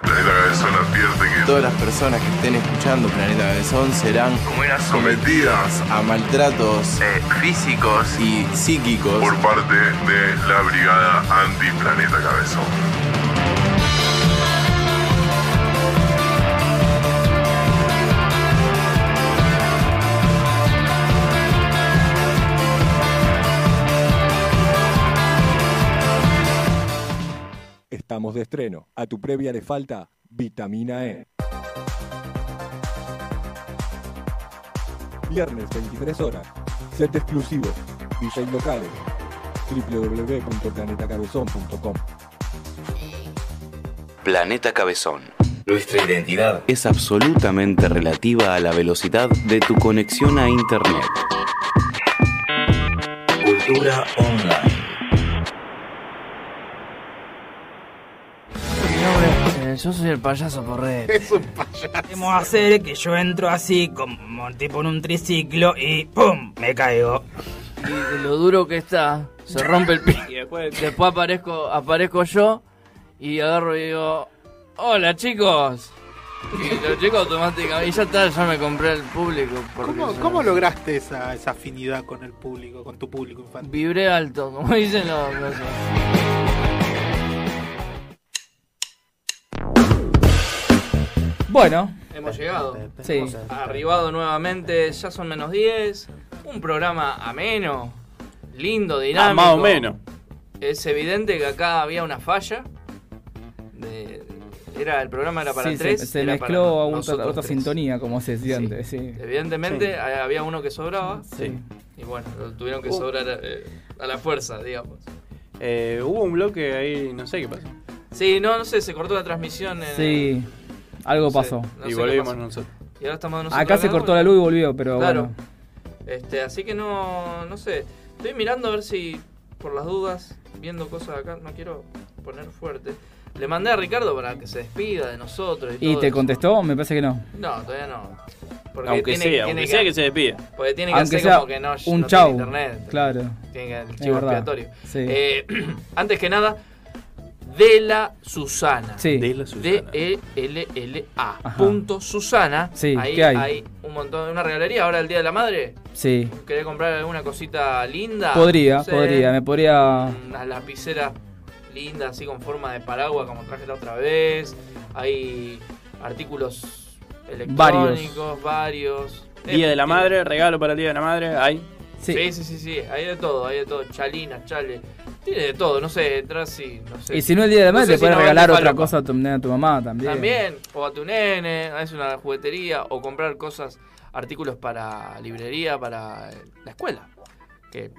Planeta Cabezón advierte que todas las personas que estén escuchando Planeta Cabezón serán sometidas a maltratos eh, físicos y psíquicos por parte de la Brigada Antiplaneta Cabezón. Estamos de estreno. A tu previa le falta vitamina E. Viernes 23 horas. Set exclusivo. DJ locales. www.planetacabezón.com. Planeta Cabezón. Nuestra identidad es absolutamente relativa a la velocidad de tu conexión a Internet. Cultura online. eh, yo soy el payaso porrete. Es un payaso. Podemos hacer que yo entro así, como tipo en un triciclo, y ¡pum! Me caigo. Y de lo duro que está, se rompe el pie. Y después- Después aparezco, aparezco yo y agarro y digo, hola chicos. Y los chicos automáticamente, y ya está, ya me compré el público. porque ¿Cómo, yo- cómo lograste esa, esa afinidad con el público, con tu público infantil? Vibré alto, como dicen los... los- Bueno, Hemos llegado. Sí. eh. Hemos Arribado nuevamente, ya son menos 10. Un programa ameno, lindo, dinámico. Ah, más o menos. Es evidente que acá había una falla. De- era, el programa era para sí, tres. se, se era para mezcló a un- nosotros otra tres. sintonía, como se decía antes. Sí. Evidentemente a- había uno que sobraba. Sí. Y bueno, lo tuvieron que Uh. sobrar eh, a la fuerza, digamos. Eh, hubo un bloque ahí, no sé qué pasó. Sí, no, no sé, se cortó la transmisión. eh, Sí, algo pasó. no sé qué pasó. Y ahora estamos nosotros Acá se hablando, cortó la luz y volvió, pero Claro. bueno. Este, así que no, no sé. Estoy mirando a ver si, por las dudas, viendo cosas acá, no quiero poner fuerte. Le mandé a Ricardo para que se despida de nosotros. Y, ¿Y todo te eso. contestó? Me parece que no. No, todavía no. Aunque sea, aunque sea que se despida. Porque tiene que Aunque hacer sea como que no, un no chau. tiene internet. Claro. Tiene que el Es chivo verdad. expiatorio. Sí. Eh, antes que nada, de la Susana. Sí. De la Susana. D-E-L-L-A. Punto Susana. Sí, ahí ¿qué hay? un montón, una regalería. Ahora el Día de la Madre. Sí. ¿Querés comprar alguna cosita linda? Podría, No sé, podría, me podría. Unas lapiceras lindas, así con forma de paraguas, como traje la otra vez. Hay artículos electrónicos, varios. Eh, Día de la Madre, regalo para el Día de la Madre, ahí. Sí. sí, sí, sí, Hay de todo, hay de todo. Chalinas, chales. Tiene de todo, no sé, entras y no sé. Y si no el día de la madre, No sé te si puedes no vende regalar otra falopa. cosa a tu, a tu mamá también. También, o a tu nene, es una juguetería, o comprar cosas, artículos para librería, para eh, la escuela. Que,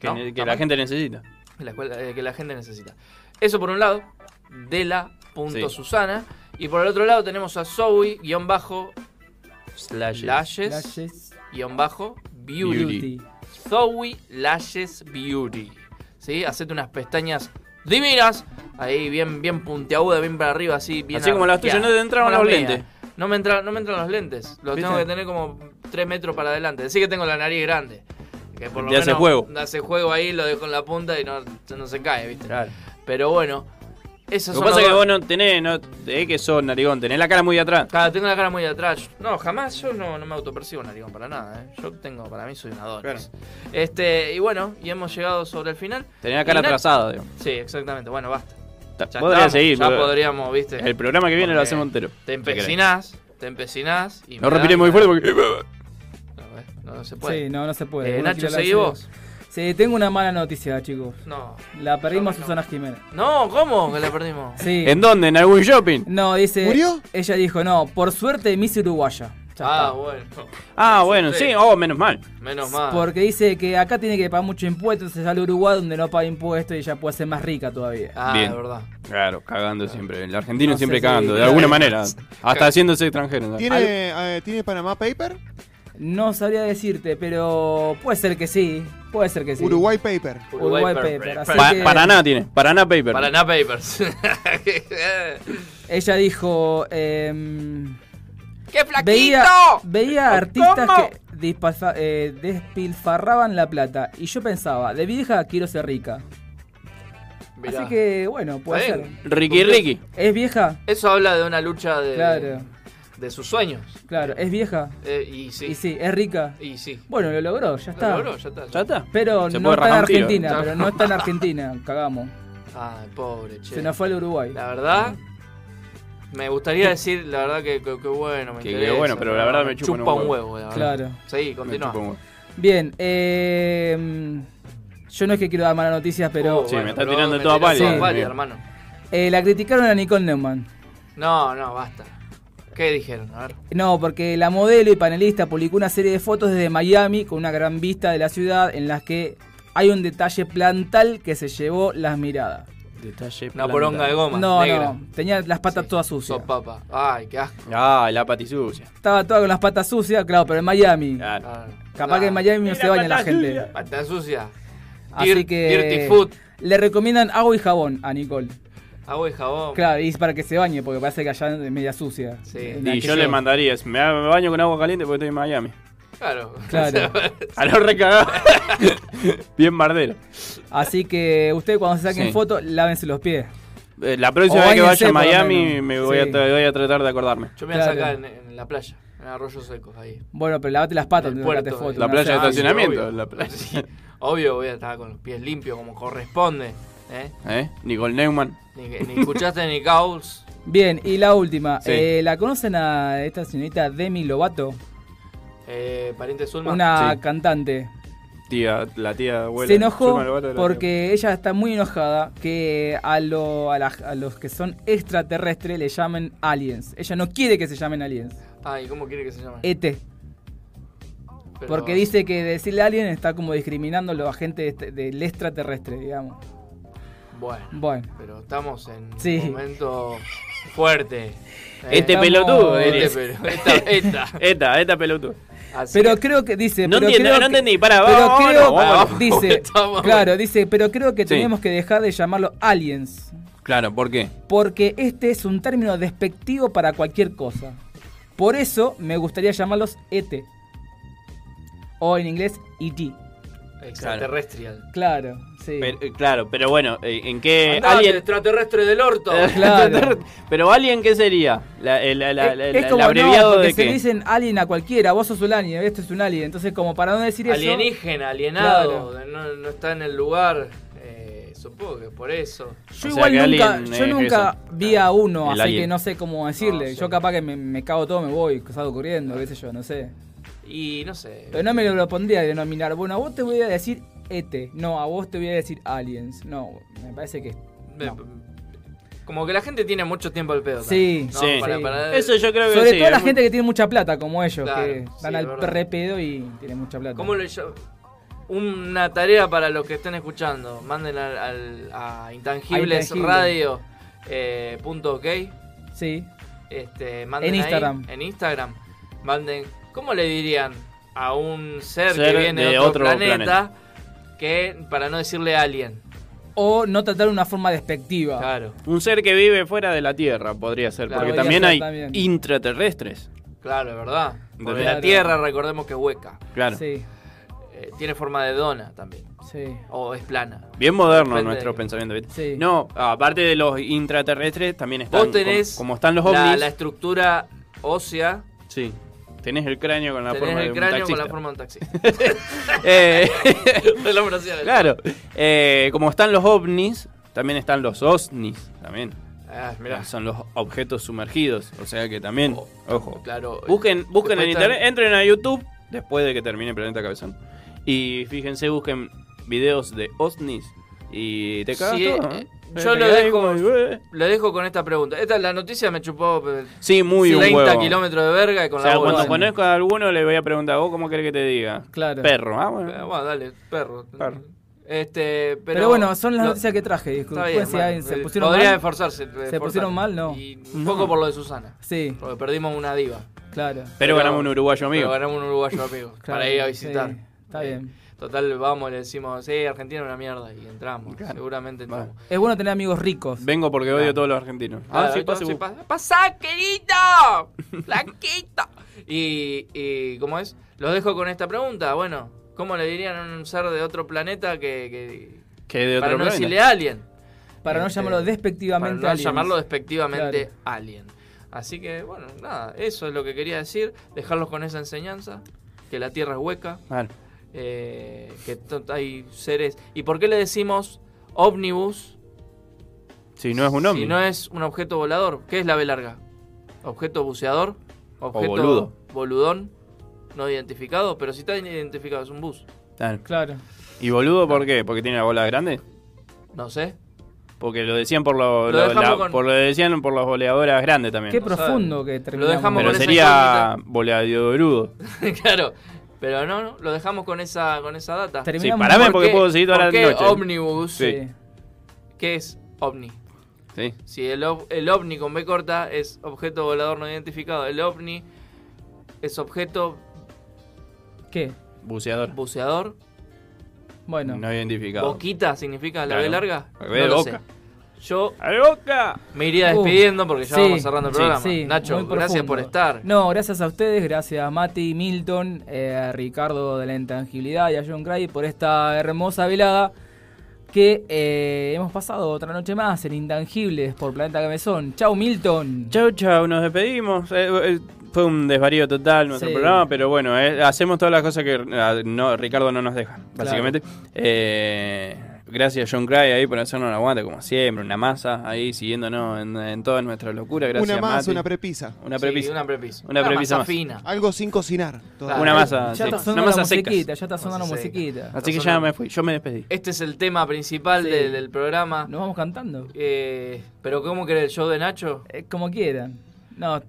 Que, ¿no? que Está la mal. gente necesita. la escuela, eh, que la gente necesita. Eso por un lado, de la punto Sí. Susana. Y por el otro lado tenemos a Zoe, guión bajo, Slashes. Lashes, guión bajo, Beauty. Beauty. Zoe Lashes Beauty. ¿Sí? Hacete unas pestañas divinas, ahí bien, bien puntiagudas, bien para arriba, así bien Así como las arqueadas. tuyas, no te entraron Como los las mías. lentes. No me, entra- no me entran los lentes, los ¿Viste? tengo que tener como 3 metros para adelante. Así que tengo la nariz grande. Que por lo Te hace menos juego. Hace juego ahí, lo dejo en la punta y no, no se cae, ¿viste? Pero bueno, eso Lo que pasa es que vos no tenés, no, es que sos narigón, tenés la cara muy atrás. Claro, tengo la cara muy atrás. No, jamás yo no, no me autopercibo narigón para nada. ¿eh? Yo tengo, para mí soy un adonis. Este, y bueno, y hemos llegado sobre el final. Tenés la cara Y na- atrasada, digo. Sí, exactamente. Bueno, basta. Ya Podría estamos, seguir. Ya pero- podríamos, viste. El programa que viene lo Porque hacemos entero. Te si querés. empecinás, te empecinás. Y No me respiré dan- muy fuerte porque. No, no se puede. Sí, no, no se puede. Eh, Uno Nacho, quiere seguí hablar vos. serio. Sí, tengo una mala noticia, chicos. No. La perdimos a Susana Jiménez. No, ¿cómo que la perdimos? Sí. ¿En dónde? ¿En algún shopping? No, dice. ¿Murió? Ella dijo, no, por suerte Miss Uruguaya. Ah, bueno. Ah, bueno, sí, oh, menos mal. Menos mal. Porque dice que acá tiene que pagar mucho impuesto, entonces sale a Uruguay donde no paga impuesto y ella puede ser más rica todavía. Ah, Bien. Claro, cagando siempre. El argentino No sé siempre si- cagando, de claro. alguna manera. Hasta haciéndose extranjero. ¿no? ¿Tiene, eh, ¿Tiene Panamá Paper? No sabría decirte, pero puede ser que sí. Puede ser que sí. Uruguay Paper. Uruguay, Uruguay Paper. Paper. así Pa- que- Paraná tiene, Paraná Paper. Paraná Papers. Ella dijo. em, ¡Qué flaquito! Veía, veía artistas que, dispaza- eh, despilfarraban la plata. Y yo pensaba, de vieja quiero ser rica. Así que, bueno, puede Está ser. bien. Ricky Ricky. ¿Es vieja? Eso habla de una lucha de, Claro. de sus sueños. Claro, ¿es vieja? Eh, y sí. Y sí, es rica. Y sí. Bueno, lo logró, ya Lo está. logró, ya está, ya está. Pero Se no puede está en rajar un tiro. Argentina, Ya. pero no está en Argentina, cagamos. Ay, pobre, che. Se nos fue al Uruguay. La verdad, me gustaría decir, la verdad, que, que- que bueno, me Que- que interesa, bueno, pero la verdad me chupan chupa un un huevo. huevo. la verdad. Claro. Sí, continúa. chupa un huevo. Bien, eh, yo no es que quiero dar malas noticias, pero. Oh, Sí, bueno, me está pero tirando me toda tiró pálida, toda pálida, hermano. Eh, la criticaron a Nicole Neumann. No, no, basta. ¿Qué dijeron? A ver. No, porque la modelo y panelista publicó una serie de fotos desde Miami con una gran vista de la ciudad en las que hay un detalle plantal que se llevó las miradas. Detalle Una poronga de goma, No, negra. no, tenía las patas todas sucias. Papa. Ay, qué asco. Ah, la patisucia. Estaba toda con las patas sucias, claro, pero en Miami. Ah. Capaz que en Miami no se baña la gente. Pata sucia. Así Dir- que Dirty food. le recomiendan agua y jabón a Nicole. Agua y jabón. Claro, y es para que se bañe, porque parece que allá es media sucia. En la Y que yo le mandaría, me me baño con agua caliente porque estoy en Miami. Claro. Claro. A lo recagado. Bien bardero. Así que ustedes cuando se saquen Sí. fotos, lávense los pies. Eh, La próxima O vez que báñense, vaya a por lo Miami menos. me voy, Sí. a, tra- voy a tratar de acordarme. Yo me voy a sacar en, en la playa, en arroyos secos ahí. Bueno, pero lavate las patas, Del no sacate puerto, fotos. La no playa de seas- estacionamiento. obvio. La playa. Sí, obvio, voy a estar con los pies limpios como corresponde. ¿eh? ¿Eh? Nicole Neumann. Ni, ni escuchaste ni Gauls. Bien, y la última. Sí. eh, ¿La conocen a esta señorita Demi Lovato? Eh, pariente Zulma. Una cantante. Tía, la tía abuela. se enojó Zulma Lobato de la porque ella está muy enojada que a, lo- a, las- a los que son extraterrestres le llamen aliens. Ella no quiere que se llamen aliens. Ay, ¿cómo quiere que se llame? ET. Pero- Porque dice que decirle alien está como discriminando a los agentes este- del extraterrestre, digamos. Bueno. Bueno. Pero estamos en Sí. un momento fuerte. ¿eh? Este pelotudo, Este eres. pelo- Esta, esta. Esta, esta pelotudo. Así Pero que- creo que dice. No pero entiendo, creo no que- entendí, pará, pero vamos, creo- vamos, vamos. Dice, Estamos- claro, dice, pero creo que Sí. tenemos que dejar de llamarlo aliens. Claro, ¿por qué? Porque este es un término despectivo para cualquier cosa. Por eso me gustaría llamarlos ET. O en inglés ET. Extraterrestrial. Claro, sí. Pero, eh, claro, pero bueno, eh, ¿en qué. Andate, alien- extraterrestre del orto. pero alien, ¿qué sería? La, el- la- la- Es- la- es el como abreviado no, porque de se qué? le dicen alien a cualquiera, vos sos un alien, esto es un alien, entonces como para no decir eso. Alienígena, alienado. No, no está en el lugar. eh, supongo que por eso. Yo igual nunca, yo nunca vi a uno, El así alien. que no sé cómo decirle. Yo capaz que me, me cago todo, me voy, salgo corriendo, qué sé yo, no sé. Y no sé. Pero no me lo pondría a denominar, bueno, a vos te voy a decir ET, no, a vos te voy a decir aliens. No, me parece que... Me- no. Como que la gente tiene mucho tiempo al pedo. Sí, ¿no? sí. Para- para- Eso yo creo que Sobre sí, todo es la muy- gente que tiene mucha plata, como ellos, Claro, que sí, van es al verdad. re pedo y tienen mucha plata. ¿Cómo lo llamo? Una tarea para los que estén escuchando. Manden al- al- a Intangibles A Intangibles. Radio. eh, punto ok. Sí. Este, manden En ahí, Instagram. en Instagram. Manden. ¿Cómo le dirían a un ser, Ser que viene de de otro, otro planeta, que para no decirle alien? O no tratar de una forma despectiva. Claro. Un ser que vive fuera de la Tierra podría ser, Claro, porque podría también ser hay también. intraterrestres. Claro, es verdad. Porque Claro. la Tierra, recordemos que es hueca. Claro. Sí. Eh, tiene forma de dona también. Sí. O es plana. Bien moderno Depende nuestro de- pensamiento. ¿viste? Sí. No, aparte de los intraterrestres, también están Vos tenés como, como están los la, ovnis. la estructura ósea. Sí. Tenés el cráneo con la Tenés forma de el un cráneo con taxista. la forma de un taxi. Eh, El hombre hacía eso. claro. Eh, como están los ovnis, también están los osnis. También. Ah, mirá. Oh, Son los objetos sumergidos. O sea que también. ojo. Claro. Busquen, busquen en Después internet, están- entren a YouTube después de que termine Planeta Cabezón. Y fíjense, busquen videos de osnis. Y te cagas Sí, todo, eh, ¿eh? Yo Te lo quedás ahí dejo, como, "Eh". lo dejo con esta pregunta. Esta la noticia me chupó eh, Sí, muy un 30 huevo. kilómetros de verga y con o sea, la bola. cuando conozco a alguno le voy a preguntar, ¿vos cómo querés que te diga? Claro. Perro, ah, bueno. Eh, bueno, dale, perro. Este, pero, Pero, bueno, son las lo- noticias que traje. Disculpen Está bien, si bueno, alguien se eh, pusieron Podría mal. esforzarse. Se pusieron mal, no. Y un poco por lo de Susana. Sí. Porque perdimos una diva. Claro. Pero ganamos un uruguayo amigo. Pero ganamos un uruguayo amigo. Claro, para ir a visitar. Eh, sí, Está bien. Total, vamos, le decimos, sí, Argentina es una mierda. Y entramos, seguramente entramos. Es bueno tener amigos ricos. Vengo porque odio a todos los argentinos. Ah, Claro, sí, yo- pase sí, vos. pasa. ¡Pasá, querido! ¡Blanquito! Y, y, ¿cómo es? Los dejo con esta pregunta. Bueno, ¿cómo le dirían a un ser de otro planeta que... que- Que de para otro no planeta. decirle alien. Este, Para no llamarlo despectivamente Para no aliens. llamarlo despectivamente alien. Así que, bueno, nada, eso es lo que quería decir. Dejarlos con esa enseñanza, que la Tierra es hueca. Mal. eh, que to- hay seres... ¿Y por qué le decimos ómnibus Si no es un ovni. si no es un objeto volador, ¿qué es la B larga? ¿Objeto buceador? ¿Objeto boludo. boludón? No identificado, pero si está identificado es un bus. Claro. Claro. ¿Y boludo por qué? ¿Porque tiene la bola grande? No sé. Porque lo decían por lo, Lo lo- dejamos la- con- por lo decían por las boleadoras grandes también. Qué profundo que Lo terminamos. dejamos Pero con esa sería boleadorudo. claro. Pero no, no, lo dejamos con esa, con esa data. Sí, parame porque puedo seguir toda la ¿por qué noche. ómnibus? Sí. ¿Qué es ovni? Sí. Si el, ov- el ovni con B corta es objeto volador no identificado, el ovni es objeto ¿Qué? Buceador. buceador. Bueno. No identificado. Boquita significa la Claro. B larga. Al revés de lo boca. sé. Yo ¡A la boca! me iría Uh, despidiendo porque ya sí, vamos cerrando el sí, programa. sí, muy Nacho, gracias profundo. por estar. No, gracias a ustedes, gracias a Mati, Milton, eh, a Ricardo de la Intangibilidad y a John Gray por esta hermosa velada que eh, hemos pasado otra noche más en Intangibles por Planeta Cabezón. Chau, Milton. Chau, chau, nos despedimos. Eh, eh, fue un desvarío total nuestro Sí. programa, pero bueno, eh, hacemos todas las cosas que eh, no, Ricardo no nos deja, básicamente. Eh, gracias John Cry ahí por hacernos la guata, como siempre, una masa ahí siguiéndonos en, en toda nuestra locura. Gracias, una más, Mati. una prepisa. Una prepisa. una prepisa. Una prepisa masa más. Algo sin cocinar. todavía. Una Ya masa, sí. está una sonando la masa seca. musiquita, ya está sonando Masa seca. musiquita. Así que Está ya sonando. me fui, yo me despedí. Este es el tema principal Sí. de- del programa. Nos vamos cantando. Eh, Eh, pero ¿cómo querés el show de Nacho? como quieran. No,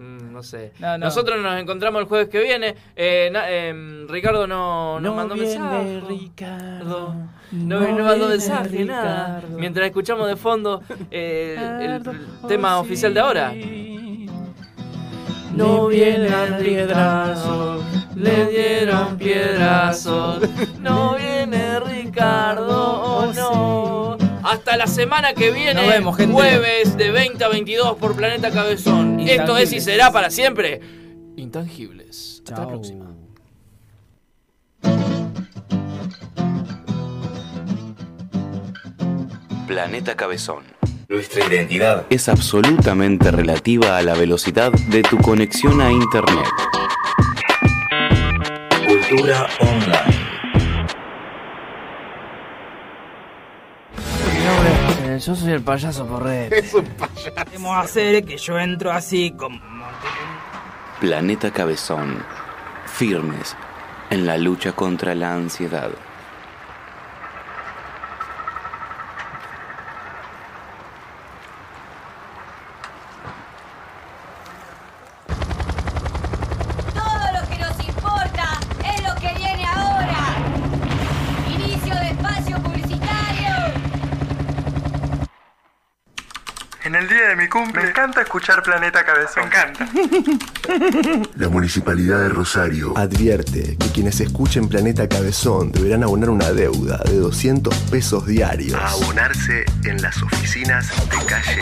Mm, no sé. No, no. Nosotros nos encontramos el jueves que viene. Eh, na- em, Ricardo no, no mandó mensaje. Ricardo. No, no mandó mensaje, nada. Mientras escuchamos de fondo eh, el, el tema oficial de ahora. No vienen piedrazos, le dieron piedrazos. No viene Ricardo, Mm. oh no. Hasta la semana que viene, Nos vemos, gente. jueves de 20 a 22 por Planeta Cabezón. Esto es y Intangibles. será para siempre. Intangibles. Hasta la Chau. próxima. Planeta Cabezón. Nuestra identidad es absolutamente relativa a la velocidad de tu conexión a Internet. Cultura online. yo soy el payaso porré. Es un payaso. Podemos hacer que yo entro así como... Planeta Cabezón. Firmes en la lucha contra la ansiedad. Todo lo que nos importa es lo que viene ahora. Inicio de espacio publicitario. En el día de mi cumple. Me encanta escuchar Planeta Cabezón. Me encanta. La Municipalidad de Rosario advierte que quienes escuchen Planeta Cabezón deberán abonar una deuda de 200 pesos diarios. A abonarse en las oficinas de calle